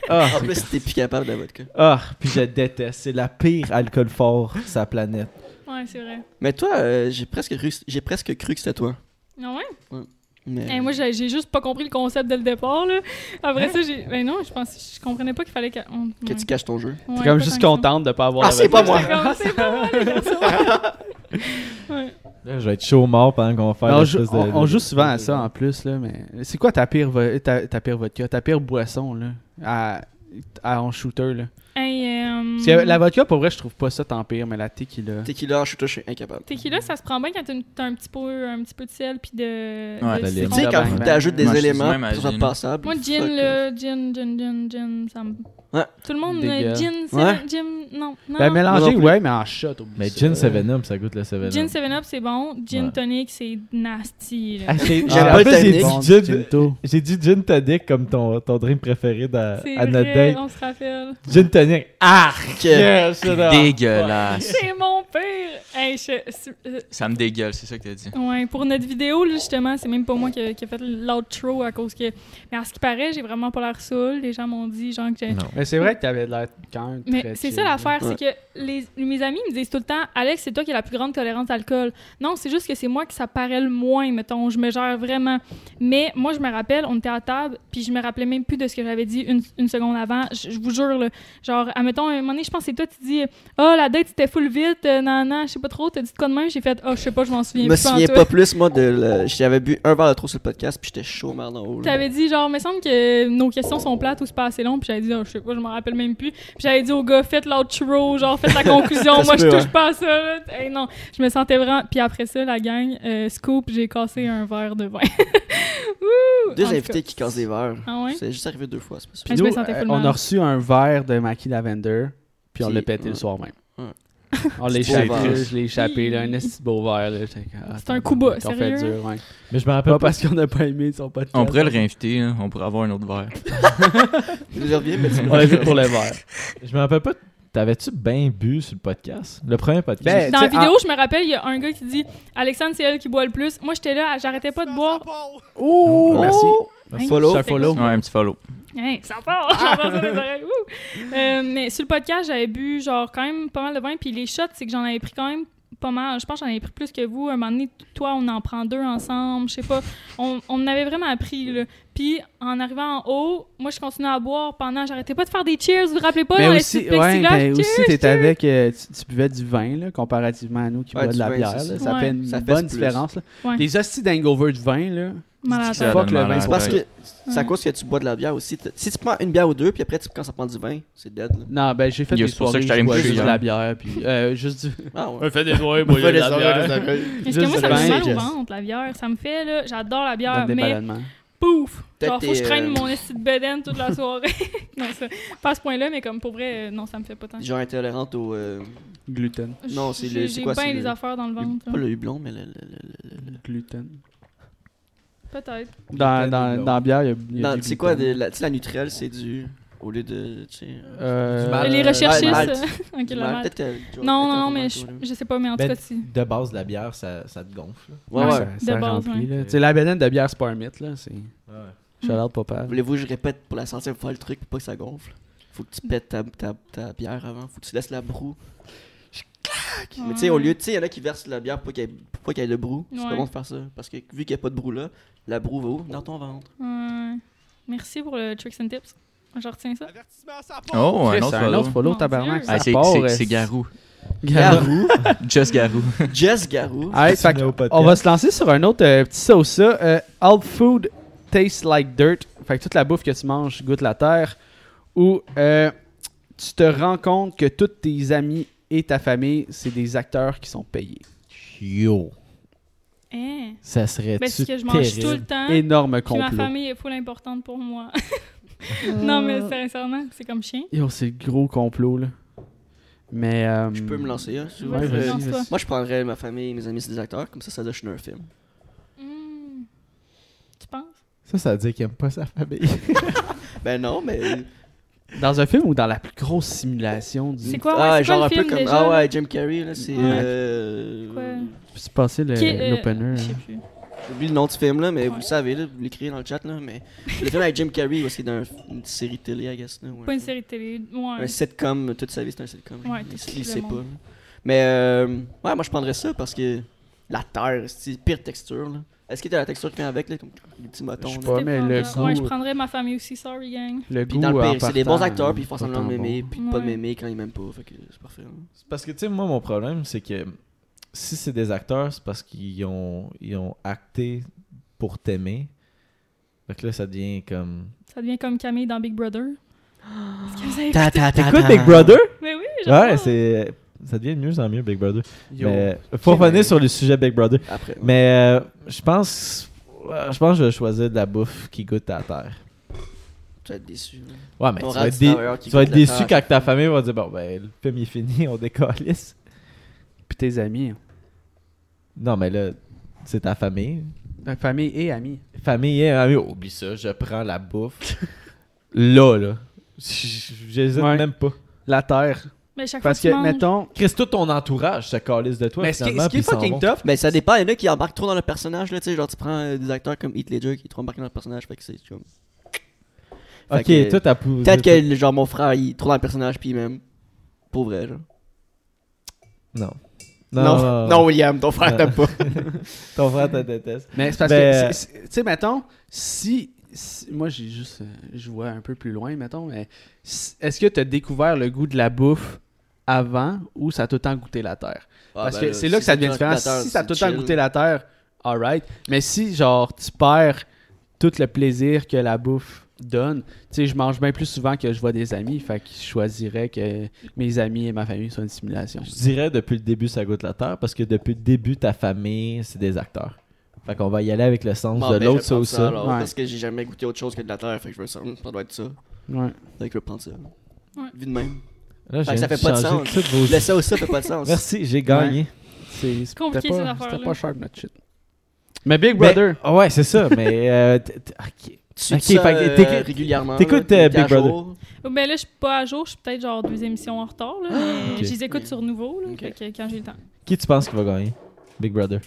Speaker 1: Ah,
Speaker 4: En plus, t'es plus capable de la vodka.
Speaker 1: ah, puis je déteste. C'est la pire alcool fort sa planète.
Speaker 2: Ouais, c'est vrai.
Speaker 4: Mais toi, euh, j'ai presque cru, j'ai presque cru que c'était toi.
Speaker 2: Non, Ah ouais.
Speaker 4: Mais...
Speaker 2: Eh, moi, j'ai j'ai juste pas compris le concept dès le départ. Là. Après ça, j'ai. Ben non, je pense. Je comprenais pas qu'il fallait. qu'on-
Speaker 4: Hein? que
Speaker 2: ouais.
Speaker 4: tu caches ton jeu.
Speaker 2: Ouais,
Speaker 3: T'es
Speaker 2: pas
Speaker 3: comme juste
Speaker 2: tant que ça.
Speaker 3: contente de pas avoir.
Speaker 4: Ah,
Speaker 3: la
Speaker 4: c'est pas
Speaker 3: voiture.
Speaker 4: moi.
Speaker 2: J'étais comme, C'est pas moi, les garçons. Ouais.
Speaker 1: Là, je vais être chaud mort pendant qu'on va faire
Speaker 6: Mais on, joue,
Speaker 1: l'espèce de-
Speaker 6: on- on
Speaker 1: de-
Speaker 6: joue souvent à ça en plus, là, mais c'est quoi ta pire, vo- ta, ta pire vodka, ta pire boisson là, à, à- en shooter? Là?
Speaker 2: Hey, euh,
Speaker 6: Parce que la vodka, pour vrai, je trouve pas ça tant pire, mais la tequila.
Speaker 4: T'es qui là, je suis touché, incapable. Tu
Speaker 2: Tequila, ça se prend bien quand t'as une- t'as un petit peu, un petit peu de sel puis de.
Speaker 5: Ouais,
Speaker 2: de
Speaker 1: de
Speaker 2: citron.
Speaker 1: lime.
Speaker 4: sais,
Speaker 6: Ah,
Speaker 4: quand
Speaker 6: ben,
Speaker 4: tu
Speaker 6: ben,
Speaker 4: t'ajoutes des
Speaker 5: moi, je suis
Speaker 4: éléments
Speaker 5: même
Speaker 4: pour que ce soit
Speaker 5: à
Speaker 4: passable.
Speaker 2: Moi, euh, gin,
Speaker 4: fuck off.
Speaker 2: le gin, gin, gin, gin, ça me.
Speaker 4: Ouais.
Speaker 2: Tout le monde,
Speaker 6: Dégueu.
Speaker 2: euh, gin, seven,
Speaker 4: Ouais.
Speaker 2: gin, non, non.
Speaker 6: Ben, mélanger,
Speaker 4: non plus.
Speaker 6: ouais, mais en shot. oublie
Speaker 1: Mais
Speaker 6: ça.
Speaker 1: gin 7-up, ça goûte le 7-up.
Speaker 2: gin 7-up, c'est bon. Gin
Speaker 1: Ouais.
Speaker 2: tonic, c'est nasty. là.
Speaker 1: Ah, c'est-
Speaker 4: J'aime
Speaker 1: en
Speaker 4: pas le
Speaker 1: plus, j'ai
Speaker 4: tonic.
Speaker 1: dit
Speaker 6: Bon,
Speaker 1: gin-
Speaker 6: Tinto.
Speaker 1: J'ai dit gin tonic comme ton, ton drink préféré dans-
Speaker 2: C'est
Speaker 1: à notre
Speaker 2: vrai,
Speaker 1: date.
Speaker 2: on se rappelle.
Speaker 1: Gin tonic. Ah,
Speaker 4: Que-
Speaker 1: Yes, c'est là.
Speaker 5: Dégueulasse.
Speaker 2: C'est mon pire! Hey, je- c'est- euh,
Speaker 5: Ça me dégueule, c'est ça que t'as dit.
Speaker 2: ouais, pour notre vidéo, là, justement, c'est même pas moi qui a, qui a fait l'outro à cause que. Mais à ce qui paraît, j'ai vraiment pas l'air saoul. Les gens m'ont dit, genre, que j'ai.
Speaker 1: Non.
Speaker 6: Mais c'est vrai que t'avais de l'air quand même.
Speaker 2: Mais
Speaker 6: très
Speaker 2: c'est
Speaker 6: chill,
Speaker 2: ça
Speaker 6: là.
Speaker 2: l'affaire, c'est que les, mes amis me disent tout le temps Alex, c'est toi qui as la plus grande tolérance à l'alcool. Non, c'est juste que c'est moi qui ça paraît le moins, mettons, je me gère vraiment. Mais moi, je me rappelle, on était à table, puis je me rappelais même plus de ce que j'avais dit une, une seconde avant. Je, je vous jure, là, genre, admettons, à un moment donné, je pense que c'est toi, tu dis Oh, la date, c'était full vite, euh, non, non, je sais pas trop, t'as dit de quoi de même, j'ai fait Oh, je sais pas, je m'en souviens
Speaker 4: Je me
Speaker 2: plus. en
Speaker 4: souviens
Speaker 2: tout.
Speaker 4: pas plus, moi, de. le- J'avais bu un verre de trop sur le podcast, puis j'étais chaud, merde en haut. là.
Speaker 2: T'avais dit genre, me semble que nos questions sont plates ou c'est pas assez long. Puis j'avais dit, oh, je sais pas, je m'en rappelle même plus. Puis j'avais dit au gars, faites l'outro, genre faites la conclusion.
Speaker 4: Ça
Speaker 2: Moi,
Speaker 4: se
Speaker 2: je
Speaker 4: peut,
Speaker 2: touche
Speaker 4: ouais.
Speaker 2: pas à ça. là. Hey, non, je me sentais vraiment. Puis après ça, la gang, euh, scoop, j'ai cassé un verre de vin. Ouh!
Speaker 4: Deux
Speaker 2: En tout cas.
Speaker 4: invités qui cassent des verres.
Speaker 2: Ah ouais?
Speaker 4: C'est juste arrivé deux fois, c'est pas
Speaker 6: Puis
Speaker 2: je
Speaker 6: nous,
Speaker 2: me sentais
Speaker 6: euh,
Speaker 2: full
Speaker 6: on
Speaker 2: mal.
Speaker 6: a reçu un verre de Mackie Lavender, puis on
Speaker 4: Puis-
Speaker 6: l'a pété
Speaker 4: ouais.
Speaker 6: le soir même.
Speaker 4: Ouais.
Speaker 6: On l'a
Speaker 4: C'est beau
Speaker 6: échappé,
Speaker 4: verre.
Speaker 6: je l'ai échappé, là, un esti de beau verre. là, j'étais comme, ah,
Speaker 2: C'est un
Speaker 6: t'as-
Speaker 2: coup bas,
Speaker 6: t'as fait
Speaker 2: sérieux?
Speaker 6: dur, ouais.
Speaker 1: Mais je me rappelle
Speaker 6: Pas
Speaker 1: pas.
Speaker 6: parce qu'on n'a pas aimé son podcast.
Speaker 5: On pourrait le réinviter, hein, on pourrait avoir un autre verre.
Speaker 4: Je reviens, mais tu
Speaker 6: On l'a fait pour le verre.
Speaker 1: Je me rappelle pas. T'avais-tu bien bu sur le podcast? Le premier podcast?
Speaker 6: Ben,
Speaker 2: Dans la
Speaker 6: tu sais,
Speaker 2: vidéo,
Speaker 4: ah.
Speaker 2: je me rappelle, il y a un gars qui dit Alexandre, c'est elle qui boit le plus. Moi, j'étais là, j'arrêtais pas de boire.
Speaker 6: Oh, merci.
Speaker 2: Hey,
Speaker 4: follow.
Speaker 2: c'est-
Speaker 1: follow.
Speaker 5: Ouais, un petit follow.
Speaker 2: Hey, ça part! J'entends ça dans les oreilles. Ouh! Euh, mais sur le podcast, j'avais bu genre quand même pas mal de vin. Puis les shots, c'est que j'en avais pris quand même pas mal. Je pense que j'en avais pris plus que vous. Un moment donné, toi, on en prend deux ensemble. Je sais pas. On, on en avait vraiment appris. Là. Puis en arrivant en haut, moi, je continuais à boire pendant. J'arrêtais pas de faire des cheers. Vous vous rappelez pas?
Speaker 6: mais
Speaker 2: dans
Speaker 6: aussi,
Speaker 2: les
Speaker 6: ouais, ben aussi
Speaker 2: cheers,
Speaker 6: t'es avec, euh, tu, tu buvais du vin, là, comparativement à nous qui
Speaker 4: Ouais,
Speaker 6: boit
Speaker 4: du
Speaker 6: de la
Speaker 4: vin,
Speaker 6: bière.
Speaker 4: c'est ça.
Speaker 6: là. ça
Speaker 2: Ouais.
Speaker 6: fait une
Speaker 4: Ça fait
Speaker 6: bonne
Speaker 4: plus.
Speaker 6: différence. là.
Speaker 2: Ouais.
Speaker 6: Les hosties d'hangover de vin, là.
Speaker 2: Mal à la
Speaker 5: C'est
Speaker 2: tête.
Speaker 5: ça.
Speaker 6: Fuck le vin,
Speaker 5: malade.
Speaker 6: c'est
Speaker 4: C'est parce
Speaker 6: parce
Speaker 4: que c'est à
Speaker 2: Ouais.
Speaker 4: cause que tu bois de la bière aussi. T- Si tu prends une bière ou deux, puis après, tu- quand ça prend du vin, c'est dead. là.
Speaker 6: Non, ben j'ai fait
Speaker 5: Il y a
Speaker 6: des
Speaker 5: c'est pour ça
Speaker 6: soirées
Speaker 5: que j'étais allé
Speaker 6: je
Speaker 5: me
Speaker 6: bois
Speaker 5: coucher hein.
Speaker 6: juste de
Speaker 5: hier.
Speaker 6: la bière, puis euh, juste du...
Speaker 4: Ah ouais.
Speaker 6: On fait des soirées,
Speaker 4: On fait des soirées, des soirées.
Speaker 2: Parce que moi,
Speaker 6: juste
Speaker 2: ça
Speaker 6: le
Speaker 2: me fait
Speaker 6: vin,
Speaker 2: mal au
Speaker 4: Jess.
Speaker 2: ventre, la bière. Ça me fait, là, j'adore la bière,
Speaker 6: Donne des
Speaker 2: mais
Speaker 6: ballonnements.
Speaker 2: pouf!
Speaker 4: Peut-être
Speaker 2: Genre, faut que je
Speaker 4: t'es,
Speaker 2: traîne
Speaker 4: euh,
Speaker 2: mon esti de bedaine toute la soirée. non, ça, pas à ce point-là, mais comme pour vrai, euh, non, ça me fait pas tant.
Speaker 4: Genre intolérante au. euh,
Speaker 6: Gluten.
Speaker 4: Non, c'est le-
Speaker 2: J'ai-
Speaker 4: c'est
Speaker 2: J'ai
Speaker 4: quoi, c'est
Speaker 2: bien
Speaker 4: le-
Speaker 2: les affaires dans le ventre.
Speaker 4: Pas
Speaker 2: là.
Speaker 4: le hublon, mais le. le- le- le- le-
Speaker 6: Gluten.
Speaker 2: Peut-être.
Speaker 6: Dans,
Speaker 1: Gluten,
Speaker 6: dans,
Speaker 1: non.
Speaker 6: dans la bière, il y a- il y a,
Speaker 4: Non,
Speaker 6: du
Speaker 4: C'est quoi
Speaker 6: gluten.
Speaker 4: de- la- Tu sais, la Nutrelle, c'est du. Au lieu de. tu sais,
Speaker 3: Euh,
Speaker 1: mal.
Speaker 2: les
Speaker 1: Euh,
Speaker 2: recherchistes.
Speaker 4: ouais,
Speaker 2: euh, ok,
Speaker 4: du
Speaker 2: le
Speaker 4: mal.
Speaker 2: mal.
Speaker 4: Peut-être, euh, tu
Speaker 2: Non,
Speaker 4: vois, peut-être
Speaker 2: non,
Speaker 4: un
Speaker 2: non,
Speaker 4: peu
Speaker 2: mais
Speaker 4: mal,
Speaker 2: je,
Speaker 4: toi, là.
Speaker 2: je sais pas, mais en tout
Speaker 1: Ben,
Speaker 2: cas, si.
Speaker 1: De base, la bière, ça, ça te gonfle. là.
Speaker 4: Ouais, ouais.
Speaker 3: ça- ça
Speaker 2: De base,
Speaker 3: remplit,
Speaker 2: ouais.
Speaker 3: là. Tu sais, la banane de bière, c'est pas un mythe, là. C'est...
Speaker 2: Mm.
Speaker 1: Ah
Speaker 3: Shout out, papa.
Speaker 4: Voulez-vous que je répète pour la centième fois le truc pour pas que ça gonfle? Faut que tu pètes ta, ta, ta bière avant, faut que tu laisses la broue. Je claque! Mais tu sais, au lieu, tu sais, il y en a qui versent la bière pour qu'elle pour pas qu'il y ait de broue. C'est
Speaker 2: Ouais.
Speaker 4: pas bon de faire ça. Parce que vu qu'il n'y a pas de broue là, la broue va où? Dans ton ventre.
Speaker 2: Ouais. Merci pour le tricks and tips. Je retiens ça.
Speaker 5: Oh, un
Speaker 3: Chris,
Speaker 5: autre
Speaker 3: un
Speaker 5: follow.
Speaker 3: autre follow,
Speaker 2: Mon
Speaker 3: tabarnak.
Speaker 2: Dieu.
Speaker 5: Ah,
Speaker 3: ça
Speaker 5: c'est-
Speaker 3: part,
Speaker 5: c'est
Speaker 3: euh,
Speaker 5: c'est Garou.
Speaker 3: Garou.
Speaker 5: Just Garou.
Speaker 4: Jess Garou.
Speaker 1: Continue
Speaker 3: Alright, fait que
Speaker 1: au podcast.
Speaker 3: on va se lancer sur un autre euh, petit sauce ça. Euh, all food tastes like dirt. Fait que toute la bouffe que tu manges goûte la terre. Ou euh, tu te rends compte que tous tes amis et ta famille, c'est des acteurs qui sont payés.
Speaker 1: Yo.
Speaker 2: Hein?
Speaker 1: Ça serait
Speaker 2: Ben, c'est que je mange tout le temps. Hein? Puis
Speaker 3: Énorme
Speaker 2: ma
Speaker 3: complot.
Speaker 2: famille est full importante pour moi. non, mais sincèrement, c'est comme chien.
Speaker 3: Yo, c'est le gros complot, là. Mais. euh,
Speaker 4: Je peux me lancer, hein, si vous
Speaker 2: Ouais,
Speaker 4: voulez.
Speaker 2: vas-y. lance-toi.
Speaker 4: Moi, je prendrais ma famille, mes amis, c'est des acteurs, comme ça, ça donne un film.
Speaker 2: Hmm. Tu penses?
Speaker 1: Ça, ça veut dire qu'il aime pas sa famille.
Speaker 4: Ben non, mais.
Speaker 3: Dans un film ou dans la plus grosse simulation du.
Speaker 2: C'est quoi, ouais,
Speaker 4: ah,
Speaker 2: c'est
Speaker 4: genre
Speaker 2: quoi
Speaker 4: un
Speaker 2: le film
Speaker 4: peu comme.
Speaker 2: déjà?
Speaker 4: Ah ouais, Jim Carrey, là, c'est.
Speaker 2: Ouais.
Speaker 4: euh,
Speaker 2: Quoi?
Speaker 3: C'est passé le-
Speaker 2: Qui est- euh,
Speaker 3: l'opener.
Speaker 2: Je
Speaker 3: là.
Speaker 2: sais plus.
Speaker 4: J'ai oublié le nom du film, là, mais vous
Speaker 2: Ouais.
Speaker 4: le savez, là, vous l'écrivez dans le chat, là, mais le film avec Jim Carrey, ouais, c'est d'un- une série télé, I guess. Là, ouais.
Speaker 2: Pas une série de télé. hein. Ouais.
Speaker 4: Un sitcom, toute sa vie, c'est un sitcom.
Speaker 2: Ouais,
Speaker 4: il
Speaker 2: tout
Speaker 4: il
Speaker 2: le
Speaker 4: sait pas.
Speaker 2: monde.
Speaker 4: là. Mais, euh, ouais, moi, je prendrais ça parce que la terre, c'est pire texture, là. Est-ce que t'as la texture qui vient avec, là, comme les petits
Speaker 3: Je
Speaker 4: motons,
Speaker 3: sais
Speaker 4: là?
Speaker 3: pas, mais le
Speaker 2: Dépendant. Ouais, je
Speaker 3: goût-
Speaker 2: prendrais ma famille aussi, sorry gang.
Speaker 3: Le
Speaker 4: Puis
Speaker 3: goût
Speaker 4: dans le
Speaker 3: en
Speaker 4: pire, c'est des bons
Speaker 3: partant,
Speaker 1: hein.
Speaker 4: acteurs, puis ils font
Speaker 3: pas
Speaker 4: semblant
Speaker 3: tant
Speaker 4: de m'aimer,
Speaker 3: bon.
Speaker 4: puis de pas de
Speaker 2: Ouais.
Speaker 4: m'aimer quand ils m'aiment pas, fait que c'est parfait. hein. là.
Speaker 1: C'est parce que, tu sais, moi, mon problème, c'est que si c'est des acteurs, c'est parce qu'ils ont, ils ont acté pour t'aimer. Fait que là, ça devient comme.
Speaker 2: Ça devient comme Camille dans Big Brother. Est-ce que vous avez-
Speaker 1: T'écoutes Big Brother?
Speaker 2: Mais oui, j'adore.
Speaker 1: Ouais, c'est. Ça devient de mieux en mieux, Big Brother.
Speaker 3: Yo.
Speaker 1: Mais, pour
Speaker 4: Ok, mais-
Speaker 1: revenir sur le sujet Big Brother.
Speaker 4: Après, ouais.
Speaker 1: Mais euh, je pense. euh, Je pense que je vais choisir de la bouffe qui goûte à la terre.
Speaker 4: tu vas être déçu. là.
Speaker 1: Ouais, mais
Speaker 4: Ton
Speaker 1: tu
Speaker 4: rat
Speaker 1: vas être,
Speaker 4: du
Speaker 1: dé-
Speaker 4: travailleur qui
Speaker 1: tu vas
Speaker 4: goûte
Speaker 1: être
Speaker 4: la
Speaker 1: déçu
Speaker 4: terre.
Speaker 1: quand ta famille va dire Bon, ben, le film est fini, on décalisse.
Speaker 3: Puis tes amis. hein.
Speaker 1: Non, mais là, c'est ta famille.
Speaker 3: Ta famille et amis.
Speaker 1: Famille et amis, oublie ça, je prends la bouffe. là, là. J'hésite
Speaker 3: Ouais.
Speaker 1: même pas.
Speaker 3: La terre.
Speaker 2: Mais chaque
Speaker 3: Parce
Speaker 2: fois
Speaker 3: que,
Speaker 2: Ah, tu manges-
Speaker 3: mettons.
Speaker 1: Chris, tout ton entourage se calisse de toi.
Speaker 3: mais ce qui,
Speaker 1: finalement,
Speaker 3: ce qui est
Speaker 1: puis ils s'en
Speaker 3: fucking
Speaker 1: vont.
Speaker 3: tough,
Speaker 4: Ben ça dépend, il y en a qui embarquent trop dans le personnage, là, tu sais, genre tu prends euh, des acteurs comme Heath Ledger qui est trop embarqué dans le personnage, fait que c'est comme... Fait
Speaker 1: Ok,
Speaker 4: que-
Speaker 1: toi, t'as pou-
Speaker 4: Peut-être que genre mon frère il est trop dans le personnage puis même pour vrai genre.
Speaker 1: Non.
Speaker 4: Non, non, William, ton frère
Speaker 1: Non.
Speaker 4: t'aime pas.
Speaker 1: Ton frère te déteste.
Speaker 3: Mais c'est parce
Speaker 1: Ben,
Speaker 3: que, c'est- c'est- tu sais, mettons, si, si- Moi, j'ai juste. euh, Je vois un peu plus loin, mettons, mais. si- Est-ce que tu as découvert le goût de la bouffe avant ou ça t'a autant goûté la terre
Speaker 4: Ah, ben
Speaker 3: Parce que c'est Ah, ben là que ça devient différent. Si ça t'a autant goûté la terre, alright. Mais si, genre, tu perds tout le plaisir que la bouffe donne, tu sais, je mange bien plus souvent que je vois des amis, fait que je choisirais que mes amis et ma famille soient une simulation.
Speaker 1: Je dirais depuis le début, ça goûte la terre parce que depuis le début, ta famille, c'est des acteurs. Fait qu'on va y aller avec le
Speaker 4: Ah,
Speaker 1: sens
Speaker 4: ben,
Speaker 1: de l'autre, ça ou ça.
Speaker 4: alors,
Speaker 3: Ouais.
Speaker 4: Parce que j'ai jamais goûté autre chose que de la terre, fait que je veux ça, hum, ça doit être ça.
Speaker 3: Ouais.
Speaker 4: Fait que je vais prendre ça. Vu de même.
Speaker 1: Là,
Speaker 4: Fait
Speaker 1: j'ai
Speaker 4: que ça
Speaker 1: dû
Speaker 4: fait pas de
Speaker 1: changer
Speaker 4: sens.
Speaker 1: tout vos-
Speaker 4: Le ça ou ça fait pas de sens.
Speaker 1: Merci, j'ai gagné.
Speaker 3: C'est c'était
Speaker 2: compliqué, ces
Speaker 3: pas,
Speaker 2: affaires-là.
Speaker 3: c'était pas sharp notre shit. Mais Big
Speaker 1: Ben,
Speaker 3: Brother,
Speaker 1: ah ouais, c'est ça, mais. euh, t- t- ok.
Speaker 4: Tu
Speaker 1: Ok,
Speaker 4: dis ça,
Speaker 1: fait que
Speaker 4: euh,
Speaker 1: t'écoutes-
Speaker 4: régulièrement.
Speaker 1: t'écoutes,
Speaker 4: là,
Speaker 1: euh,
Speaker 4: t'es à
Speaker 1: Big Brother.
Speaker 4: jour.
Speaker 2: Oh, Ben là, je suis pas à jour, je suis peut-être genre deux émissions en retard, là, mais
Speaker 1: Ok.
Speaker 2: je les écoute sur nouveau, là,
Speaker 4: Ok.
Speaker 2: fait que quand j'ai le temps.
Speaker 1: Qui tu penses qui va gagner Big Brother.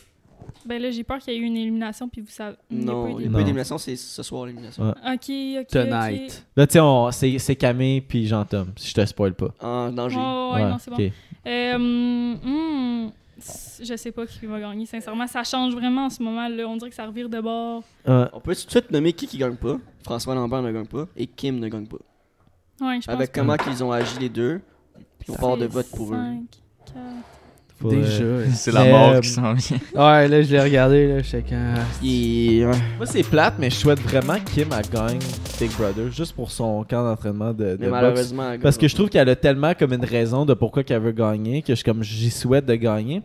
Speaker 2: Ben là, j'ai peur qu'il y ait eu une élimination, puis vous savez... il y a
Speaker 4: Non,
Speaker 2: pas eu
Speaker 4: il n'y
Speaker 1: d'élimination.
Speaker 4: a pas eu d'élimination, c'est ce soir l'élimination.
Speaker 1: Ouais.
Speaker 2: Ok, ok, ok.
Speaker 3: Tonight.
Speaker 1: Là, tu sais, on- c'est c'est Camille puis Jean-Tom, si je te spoil pas.
Speaker 4: En
Speaker 2: Ouais,
Speaker 4: danger.
Speaker 2: ouais, ouais, non, c'est bon.
Speaker 1: ok.
Speaker 2: Euh, hmm, c- je sais pas qui va gagner, sincèrement. Ça change vraiment en ce moment, là. On dirait que ça revire de bord.
Speaker 3: Euh,
Speaker 1: Ouais.
Speaker 4: On peut tout de suite nommer qui qui gagne pas. François Lambert ne gagne pas et Kim ne gagne pas.
Speaker 2: Ouais, je pense
Speaker 4: Avec
Speaker 1: que-
Speaker 4: comment qu'ils ont agi les deux, puis on part de
Speaker 2: C'est
Speaker 4: vote pour eux.
Speaker 2: cinq, quatre.
Speaker 1: Faut,
Speaker 3: déjà.
Speaker 1: euh,
Speaker 5: C'est la
Speaker 1: Mais, euh,
Speaker 5: mort qui s'en vient.
Speaker 3: Ouais, là, je ah. l'ai regardé, là, j'étais quand...
Speaker 4: Et ouais.
Speaker 1: euh, Moi, c'est plate, mais je souhaite vraiment que Kim elle gagne Big Brother juste pour son camp d'entraînement de, de
Speaker 4: Mais
Speaker 1: boxe.
Speaker 4: malheureusement, elle
Speaker 1: Parce que
Speaker 4: gagne.
Speaker 1: je trouve qu'elle a tellement comme une raison de pourquoi qu'elle veut gagner que je suis comme j'y souhaite de gagner.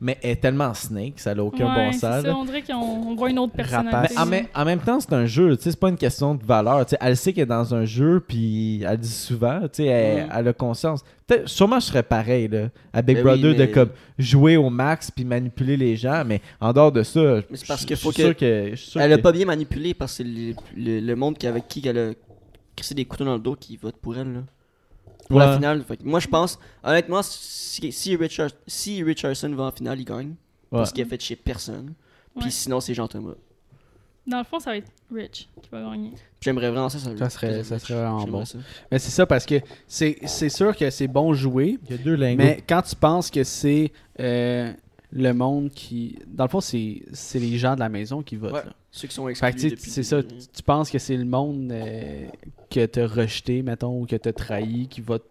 Speaker 1: Mais elle est tellement snake, ça n'a aucun
Speaker 2: Ouais,
Speaker 1: bon
Speaker 2: c'est
Speaker 1: sens.
Speaker 2: ça,
Speaker 1: là.
Speaker 2: on dirait qu'on on voit une autre
Speaker 3: Rapace.
Speaker 1: Mais
Speaker 4: Ah,
Speaker 2: personnalité.
Speaker 1: en, même- en même temps, c'est un jeu, tu sais, c'est pas une question de valeur. tu sais, elle sait qu'elle est dans un jeu, puis elle dit souvent, tu sais, elle,
Speaker 4: Mhm.
Speaker 1: elle a conscience. Peut-être- Sûrement, je serais pareil là, à Big
Speaker 4: Ben oui,
Speaker 1: Brother
Speaker 4: mais-
Speaker 1: de comme jouer au max puis manipuler les gens, mais en dehors de ça,
Speaker 4: Mais c'est parce
Speaker 1: je-
Speaker 4: que
Speaker 1: je
Speaker 4: faut
Speaker 1: suis
Speaker 4: que-
Speaker 1: sûr que. je suis sûr
Speaker 4: Elle a
Speaker 1: que-
Speaker 4: pas bien manipulé parce que c'est le, le- le monde qui- avec qui elle a crisser des couteaux dans le dos qui votent pour elle, là. Pour la
Speaker 1: Ouais.
Speaker 4: finale. Fait que moi, je pense, honnêtement, si, si, Richard, si Richardson va en finale, il gagne. Parce qu'il a fait chez personne. Puis
Speaker 2: Ouais.
Speaker 4: sinon, c'est Jean-Thomas.
Speaker 2: Dans le fond, ça va être Rich qui va gagner.
Speaker 4: J'aimerais vraiment ça. Ça,
Speaker 3: Ça serait- ça serait vraiment
Speaker 4: j'aimerais
Speaker 3: bon.
Speaker 4: ça.
Speaker 3: Mais c'est ça parce que c'est c'est sûr que c'est bon joué,
Speaker 1: Il y a deux lingots.
Speaker 3: mais quand tu penses que c'est euh, le monde qui. Dans le fond, c'est c'est les gens de la maison qui votent.
Speaker 4: Ouais.
Speaker 3: là.
Speaker 4: Ceux qui sont
Speaker 3: Fait que, tu
Speaker 4: exclus.
Speaker 3: sais,
Speaker 4: depuis
Speaker 3: c'est
Speaker 4: le
Speaker 3: ça, tu,
Speaker 4: début.
Speaker 3: tu penses que c'est le monde euh, que t'as rejeté, mettons, ou que t'as trahi, qui vote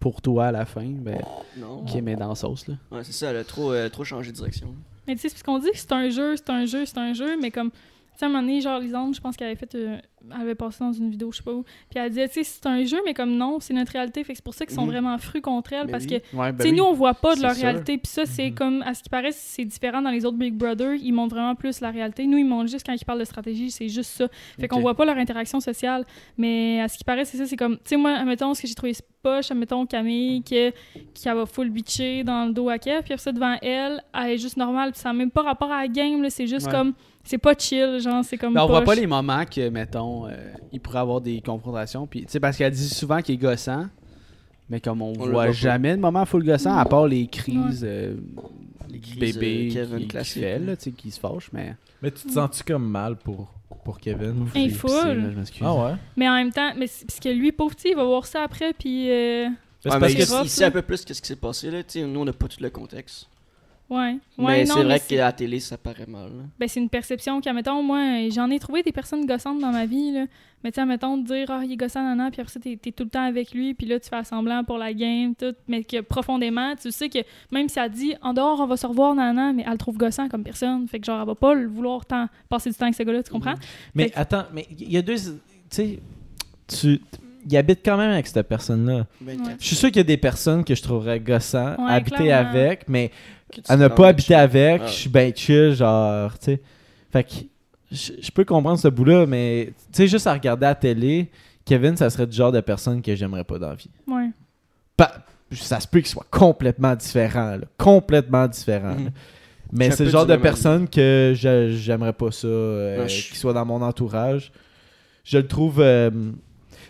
Speaker 3: pour toi à la fin, ben,
Speaker 4: Non.
Speaker 3: qui est mis dans la sauce, là.
Speaker 4: Ouais, c'est ça, elle a trop, euh, trop changé de direction.
Speaker 2: Mais tu sais, c'est parce qu'on dit que c'est un jeu, c'est un jeu, c'est un jeu, mais comme, tu sais, à un moment donné, genre, Lisande, je pense qu'elle avait fait, euh, elle avait passé dans une vidéo, je sais pas où, puis elle disait, tu sais, c'est un jeu, mais comme non, c'est notre réalité, fait que c'est pour ça qu'ils sont
Speaker 4: Mhm.
Speaker 2: vraiment frus contre elle,
Speaker 4: Mais
Speaker 2: parce
Speaker 4: oui.
Speaker 2: que, tu
Speaker 3: Ouais,
Speaker 2: sais, nous, on voit pas de
Speaker 3: Ben C'est
Speaker 2: leur
Speaker 3: sûr.
Speaker 2: réalité, puis ça, c'est
Speaker 1: Mhm.
Speaker 2: comme, à ce qui paraît, c'est différent dans les autres Big Brother, ils montrent vraiment plus la réalité. Nous, ils montrent juste quand ils parlent de stratégie, c'est juste ça. Fait qu'on
Speaker 3: Ok.
Speaker 2: voit pas leur interaction sociale. Mais à ce qui paraît, c'est ça, c'est comme, tu sais, moi, admettons, ce que j'ai trouvé poche, admettons, Camille, que, qui va full bitcher dans le dos à Kev, puis après ça, devant elle, elle est juste normale, puis ça n'a même pas rapport à la game, là, c'est juste
Speaker 3: Ouais.
Speaker 2: comme, c'est pas chill, genre, c'est comme.
Speaker 3: Ben, on voit
Speaker 2: poche.
Speaker 3: pas les moments que, mettons, euh, il pourrait avoir des confrontations. Puis, tu sais, parce qu'elle dit souvent qu'il est gossant, mais comme on,
Speaker 4: le voit
Speaker 3: voit
Speaker 4: pas.
Speaker 3: jamais de moment full gossant, à part les crises, euh,
Speaker 4: Les crises,
Speaker 3: bébés
Speaker 4: euh, Kevin
Speaker 3: qui, qui
Speaker 4: classiques,
Speaker 3: fait,
Speaker 4: là.
Speaker 3: là, tu sais, qui se fâche, mais...
Speaker 1: Mais tu te sens-tu comme mal pour, pour Kevin?
Speaker 2: Hey,
Speaker 3: J'ai
Speaker 2: full.
Speaker 3: pissé, là, je m'excuse.
Speaker 1: Ah ouais?
Speaker 2: Mais en même temps, mais c'est- parce que lui, pauvre petit, il va voir ça après, puis. euh,
Speaker 1: Mais
Speaker 4: Ouais,
Speaker 1: c'est
Speaker 4: mais
Speaker 1: parce
Speaker 4: il,
Speaker 1: que
Speaker 2: c'est rough,
Speaker 4: il sait un
Speaker 2: là.
Speaker 4: peu plus qu'est-ce qui s'est passé. Là. Tu sais, Nous, on n'a pas tout le contexte.
Speaker 2: Ouais,
Speaker 4: mais
Speaker 2: ouais, non,
Speaker 4: c'est vrai
Speaker 2: mais
Speaker 4: qu'à la télé, ça paraît mal. là.
Speaker 2: ben, c'est une perception qu'à mettons moi j'en ai trouvé des personnes gossantes dans ma vie là mais tu sais mettons dire ah il est gossant nanan puis après ça t'es t'es tout le temps avec lui puis là tu fais semblant pour la game tout mais que profondément tu sais que même si elle dit en dehors on va se revoir nanan mais elle le trouve gossant comme personne fait que genre elle va pas le vouloir tant passer du temps avec ce gars-là tu comprends
Speaker 1: Mais
Speaker 2: Fait que-
Speaker 1: attends, mais il y a deux. Tu sais, tu. Il habite quand même avec cette personne-là.
Speaker 4: Ben,
Speaker 2: Ouais.
Speaker 4: quand
Speaker 1: Je suis sûr qu'il y a des personnes que je trouverais gossant
Speaker 2: Ouais,
Speaker 1: à habiter
Speaker 2: clairement.
Speaker 1: avec, mais
Speaker 4: que tu
Speaker 1: à ne
Speaker 4: t'en
Speaker 1: pas
Speaker 4: vas,
Speaker 1: habiter avec,
Speaker 4: Ah.
Speaker 1: je suis ben chill, genre, tu sais. Fait que je je peux comprendre ce bout-là, mais tu sais, juste à regarder à la télé, Kevin, ça serait du genre de personne que j'aimerais pas dans la vie.
Speaker 2: ouais
Speaker 1: Pa- ça se peut qu'il soit complètement différent, là. complètement différent.
Speaker 4: Mhm.
Speaker 1: là. Mais
Speaker 4: Je suis un
Speaker 1: c'est le
Speaker 4: peu
Speaker 1: genre
Speaker 4: du
Speaker 1: de
Speaker 4: même avis.
Speaker 1: personne que je- j'aimerais pas ça, euh,
Speaker 4: Ouais, je-
Speaker 1: qu'il soit dans mon entourage. Je le trouve. euh, tu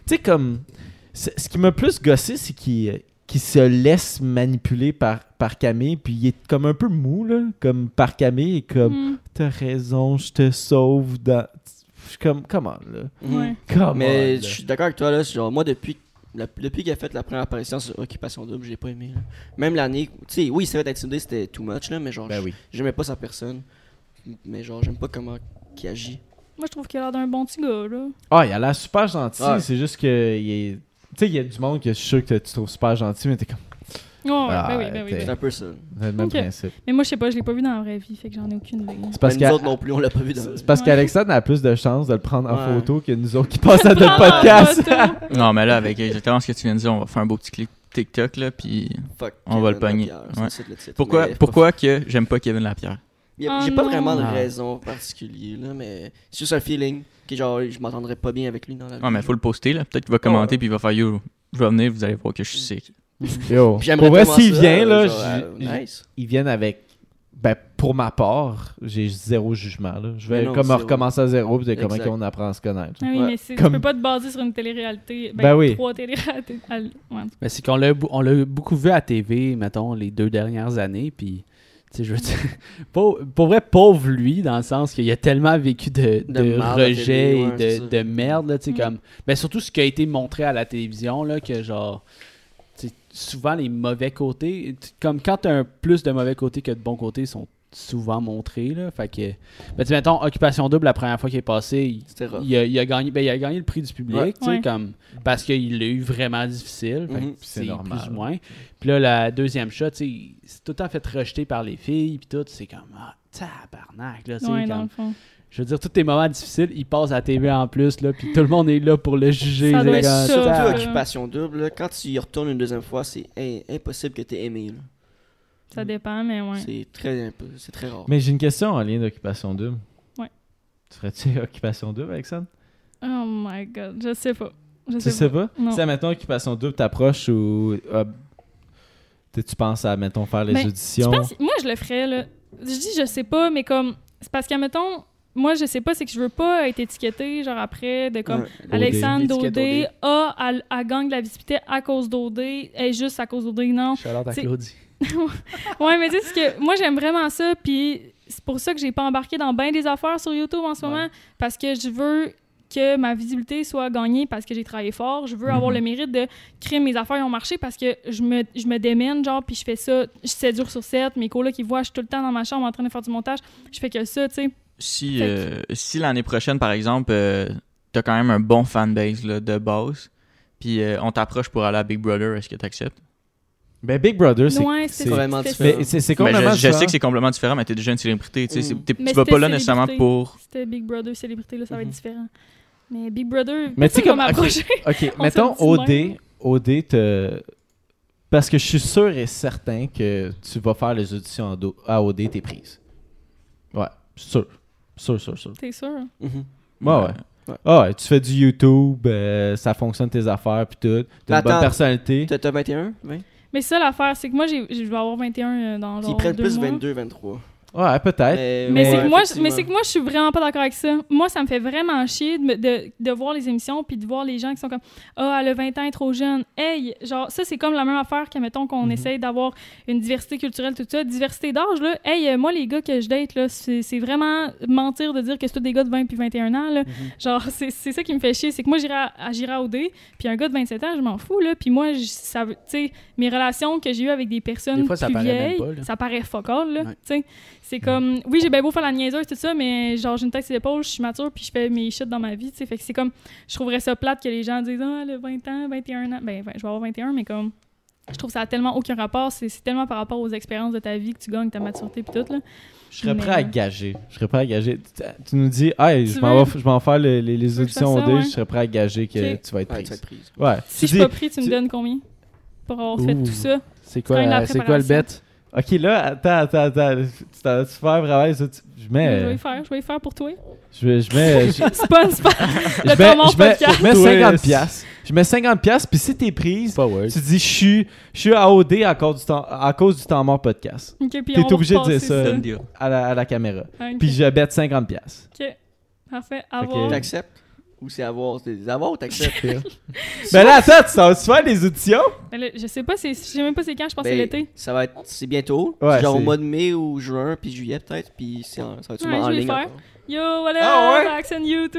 Speaker 1: sais, comme. c'est- Ce qui m'a plus gossé, c'est qu'il euh, qu'il se laisse manipuler par, par Camille, puis il est comme un peu mou, là, comme par Camille, et comme
Speaker 2: Mm.
Speaker 1: T'as raison, je te sauve dans. Je suis comme, comment, là?
Speaker 4: Mhm.
Speaker 2: ouais
Speaker 1: Come
Speaker 4: Mais
Speaker 1: on,
Speaker 4: je
Speaker 1: là.
Speaker 4: suis d'accord avec toi. Là, genre, moi, depuis, la- depuis qu'il a fait la première apparition sur Occupation Double, j'ai pas aimé. là. Même l'année. Tu sais, oui, il s'est fait intimider, c'était too much, là, mais genre,
Speaker 1: Ben oui.
Speaker 4: j'aimais pas sa personne. Mais genre, j'aime pas comment il agit.
Speaker 2: moi je trouve qu'il a l'air d'un bon petit gars là
Speaker 1: Ah, il a l'air super gentil.
Speaker 4: Ouais.
Speaker 1: C'est juste que. il est- Tu sais, il y a du monde que je suis sûr que tu trouves super gentil, mais t'es comme.
Speaker 2: oh,
Speaker 1: Ah,
Speaker 2: ben oui, ben oui, ben oui.
Speaker 1: t'es-
Speaker 4: C'est un peu ça.
Speaker 1: C'est le même
Speaker 2: Ok.
Speaker 1: principe.
Speaker 2: mais moi je sais pas je l'ai pas vu dans la vraie vie fait que j'en ai aucune idée
Speaker 1: C'est
Speaker 4: Parce
Speaker 1: parce
Speaker 4: nous autres
Speaker 1: que.
Speaker 4: non plus, on l'a pas vu dans
Speaker 1: C'est parce
Speaker 2: Ouais.
Speaker 1: qu'Alexandre a plus de chances de le prendre en
Speaker 4: Ouais.
Speaker 1: photo que nous autres qui passons à notre
Speaker 2: Ah,
Speaker 1: podcast.
Speaker 2: photo.
Speaker 5: Non, mais là, avec exactement ce que tu viens de dire, on va faire un beau petit clic TikTok, là, puis...
Speaker 4: Fuck,
Speaker 5: On va le
Speaker 4: Kevin
Speaker 5: pogner.
Speaker 4: Lapierre, c'est
Speaker 5: Ouais.
Speaker 4: ça, le titre.
Speaker 5: Pourquoi,
Speaker 4: Mais-
Speaker 5: pourquoi que j'aime pas Kevin Lapierre?
Speaker 4: Y a-
Speaker 2: Ah
Speaker 4: J'ai pas
Speaker 2: non.
Speaker 4: vraiment de
Speaker 3: Ah.
Speaker 4: raison particulière, là, mais c'est juste un feeling que genre, je m'entendrais pas bien avec lui dans la vie.
Speaker 5: Ouais, mais faut le poster, là. Peut-être qu'il va commenter, puis il va faire « Yo, je vais venir, vous allez voir que je suis sick.
Speaker 1: Yo.
Speaker 4: Puis j'aimerais
Speaker 1: Pour vrai,
Speaker 4: tellement
Speaker 1: s'il
Speaker 4: ça,
Speaker 1: vient,
Speaker 4: euh,
Speaker 1: là,
Speaker 4: genre, euh,
Speaker 1: j- j-
Speaker 4: nice.
Speaker 1: ils viennent avec. Ben, pour ma part, j'ai zéro jugement, là. Je vais
Speaker 4: Mais non,
Speaker 1: comme
Speaker 4: zéro.
Speaker 1: recommencer à zéro, puis c'est comment
Speaker 4: Exact.
Speaker 1: qu'on apprend à se connaître.
Speaker 2: Ah oui,
Speaker 4: Ouais.
Speaker 2: mais c'est-
Speaker 1: Comme-
Speaker 2: tu peux pas te baser sur une télé-réalité. Ben,
Speaker 1: Ben oui.
Speaker 2: Trois télé-réalités. Ah, ouais.
Speaker 3: Mais c'est qu'on l'a, bou- on l'a beaucoup vu à TV, mettons, les deux dernières années, puis... tu sais, Je veux dire, pour, pour vrai, pauvre lui, dans le sens qu'il a tellement vécu de,
Speaker 4: De
Speaker 3: de
Speaker 4: merde à
Speaker 3: rejet
Speaker 4: TV,
Speaker 3: et
Speaker 4: ouais, c'est
Speaker 3: de,
Speaker 4: ça.
Speaker 3: de merde, là, tu sais,
Speaker 2: Mm.
Speaker 3: comme... Mais surtout ce qui a été montré à la télévision, là, que genre... tu sais, Souvent, les mauvais côtés, tu- comme quand t'as un plus de mauvais côtés que de bons côtés, sont souvent montrés, là, fait que... Ben, tu sais, mettons, Occupation Double, la première fois qu'il est passé, il-
Speaker 4: C'était rough.
Speaker 3: il a, il a gagné, ben, il a gagné le prix du public,
Speaker 4: Ouais.
Speaker 3: tu sais,
Speaker 2: Ouais.
Speaker 3: comme, parce qu'il l'a eu vraiment difficile. fait que
Speaker 4: Mhm.
Speaker 1: C'est
Speaker 3: c'est
Speaker 1: normal.
Speaker 3: Plus ou moins. Puis là, la deuxième shot, tu sais, il s'est tout le temps fait rejeter par les filles, puis tout, c'est comme, ah, tabarnak, là, tu sais,
Speaker 2: Ouais, dans
Speaker 3: comme-
Speaker 2: le fond.
Speaker 3: je veux dire, tous tes moments difficiles, il passe à la TV en plus, là, puis tout le monde est là pour le juger.
Speaker 2: Ça
Speaker 3: c'est
Speaker 2: doit être
Speaker 3: comme,
Speaker 2: ça.
Speaker 4: Surtout
Speaker 2: Ah.
Speaker 4: occupation double, là, quand tu y retournes une deuxième fois, c'est im- impossible que t'aies aimé. là.
Speaker 2: Ça dépend, mais ouais.
Speaker 4: Mm. C'est très impo- c'est très rare.
Speaker 1: Mais j'ai une question en lien d'occupation double.
Speaker 2: Ouais.
Speaker 1: Tu ferais-tu occupation double, Alexandre?
Speaker 2: Oh my god, je sais pas. Je
Speaker 1: Tu sais pas?
Speaker 2: Non.
Speaker 1: Si, admettons, occupation double, t'approches ou. ah, tu tu penses à, mettons, faire les
Speaker 2: Ben,
Speaker 1: auditions.
Speaker 2: Je pense- moi, je le ferais, là. Je dis, je sais pas, mais comme. C'est parce qu'à mettons, moi, je sais pas, c'est que je veux pas être étiquetée, genre après, de comme
Speaker 4: Ouais.
Speaker 2: Alexandre
Speaker 6: Étiquette
Speaker 2: Daudé,
Speaker 6: OD.
Speaker 2: ah, elle, elle gagne de la visibilité à cause d'Audé, et juste à cause d'Audé, non.
Speaker 6: Charlotte à
Speaker 2: C'est-
Speaker 6: Claudie.
Speaker 2: Ouais, mais tu sais, c'est que moi, j'aime vraiment ça, puis c'est pour ça que j'ai pas embarqué dans bien des affaires sur YouTube en ce moment, parce que je veux que ma visibilité soit gagnée parce que j'ai travaillé fort. Je veux avoir
Speaker 1: Mhm.
Speaker 2: le mérite de créer mes affaires ils ont marché parce que je me, je me démène, genre, puis je fais ça, je sais dur sur 7, mes colocs, ils voient, je suis tout le temps dans ma chambre en train de faire du montage, je fais que ça, tu sais.
Speaker 5: Si,
Speaker 2: Fait
Speaker 5: euh, si l'année prochaine, par exemple, euh, t'as quand même un bon fanbase là, de base, puis euh, on t'approche pour aller à Big Brother, est-ce que t'acceptes?
Speaker 1: Ben, Big Brother, c'est.
Speaker 2: Ouais, c'est
Speaker 1: c'est-
Speaker 4: vraiment
Speaker 2: c'était-
Speaker 4: différent.
Speaker 1: Mais c'est- c'est
Speaker 5: Ben,
Speaker 1: complètement
Speaker 5: je, je sais
Speaker 1: différent.
Speaker 5: que c'est complètement différent, mais t'es déjà une célébrité. tu sais, c'est-
Speaker 4: Mm.
Speaker 5: t'es-
Speaker 2: Mais
Speaker 5: Tu vas pas
Speaker 2: c'était
Speaker 5: là nécessairement
Speaker 2: célébrité.
Speaker 5: pour.
Speaker 2: C'était Big Brother, célébrité, là, ça va
Speaker 5: Mhm.
Speaker 2: être différent. Mais Big Brother,
Speaker 1: Mais
Speaker 2: mais
Speaker 1: tu sais
Speaker 2: tu comme
Speaker 1: comme- ok.
Speaker 2: approcher.
Speaker 1: Ok,
Speaker 2: On
Speaker 1: mettons
Speaker 2: se le dit
Speaker 1: OD. OD te. Parce que je suis sûr et certain que tu vas faire les auditions en do- à OD, t'es prise. Ouais, sûr. Sûr, sûr, sûr.
Speaker 2: T'es sûr?
Speaker 4: Mhm.
Speaker 1: Ouais, ouais.
Speaker 4: Ouais.
Speaker 1: Ah ouais, tu fais du YouTube, euh, ça fonctionne tes affaires, puis tout. T'as
Speaker 4: Mais
Speaker 1: une bonne
Speaker 4: attends,
Speaker 1: personnalité.
Speaker 4: T'as t'as 21, 20?
Speaker 2: Mais ça, l'affaire, c'est que moi, j'ai- je vais avoir 21 euh, dans
Speaker 4: Ils
Speaker 2: genre
Speaker 4: prennent
Speaker 2: deux
Speaker 4: plus
Speaker 2: mois.
Speaker 4: 22, 23.
Speaker 1: Ouais, peut-être. Ouais,
Speaker 2: Mais, c'est que moi, je-
Speaker 4: effectivement.
Speaker 2: mais c'est que moi, je suis vraiment pas d'accord avec ça. Moi, ça me fait vraiment chier de, me- de, de voir les émissions puis de voir les gens qui sont comme Ah, elle a 20 ans, elle est trop jeune. Hey, genre, ça, c'est comme la même affaire que, mettons, qu'on essaye d'avoir une diversité culturelle, tout ça. Diversité d'âge, là. Hey, euh, moi, les gars que je date, là, c'est c'est vraiment mentir de dire que c'est tous des gars de 20 puis 21 ans, là. Genre, c'est c'est ça qui me fait chier. C'est que moi, j'irai à, à j'irai au dé, puis un gars de 27 ans, je m'en fous, là. Puis moi, je- ça veut- tu sais, mes relations que j'ai eues avec des personnes
Speaker 6: Des fois, ça
Speaker 2: plus
Speaker 6: paraît même
Speaker 2: vieilles,
Speaker 6: pas, là.
Speaker 2: ça paraît fuck all, là.
Speaker 6: Ouais.
Speaker 2: Tu sais, c'est comme, oui, j'ai bien beau faire la niaiseuse, tout ça, mais genre, j'ai une tête sur l'épaule, je suis mature, puis je fais mes shit dans ma vie, tu sais. Fait que c'est comme, je trouverais ça plate que les gens disent, ah, le 20 ans, 21 ans. Ben, ben, je vais avoir 21, mais comme, je trouve ça a tellement aucun rapport. C'est c'est tellement par rapport aux expériences de ta vie que tu gagnes ta maturité, puis tout, là.
Speaker 1: Je serais
Speaker 2: Mais-
Speaker 1: prêt à gager. Je serais prêt à gager. Tu, tu nous dis, hey,
Speaker 2: Tu
Speaker 1: je m'en
Speaker 2: veux-
Speaker 1: vais f- je m'en vais faire les, les- les
Speaker 2: veux que je
Speaker 1: auditions
Speaker 2: fasse
Speaker 1: OD,
Speaker 2: ça, ouais?
Speaker 1: je serais prêt à gager que
Speaker 2: Ok.
Speaker 1: tu vas être
Speaker 4: Ouais, tu vas
Speaker 1: prise.
Speaker 4: être prise.
Speaker 1: Ouais. Tu
Speaker 2: Si je suis
Speaker 1: dis-
Speaker 2: pas pris, tu me
Speaker 1: tu-
Speaker 2: donnes combien pour avoir fait
Speaker 6: Ouh.
Speaker 2: tout ça?
Speaker 6: C'est
Speaker 2: quand même
Speaker 6: quoi,
Speaker 2: la
Speaker 6: euh, c'est quoi le bet?
Speaker 1: Ok, là, attends, attends, attends. Tu t'en tu faire vraiment les audi- Je mets.
Speaker 2: Je vais
Speaker 1: euh,
Speaker 2: y faire, je vais y faire pour toi.
Speaker 1: Je, vais- je mets. Je,
Speaker 2: Sponsor.
Speaker 1: je
Speaker 2: Le
Speaker 1: mets,
Speaker 2: Tom Hall
Speaker 1: je mets,
Speaker 2: podcast.
Speaker 1: je mets
Speaker 6: Twist.
Speaker 1: 50 piastres. Je mets 50 piastres, puis si t'es prise,
Speaker 6: Pas word.
Speaker 1: tu dis, je suis, je suis à OD à cause du temps, à cause du temps mort podcast.
Speaker 2: Ok, puis
Speaker 1: T'es
Speaker 2: on va
Speaker 1: obligé de dire
Speaker 2: repasser
Speaker 1: ça.
Speaker 5: Done deal.
Speaker 1: À la, à la caméra.
Speaker 2: Ok.
Speaker 1: Puis je bête 50 piastres.
Speaker 2: Ok. Parfait.
Speaker 1: que-
Speaker 2: Avoir.
Speaker 4: T'acceptes? Ou c'est avoir? C'est des avoir ou t'acceptes?
Speaker 1: Ben là, attends, tu t'en vas faire les auditions?
Speaker 2: Mais là, je sais pas, c'est- je sais même pas c'est quand, je pense
Speaker 4: Ben,
Speaker 2: que c'est l'été.
Speaker 4: Ça va être, c'est bientôt.
Speaker 1: Ouais,
Speaker 4: genre au
Speaker 1: c'est-
Speaker 4: mois de mai ou juin, puis juillet peut-être, puis c'est en- ça va être sûrement
Speaker 2: Ouais, je
Speaker 4: en
Speaker 2: vais
Speaker 4: ligne.
Speaker 2: faire.
Speaker 4: encore.
Speaker 2: Yo, voilà,
Speaker 1: Ah ouais?
Speaker 2: Jackson YouTube.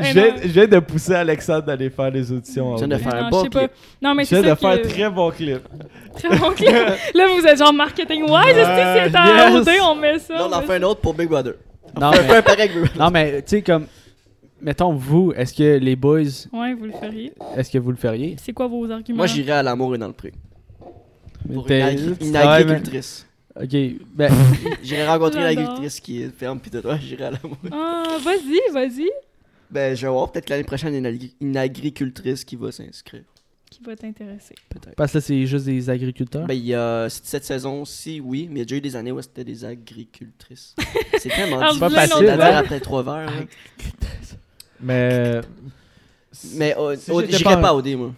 Speaker 1: Je
Speaker 2: Eh
Speaker 1: viens,
Speaker 2: non.
Speaker 1: je viens de pousser Alexandre d'aller faire les auditions. en
Speaker 4: Je viens de
Speaker 1: vrai.
Speaker 4: faire un
Speaker 2: Non,
Speaker 4: bon
Speaker 2: je sais pas.
Speaker 4: clip.
Speaker 2: Non, mais
Speaker 1: Je
Speaker 2: c'est
Speaker 1: viens
Speaker 2: ça
Speaker 1: de faire un
Speaker 2: que-
Speaker 1: très bon clip.
Speaker 2: très bon clip. Là, vous êtes genre marketing wise. Est-ce que c'est
Speaker 1: Ah,
Speaker 2: à
Speaker 1: yes.
Speaker 2: OD, on met ça?
Speaker 4: Là, on
Speaker 2: on
Speaker 4: en
Speaker 2: met
Speaker 4: fait un autre pour Big Brother.
Speaker 1: Ah,
Speaker 6: Non,
Speaker 4: On fait
Speaker 6: mais,
Speaker 4: un pareil avec Big Brother.
Speaker 6: non, mais tu sais, comme. Mettons, vous, est-ce que les boys,
Speaker 2: ça. Ouais, vous le feriez.
Speaker 6: est-ce que vous le feriez?
Speaker 2: C'est quoi vos arguments?
Speaker 4: Moi, j'irai à l'amour et dans le pré. Pour une,
Speaker 6: T'es-
Speaker 4: agri- une
Speaker 6: Ouais, mais-
Speaker 4: agricultrice.
Speaker 6: Ok, ben,
Speaker 4: J'irai rencontrer
Speaker 2: J'adore.
Speaker 4: l'agricultrice qui est ferme, puis de toi, j'irai à l'amour.
Speaker 2: Ah, vas-y, vas-y.
Speaker 4: Ben, je vais voir. Peut-être que l'année prochaine, il y a une agri- une agricultrice qui va s'inscrire.
Speaker 2: Qui va t'intéresser?
Speaker 4: Peut-être.
Speaker 6: parce que là, c'est juste des agriculteurs.
Speaker 1: Ah.
Speaker 4: Ben, il y a cette saison-ci, oui, mais il y a déjà eu des années où c'était des agricultrices. C'est tellement
Speaker 2: Ah,
Speaker 4: difficile
Speaker 6: pas
Speaker 4: à
Speaker 6: facile,
Speaker 4: dire
Speaker 6: hein?
Speaker 4: après trois verres. là.
Speaker 1: Ah, Mais.
Speaker 4: Mais euh,
Speaker 1: Si
Speaker 4: au-
Speaker 1: j'étais pas
Speaker 4: j'irais
Speaker 1: un-
Speaker 4: pas au dé, moi.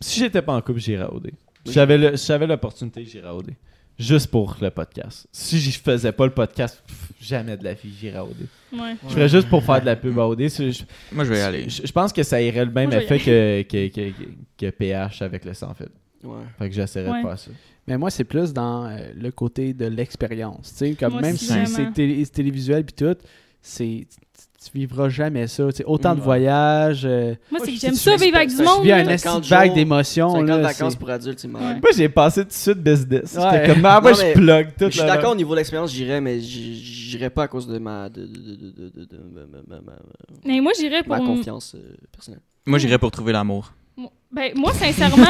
Speaker 1: Si j'étais pas en couple, j'irais à OD. Si
Speaker 4: Oui.
Speaker 1: j'avais le- si j'avais l'opportunité, j'irais à OD. Juste pour le podcast. Si je faisais pas le podcast, pff, jamais de la vie, j'irais à OD.
Speaker 2: Ouais.
Speaker 1: Je ferais juste pour faire de la pub à OD. Si Je,
Speaker 5: Moi, je vais y aller.
Speaker 1: je- je pense que ça irait le même
Speaker 2: Moi, je vais
Speaker 1: effet que, que, que, que- que PH avec le sans fil.
Speaker 4: Ouais.
Speaker 1: Fait que j'essaierais
Speaker 2: Ouais.
Speaker 1: de faire ça.
Speaker 6: Mais moi, c'est plus dans euh, le côté de l'expérience. Tu sais, comme
Speaker 2: Moi
Speaker 6: même
Speaker 2: aussi,
Speaker 6: si
Speaker 2: vraiment.
Speaker 6: c'est télé- c'est télévisuel puis tout, c'est tu- tu vivras jamais ça. Tu sais, autant de
Speaker 1: Mm.
Speaker 6: voyages, euh,
Speaker 2: Moi, c'est
Speaker 4: je-
Speaker 2: que j'aime
Speaker 4: tu
Speaker 2: ça,
Speaker 4: m'expliques-
Speaker 2: vivre avec du
Speaker 4: tu
Speaker 2: monde.
Speaker 6: tu vis un
Speaker 2: là.
Speaker 6: esti de
Speaker 4: 50
Speaker 6: vague
Speaker 4: jours,
Speaker 6: d'émotions.
Speaker 4: 50
Speaker 6: là,
Speaker 4: vacances
Speaker 6: c'est-
Speaker 4: pour adultes, c'est
Speaker 2: Ouais.
Speaker 4: marrant.
Speaker 1: Moi, j'ai passé tout de suite business.
Speaker 6: Ouais.
Speaker 1: J'étais comme, ah, moi,
Speaker 4: Non, mais-
Speaker 1: je plug tout.
Speaker 4: Je suis
Speaker 1: le-
Speaker 4: d'accord au niveau de l'expérience, j'irais, mais j- j'irais pas à cause de ma, de, de- de- de- de- de- de- ma- ma- ma-
Speaker 2: Mais moi, j'irais pour.
Speaker 4: ma confiance euh, personnelle.
Speaker 5: Moi, j'irais pour trouver l'amour.
Speaker 2: Ben, moi, sincèrement.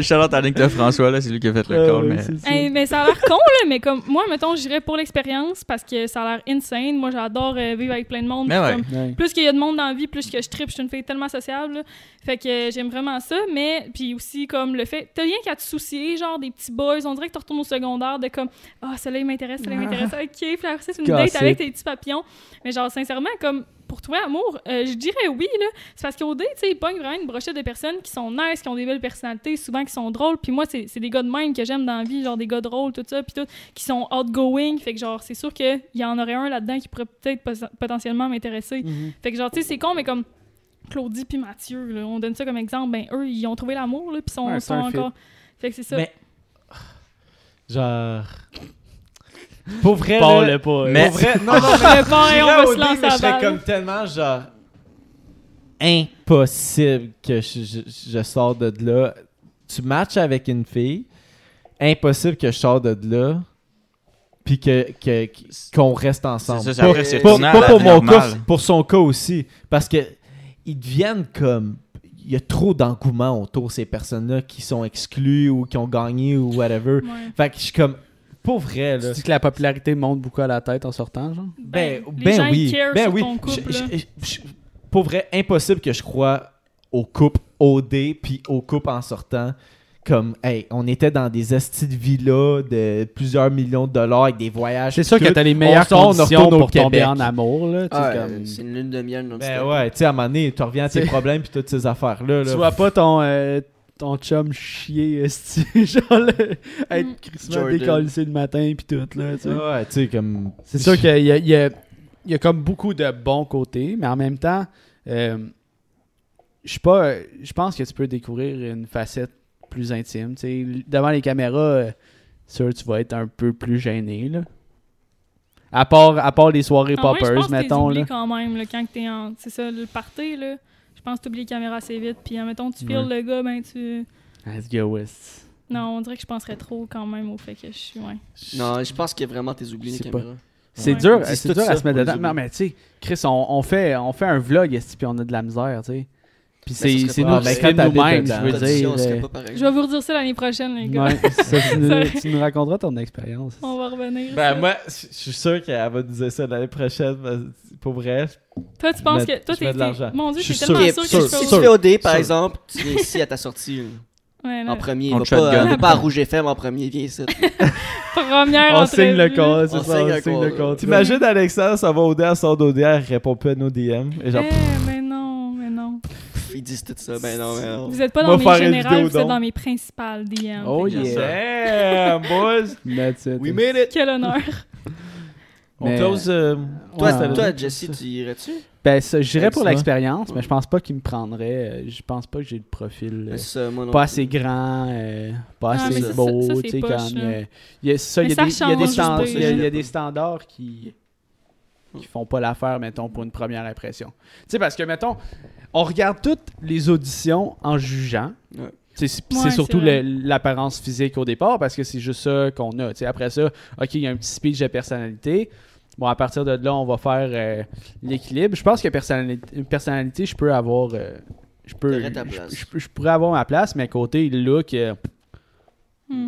Speaker 5: Charlotte à de François, là, c'est lui qui a fait le
Speaker 1: Ah,
Speaker 5: call.
Speaker 1: ouais,
Speaker 5: mais...
Speaker 1: c'est ça.
Speaker 2: Hey, mais ça a l'air con, là, mais comme moi, mettons, j'irais pour l'expérience parce que ça a l'air insane. Moi, j'adore euh, vivre avec plein de monde.
Speaker 5: Mais
Speaker 2: puis
Speaker 5: ouais.
Speaker 2: comme,
Speaker 6: Ouais.
Speaker 2: plus qu'il y a de monde dans la vie, plus que je tripe. Je suis une fille tellement sociable. là. Fait que euh, j'aime vraiment ça. Mais puis aussi, comme le fait, t'as rien qu'à te soucier, genre des petits boys. On dirait que tu retournes au secondaire de comme, ah, celle-là, il m'intéresse, celle-là, il m'intéresse. Ok, puis après ça, c'est une date
Speaker 6: Gossip.
Speaker 2: avec tes petits papillons. Mais genre, sincèrement, comme pour trouver amour, euh, je dirais oui. là. C'est parce qu'au dé, tu sais, ils pognent vraiment une brochette de personnes qui sont nice, qui ont des belles personnalités, souvent qui sont drôles. Puis moi, c'est c'est des gars de même que j'aime dans la vie, genre des gars drôles, tout ça, puis tout, qui sont outgoing. Fait que genre, c'est sûr qu'il y en aurait un là-dedans qui pourrait peut-être pos- potentiellement m'intéresser. Fait que genre, tu sais, c'est con, mais comme Claudie puis Mathieu, là, on donne ça comme exemple, ben eux, ils ont trouvé l'amour, là, puis sont,
Speaker 3: Ouais, c'est
Speaker 2: sont
Speaker 3: un fit.
Speaker 2: encore. Fait que c'est ça.
Speaker 1: Mais- Genre. Pour vrai. là,
Speaker 3: Parle pas.
Speaker 5: Mais-
Speaker 1: Pour vrai. Non, non, mais.
Speaker 2: Mais bon, hey,
Speaker 1: j'irais
Speaker 2: on va
Speaker 1: au
Speaker 2: se
Speaker 1: dé,
Speaker 2: lancer
Speaker 1: mais je
Speaker 2: à
Speaker 1: serais
Speaker 2: balle.
Speaker 1: comme tellement genre. Impossible que je, je- je sors de là. Tu matches avec une fille. Impossible que je sors de là. Puis que, que- qu'on reste ensemble.
Speaker 5: C'est ça,
Speaker 1: Pas-
Speaker 5: après, c'est
Speaker 1: pas,
Speaker 5: tournant,
Speaker 1: pas
Speaker 5: là,
Speaker 1: pour mon
Speaker 5: normal.
Speaker 1: cas, pour son cas aussi. Parce que ils deviennent comme. Il y a trop d'engouement autour de ces personnes-là qui sont exclues ou qui ont gagné ou whatever.
Speaker 2: Ouais.
Speaker 1: Fait que je suis comme. Pour vrai, là.
Speaker 3: Tu dis que la popularité monte beaucoup à la tête en sortant, genre?
Speaker 1: Ben,
Speaker 2: les
Speaker 1: ben
Speaker 2: gens, ils
Speaker 1: oui.
Speaker 2: carent
Speaker 1: ben
Speaker 2: sur
Speaker 1: oui.
Speaker 2: ton couple,
Speaker 1: Je-
Speaker 2: là.
Speaker 1: je- je- je- pour vrai, impossible que je croie au couple au dé puis au couple en sortant. Comme, hey, on était dans des astis de villas de plusieurs millions de dollars avec des voyages.
Speaker 3: C'est sûr
Speaker 1: puis
Speaker 3: que
Speaker 1: tout.
Speaker 3: t'as les meilleures
Speaker 1: sort, on
Speaker 3: conditions
Speaker 1: retourne au
Speaker 3: pour tomber
Speaker 1: Québec.
Speaker 3: en amour, là. tu sais,
Speaker 4: Ah,
Speaker 3: comme-
Speaker 4: euh, C'est une lune de miel, non
Speaker 1: Ben ouais, tu sais, à un moment donné, tu reviens à tes
Speaker 3: C'est-
Speaker 1: problèmes puis toutes ces affaires-là.
Speaker 3: Tu
Speaker 1: là.
Speaker 3: vois pas ton, euh, ton chum chier, esti, genre, le-
Speaker 2: Mm.
Speaker 3: être crissement
Speaker 4: Jordan.
Speaker 3: décalissé le matin pis tout, là, tu sais.
Speaker 1: Ouais, tu sais, comme.
Speaker 3: C'est sûr qu'il y a, il y a- il y a comme beaucoup de bons côtés, mais en même temps, euh, je suis pas, euh, je pense que tu peux découvrir une facette plus intime. Tu sais, l- devant les caméras, euh, sûr, tu vas être un peu plus gêné. Là. À, part, à part les soirées
Speaker 2: En vrai, Ah je pense
Speaker 3: poppers,
Speaker 2: que t'es
Speaker 3: mettons.
Speaker 2: oublié
Speaker 3: Là.
Speaker 2: quand même, là, quand que t'es en. C'est ça, le party, là. Je pense que t'oublies les caméras assez vite. Puis, admettons, tu files le gars, ben tu.
Speaker 3: Let's go, West.
Speaker 2: Non, on dirait que je penserais trop quand même au fait que je suis. Ouais.
Speaker 4: Non, je pense que vraiment t'es oublié
Speaker 3: Je
Speaker 4: les
Speaker 3: sais pas.
Speaker 4: caméras.
Speaker 3: C'est
Speaker 2: Ouais.
Speaker 3: dur,
Speaker 4: Dis
Speaker 3: c'est
Speaker 4: tout
Speaker 3: dur
Speaker 4: ça,
Speaker 3: à se mettre
Speaker 4: on les
Speaker 3: dedans. Non,
Speaker 4: oublie.
Speaker 3: mais tu sais, Chris, on, on fait, on fait un vlog, esti, puis on a de la misère, tu sais. Puis
Speaker 4: Mais ça
Speaker 3: c'est
Speaker 4: serait
Speaker 3: c'est
Speaker 4: pas-
Speaker 3: nous
Speaker 4: Ah, ben,
Speaker 3: qui
Speaker 1: quand
Speaker 3: filmons
Speaker 1: t'habites
Speaker 3: nous-mêmes,
Speaker 1: dedans,
Speaker 3: je veux
Speaker 4: T'as dit,
Speaker 3: dire.
Speaker 4: on serait
Speaker 3: euh,
Speaker 4: pas pareil.
Speaker 2: Je vais vous redire ça l'année prochaine, les gars.
Speaker 3: ouais, ça, tu, nous,
Speaker 2: Sorry.
Speaker 3: tu nous raconteras ton expérience.
Speaker 2: On va revenir.
Speaker 1: Ben
Speaker 2: ça.
Speaker 1: moi, je je suis sûr qu'elle va nous dire ça l'année prochaine. parce que Pour vrai,
Speaker 2: toi, tu penses
Speaker 1: mets-
Speaker 2: que.
Speaker 1: ben,
Speaker 2: Toi,
Speaker 1: je mets
Speaker 2: t'es.
Speaker 1: de l'argent.
Speaker 2: t'es- Mon dieu,
Speaker 1: Je
Speaker 2: t'es
Speaker 1: suis
Speaker 2: tellement
Speaker 1: sûr,
Speaker 2: sûr que
Speaker 1: sûr,
Speaker 2: tu
Speaker 4: Si
Speaker 2: fais
Speaker 4: tu
Speaker 1: sûr.
Speaker 2: autre-
Speaker 4: fais OD, par
Speaker 1: Sûr.
Speaker 4: exemple, tu viens ici à ta sortie là,
Speaker 2: Ouais, là,
Speaker 4: en premier.
Speaker 5: On
Speaker 4: Va
Speaker 5: shotgun.
Speaker 4: pas, va pas à Rouge FM en premier, viens ici.
Speaker 2: Première
Speaker 3: on signe le
Speaker 2: entrevue.
Speaker 3: code, c'est
Speaker 4: On
Speaker 3: ça,
Speaker 4: signe
Speaker 3: on
Speaker 4: le
Speaker 3: signe le
Speaker 4: code.
Speaker 3: code.
Speaker 1: T'imagines Alexandre, ça va au dé, elle sort d'au dé, elle répond pas à nos DM. Et genre,
Speaker 2: Eh, mais non, mais non.
Speaker 4: Ils disent tout ça, ben non, ben non.
Speaker 2: Vous êtes pas
Speaker 1: On va
Speaker 2: dans mes
Speaker 1: faire une
Speaker 2: générales,
Speaker 1: vidéo,
Speaker 2: vous êtes
Speaker 1: donc.
Speaker 2: dans mes principales DM.
Speaker 3: Oh
Speaker 2: Fait que-
Speaker 3: yeah.
Speaker 1: Eh, Damn, boys!
Speaker 3: That's it.
Speaker 1: We made it!
Speaker 2: Quel honneur.
Speaker 1: On
Speaker 3: Mais-
Speaker 1: close. euh,
Speaker 4: Toi,
Speaker 3: Ouais.
Speaker 4: toi Jesse, tu irais-tu?
Speaker 3: Ben, ça, j'irais pour
Speaker 1: Excellent.
Speaker 3: l'expérience, mais je pense pas qu'il me prendrait. euh, Je pense pas que j'ai le profil. euh,
Speaker 4: C'est ça, moi non.
Speaker 3: pas assez grand, euh, pas
Speaker 2: Ah,
Speaker 3: assez
Speaker 4: mais ça,
Speaker 3: beau,
Speaker 2: ça, ça, c'est
Speaker 3: tu sais,
Speaker 2: poche,
Speaker 3: comme...
Speaker 2: là.
Speaker 3: euh, Il y a, ça, il y a
Speaker 2: Mais
Speaker 3: des,
Speaker 2: ça
Speaker 3: il y a des
Speaker 2: change,
Speaker 3: standards,
Speaker 2: je
Speaker 3: il y a- il y a
Speaker 4: sais
Speaker 3: des
Speaker 4: pas.
Speaker 3: standards qui, qui font pas l'affaire, mettons, pour une première impression. Tu sais, parce que, mettons, on regarde toutes les auditions en jugeant.
Speaker 4: Ouais.
Speaker 3: Tu sais, C'est
Speaker 2: Ouais,
Speaker 3: c'est
Speaker 2: c'est
Speaker 3: surtout
Speaker 2: vrai.
Speaker 3: le- l'apparence physique au départ, parce que c'est juste ça qu'on a. Tu sais, après ça, OK, il y a un petit speech de personnalité. Bon, à partir de là, on va faire euh, l'équilibre. Je pense que personnalité, personnalité je peux avoir... euh, je peux,
Speaker 4: T'aurais ta
Speaker 3: je-
Speaker 4: place.
Speaker 3: je, peux- je pourrais avoir ma place, mais côté look, euh,
Speaker 2: Hmm.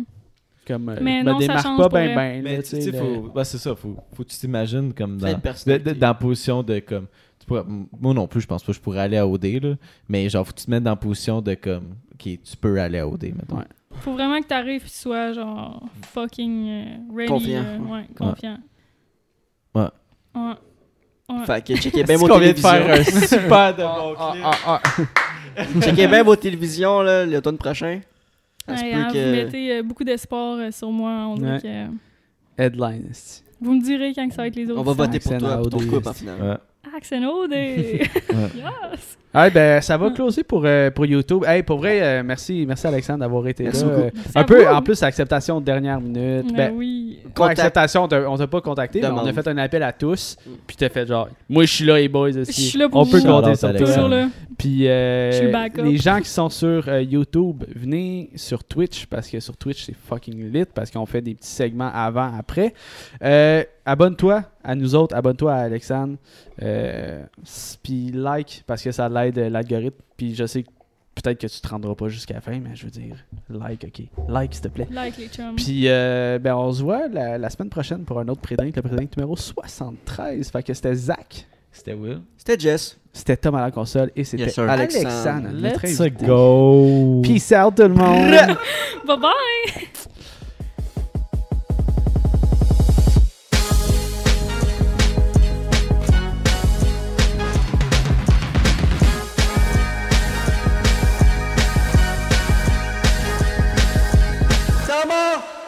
Speaker 3: comme euh,
Speaker 2: Mais
Speaker 3: je me
Speaker 2: non, ça
Speaker 3: démarque
Speaker 2: change
Speaker 3: pas
Speaker 2: pour
Speaker 3: ben
Speaker 2: vrai.
Speaker 3: ben
Speaker 1: Mais
Speaker 3: là,
Speaker 1: tu sais,
Speaker 3: le-
Speaker 1: faut- bah, c'est ça, faut, faut que tu t'imagines comme
Speaker 4: Plein de
Speaker 1: dans, de-
Speaker 4: personnalités.
Speaker 1: de- dans la position de comme. tu pourrais- moi non plus, je pense pas que je pourrais aller à OD, là, mais genre, faut que tu te mettes dans la position de comme. Ok, tu peux aller à OD, mettons.
Speaker 3: Ouais.
Speaker 2: Faut vraiment que t'arrives et tu sois genre fucking euh, ready.
Speaker 4: Confiant,
Speaker 2: euh, ouais, confiant.
Speaker 1: Ouais.
Speaker 2: Ouais. Ouais.
Speaker 4: Fait que checkez bien vos
Speaker 1: qu'on vient de
Speaker 4: télévisions.
Speaker 1: faire un super de bon
Speaker 4: Ah,
Speaker 1: clip.
Speaker 4: Checkez bien vos télévisions là, l'automne prochain. Ça se
Speaker 2: Ouais,
Speaker 4: peut
Speaker 2: hein, Vous
Speaker 4: que.
Speaker 2: mettez euh, beaucoup d'espoir euh, sur moi. On dirait
Speaker 3: Ouais.
Speaker 2: que-
Speaker 3: headline esti.
Speaker 2: Vous me direz quand que ça va être les autres. Ah,
Speaker 4: On va
Speaker 2: sons.
Speaker 4: voter pour
Speaker 3: Accent à
Speaker 4: toi, pour ton
Speaker 3: OD,
Speaker 4: couple en
Speaker 3: c'est-
Speaker 4: finale.
Speaker 1: Ouais.
Speaker 2: Action OD! yes!
Speaker 3: Ah, ben ça va closer pour euh, pour YouTube. Hey, pour vrai euh, merci merci Alexandre d'avoir été
Speaker 4: Merci
Speaker 3: là.
Speaker 4: beaucoup.
Speaker 3: Euh,
Speaker 2: Merci à
Speaker 3: un peu
Speaker 2: vous.
Speaker 3: en plus acceptation de dernière minute.
Speaker 2: Ben,
Speaker 3: Ben,
Speaker 2: oui.
Speaker 3: pas
Speaker 4: Contact.
Speaker 3: acceptation, on t'a- on t'a pas contacté, mais on a
Speaker 4: Demande. Mm.
Speaker 3: fait un appel à tous, puis t'as fait genre, moi je suis là les boys
Speaker 2: Je
Speaker 3: aussi.
Speaker 2: suis là pour
Speaker 3: on
Speaker 2: vous.
Speaker 3: peut
Speaker 1: Shout out,
Speaker 3: compter sur
Speaker 1: Alexandre.
Speaker 3: toi.
Speaker 2: Toujours là.
Speaker 3: Puis euh,
Speaker 2: Je suis le backup.
Speaker 3: les gens qui sont sur euh, YouTube, venez sur Twitch parce que sur Twitch c'est fucking lit parce qu'on fait des petits segments avant, après. Euh, abonne-toi à nous autres, abonne-toi à Alexandre. Euh, s- puis like parce que ça l'aide euh, l'algorithme. Puis je sais que peut-être que tu te rendras pas jusqu'à la fin, mais je veux dire, like, ok. Like s'il te plaît.
Speaker 2: Like les chums.
Speaker 3: Puis euh, ben, on se voit la, la semaine prochaine pour un autre prédrink, le prédrink numéro 73. Fait que c'était Zach,
Speaker 1: C'était Will.
Speaker 4: C'était Jess.
Speaker 3: c'était Tom à la console et c'était
Speaker 5: Yes, sir.
Speaker 3: Alexandre.
Speaker 4: Alexandre.
Speaker 3: notre
Speaker 1: Let's
Speaker 3: invité.
Speaker 1: go.
Speaker 3: Peace out tout le monde.
Speaker 2: Bye bye!
Speaker 4: mort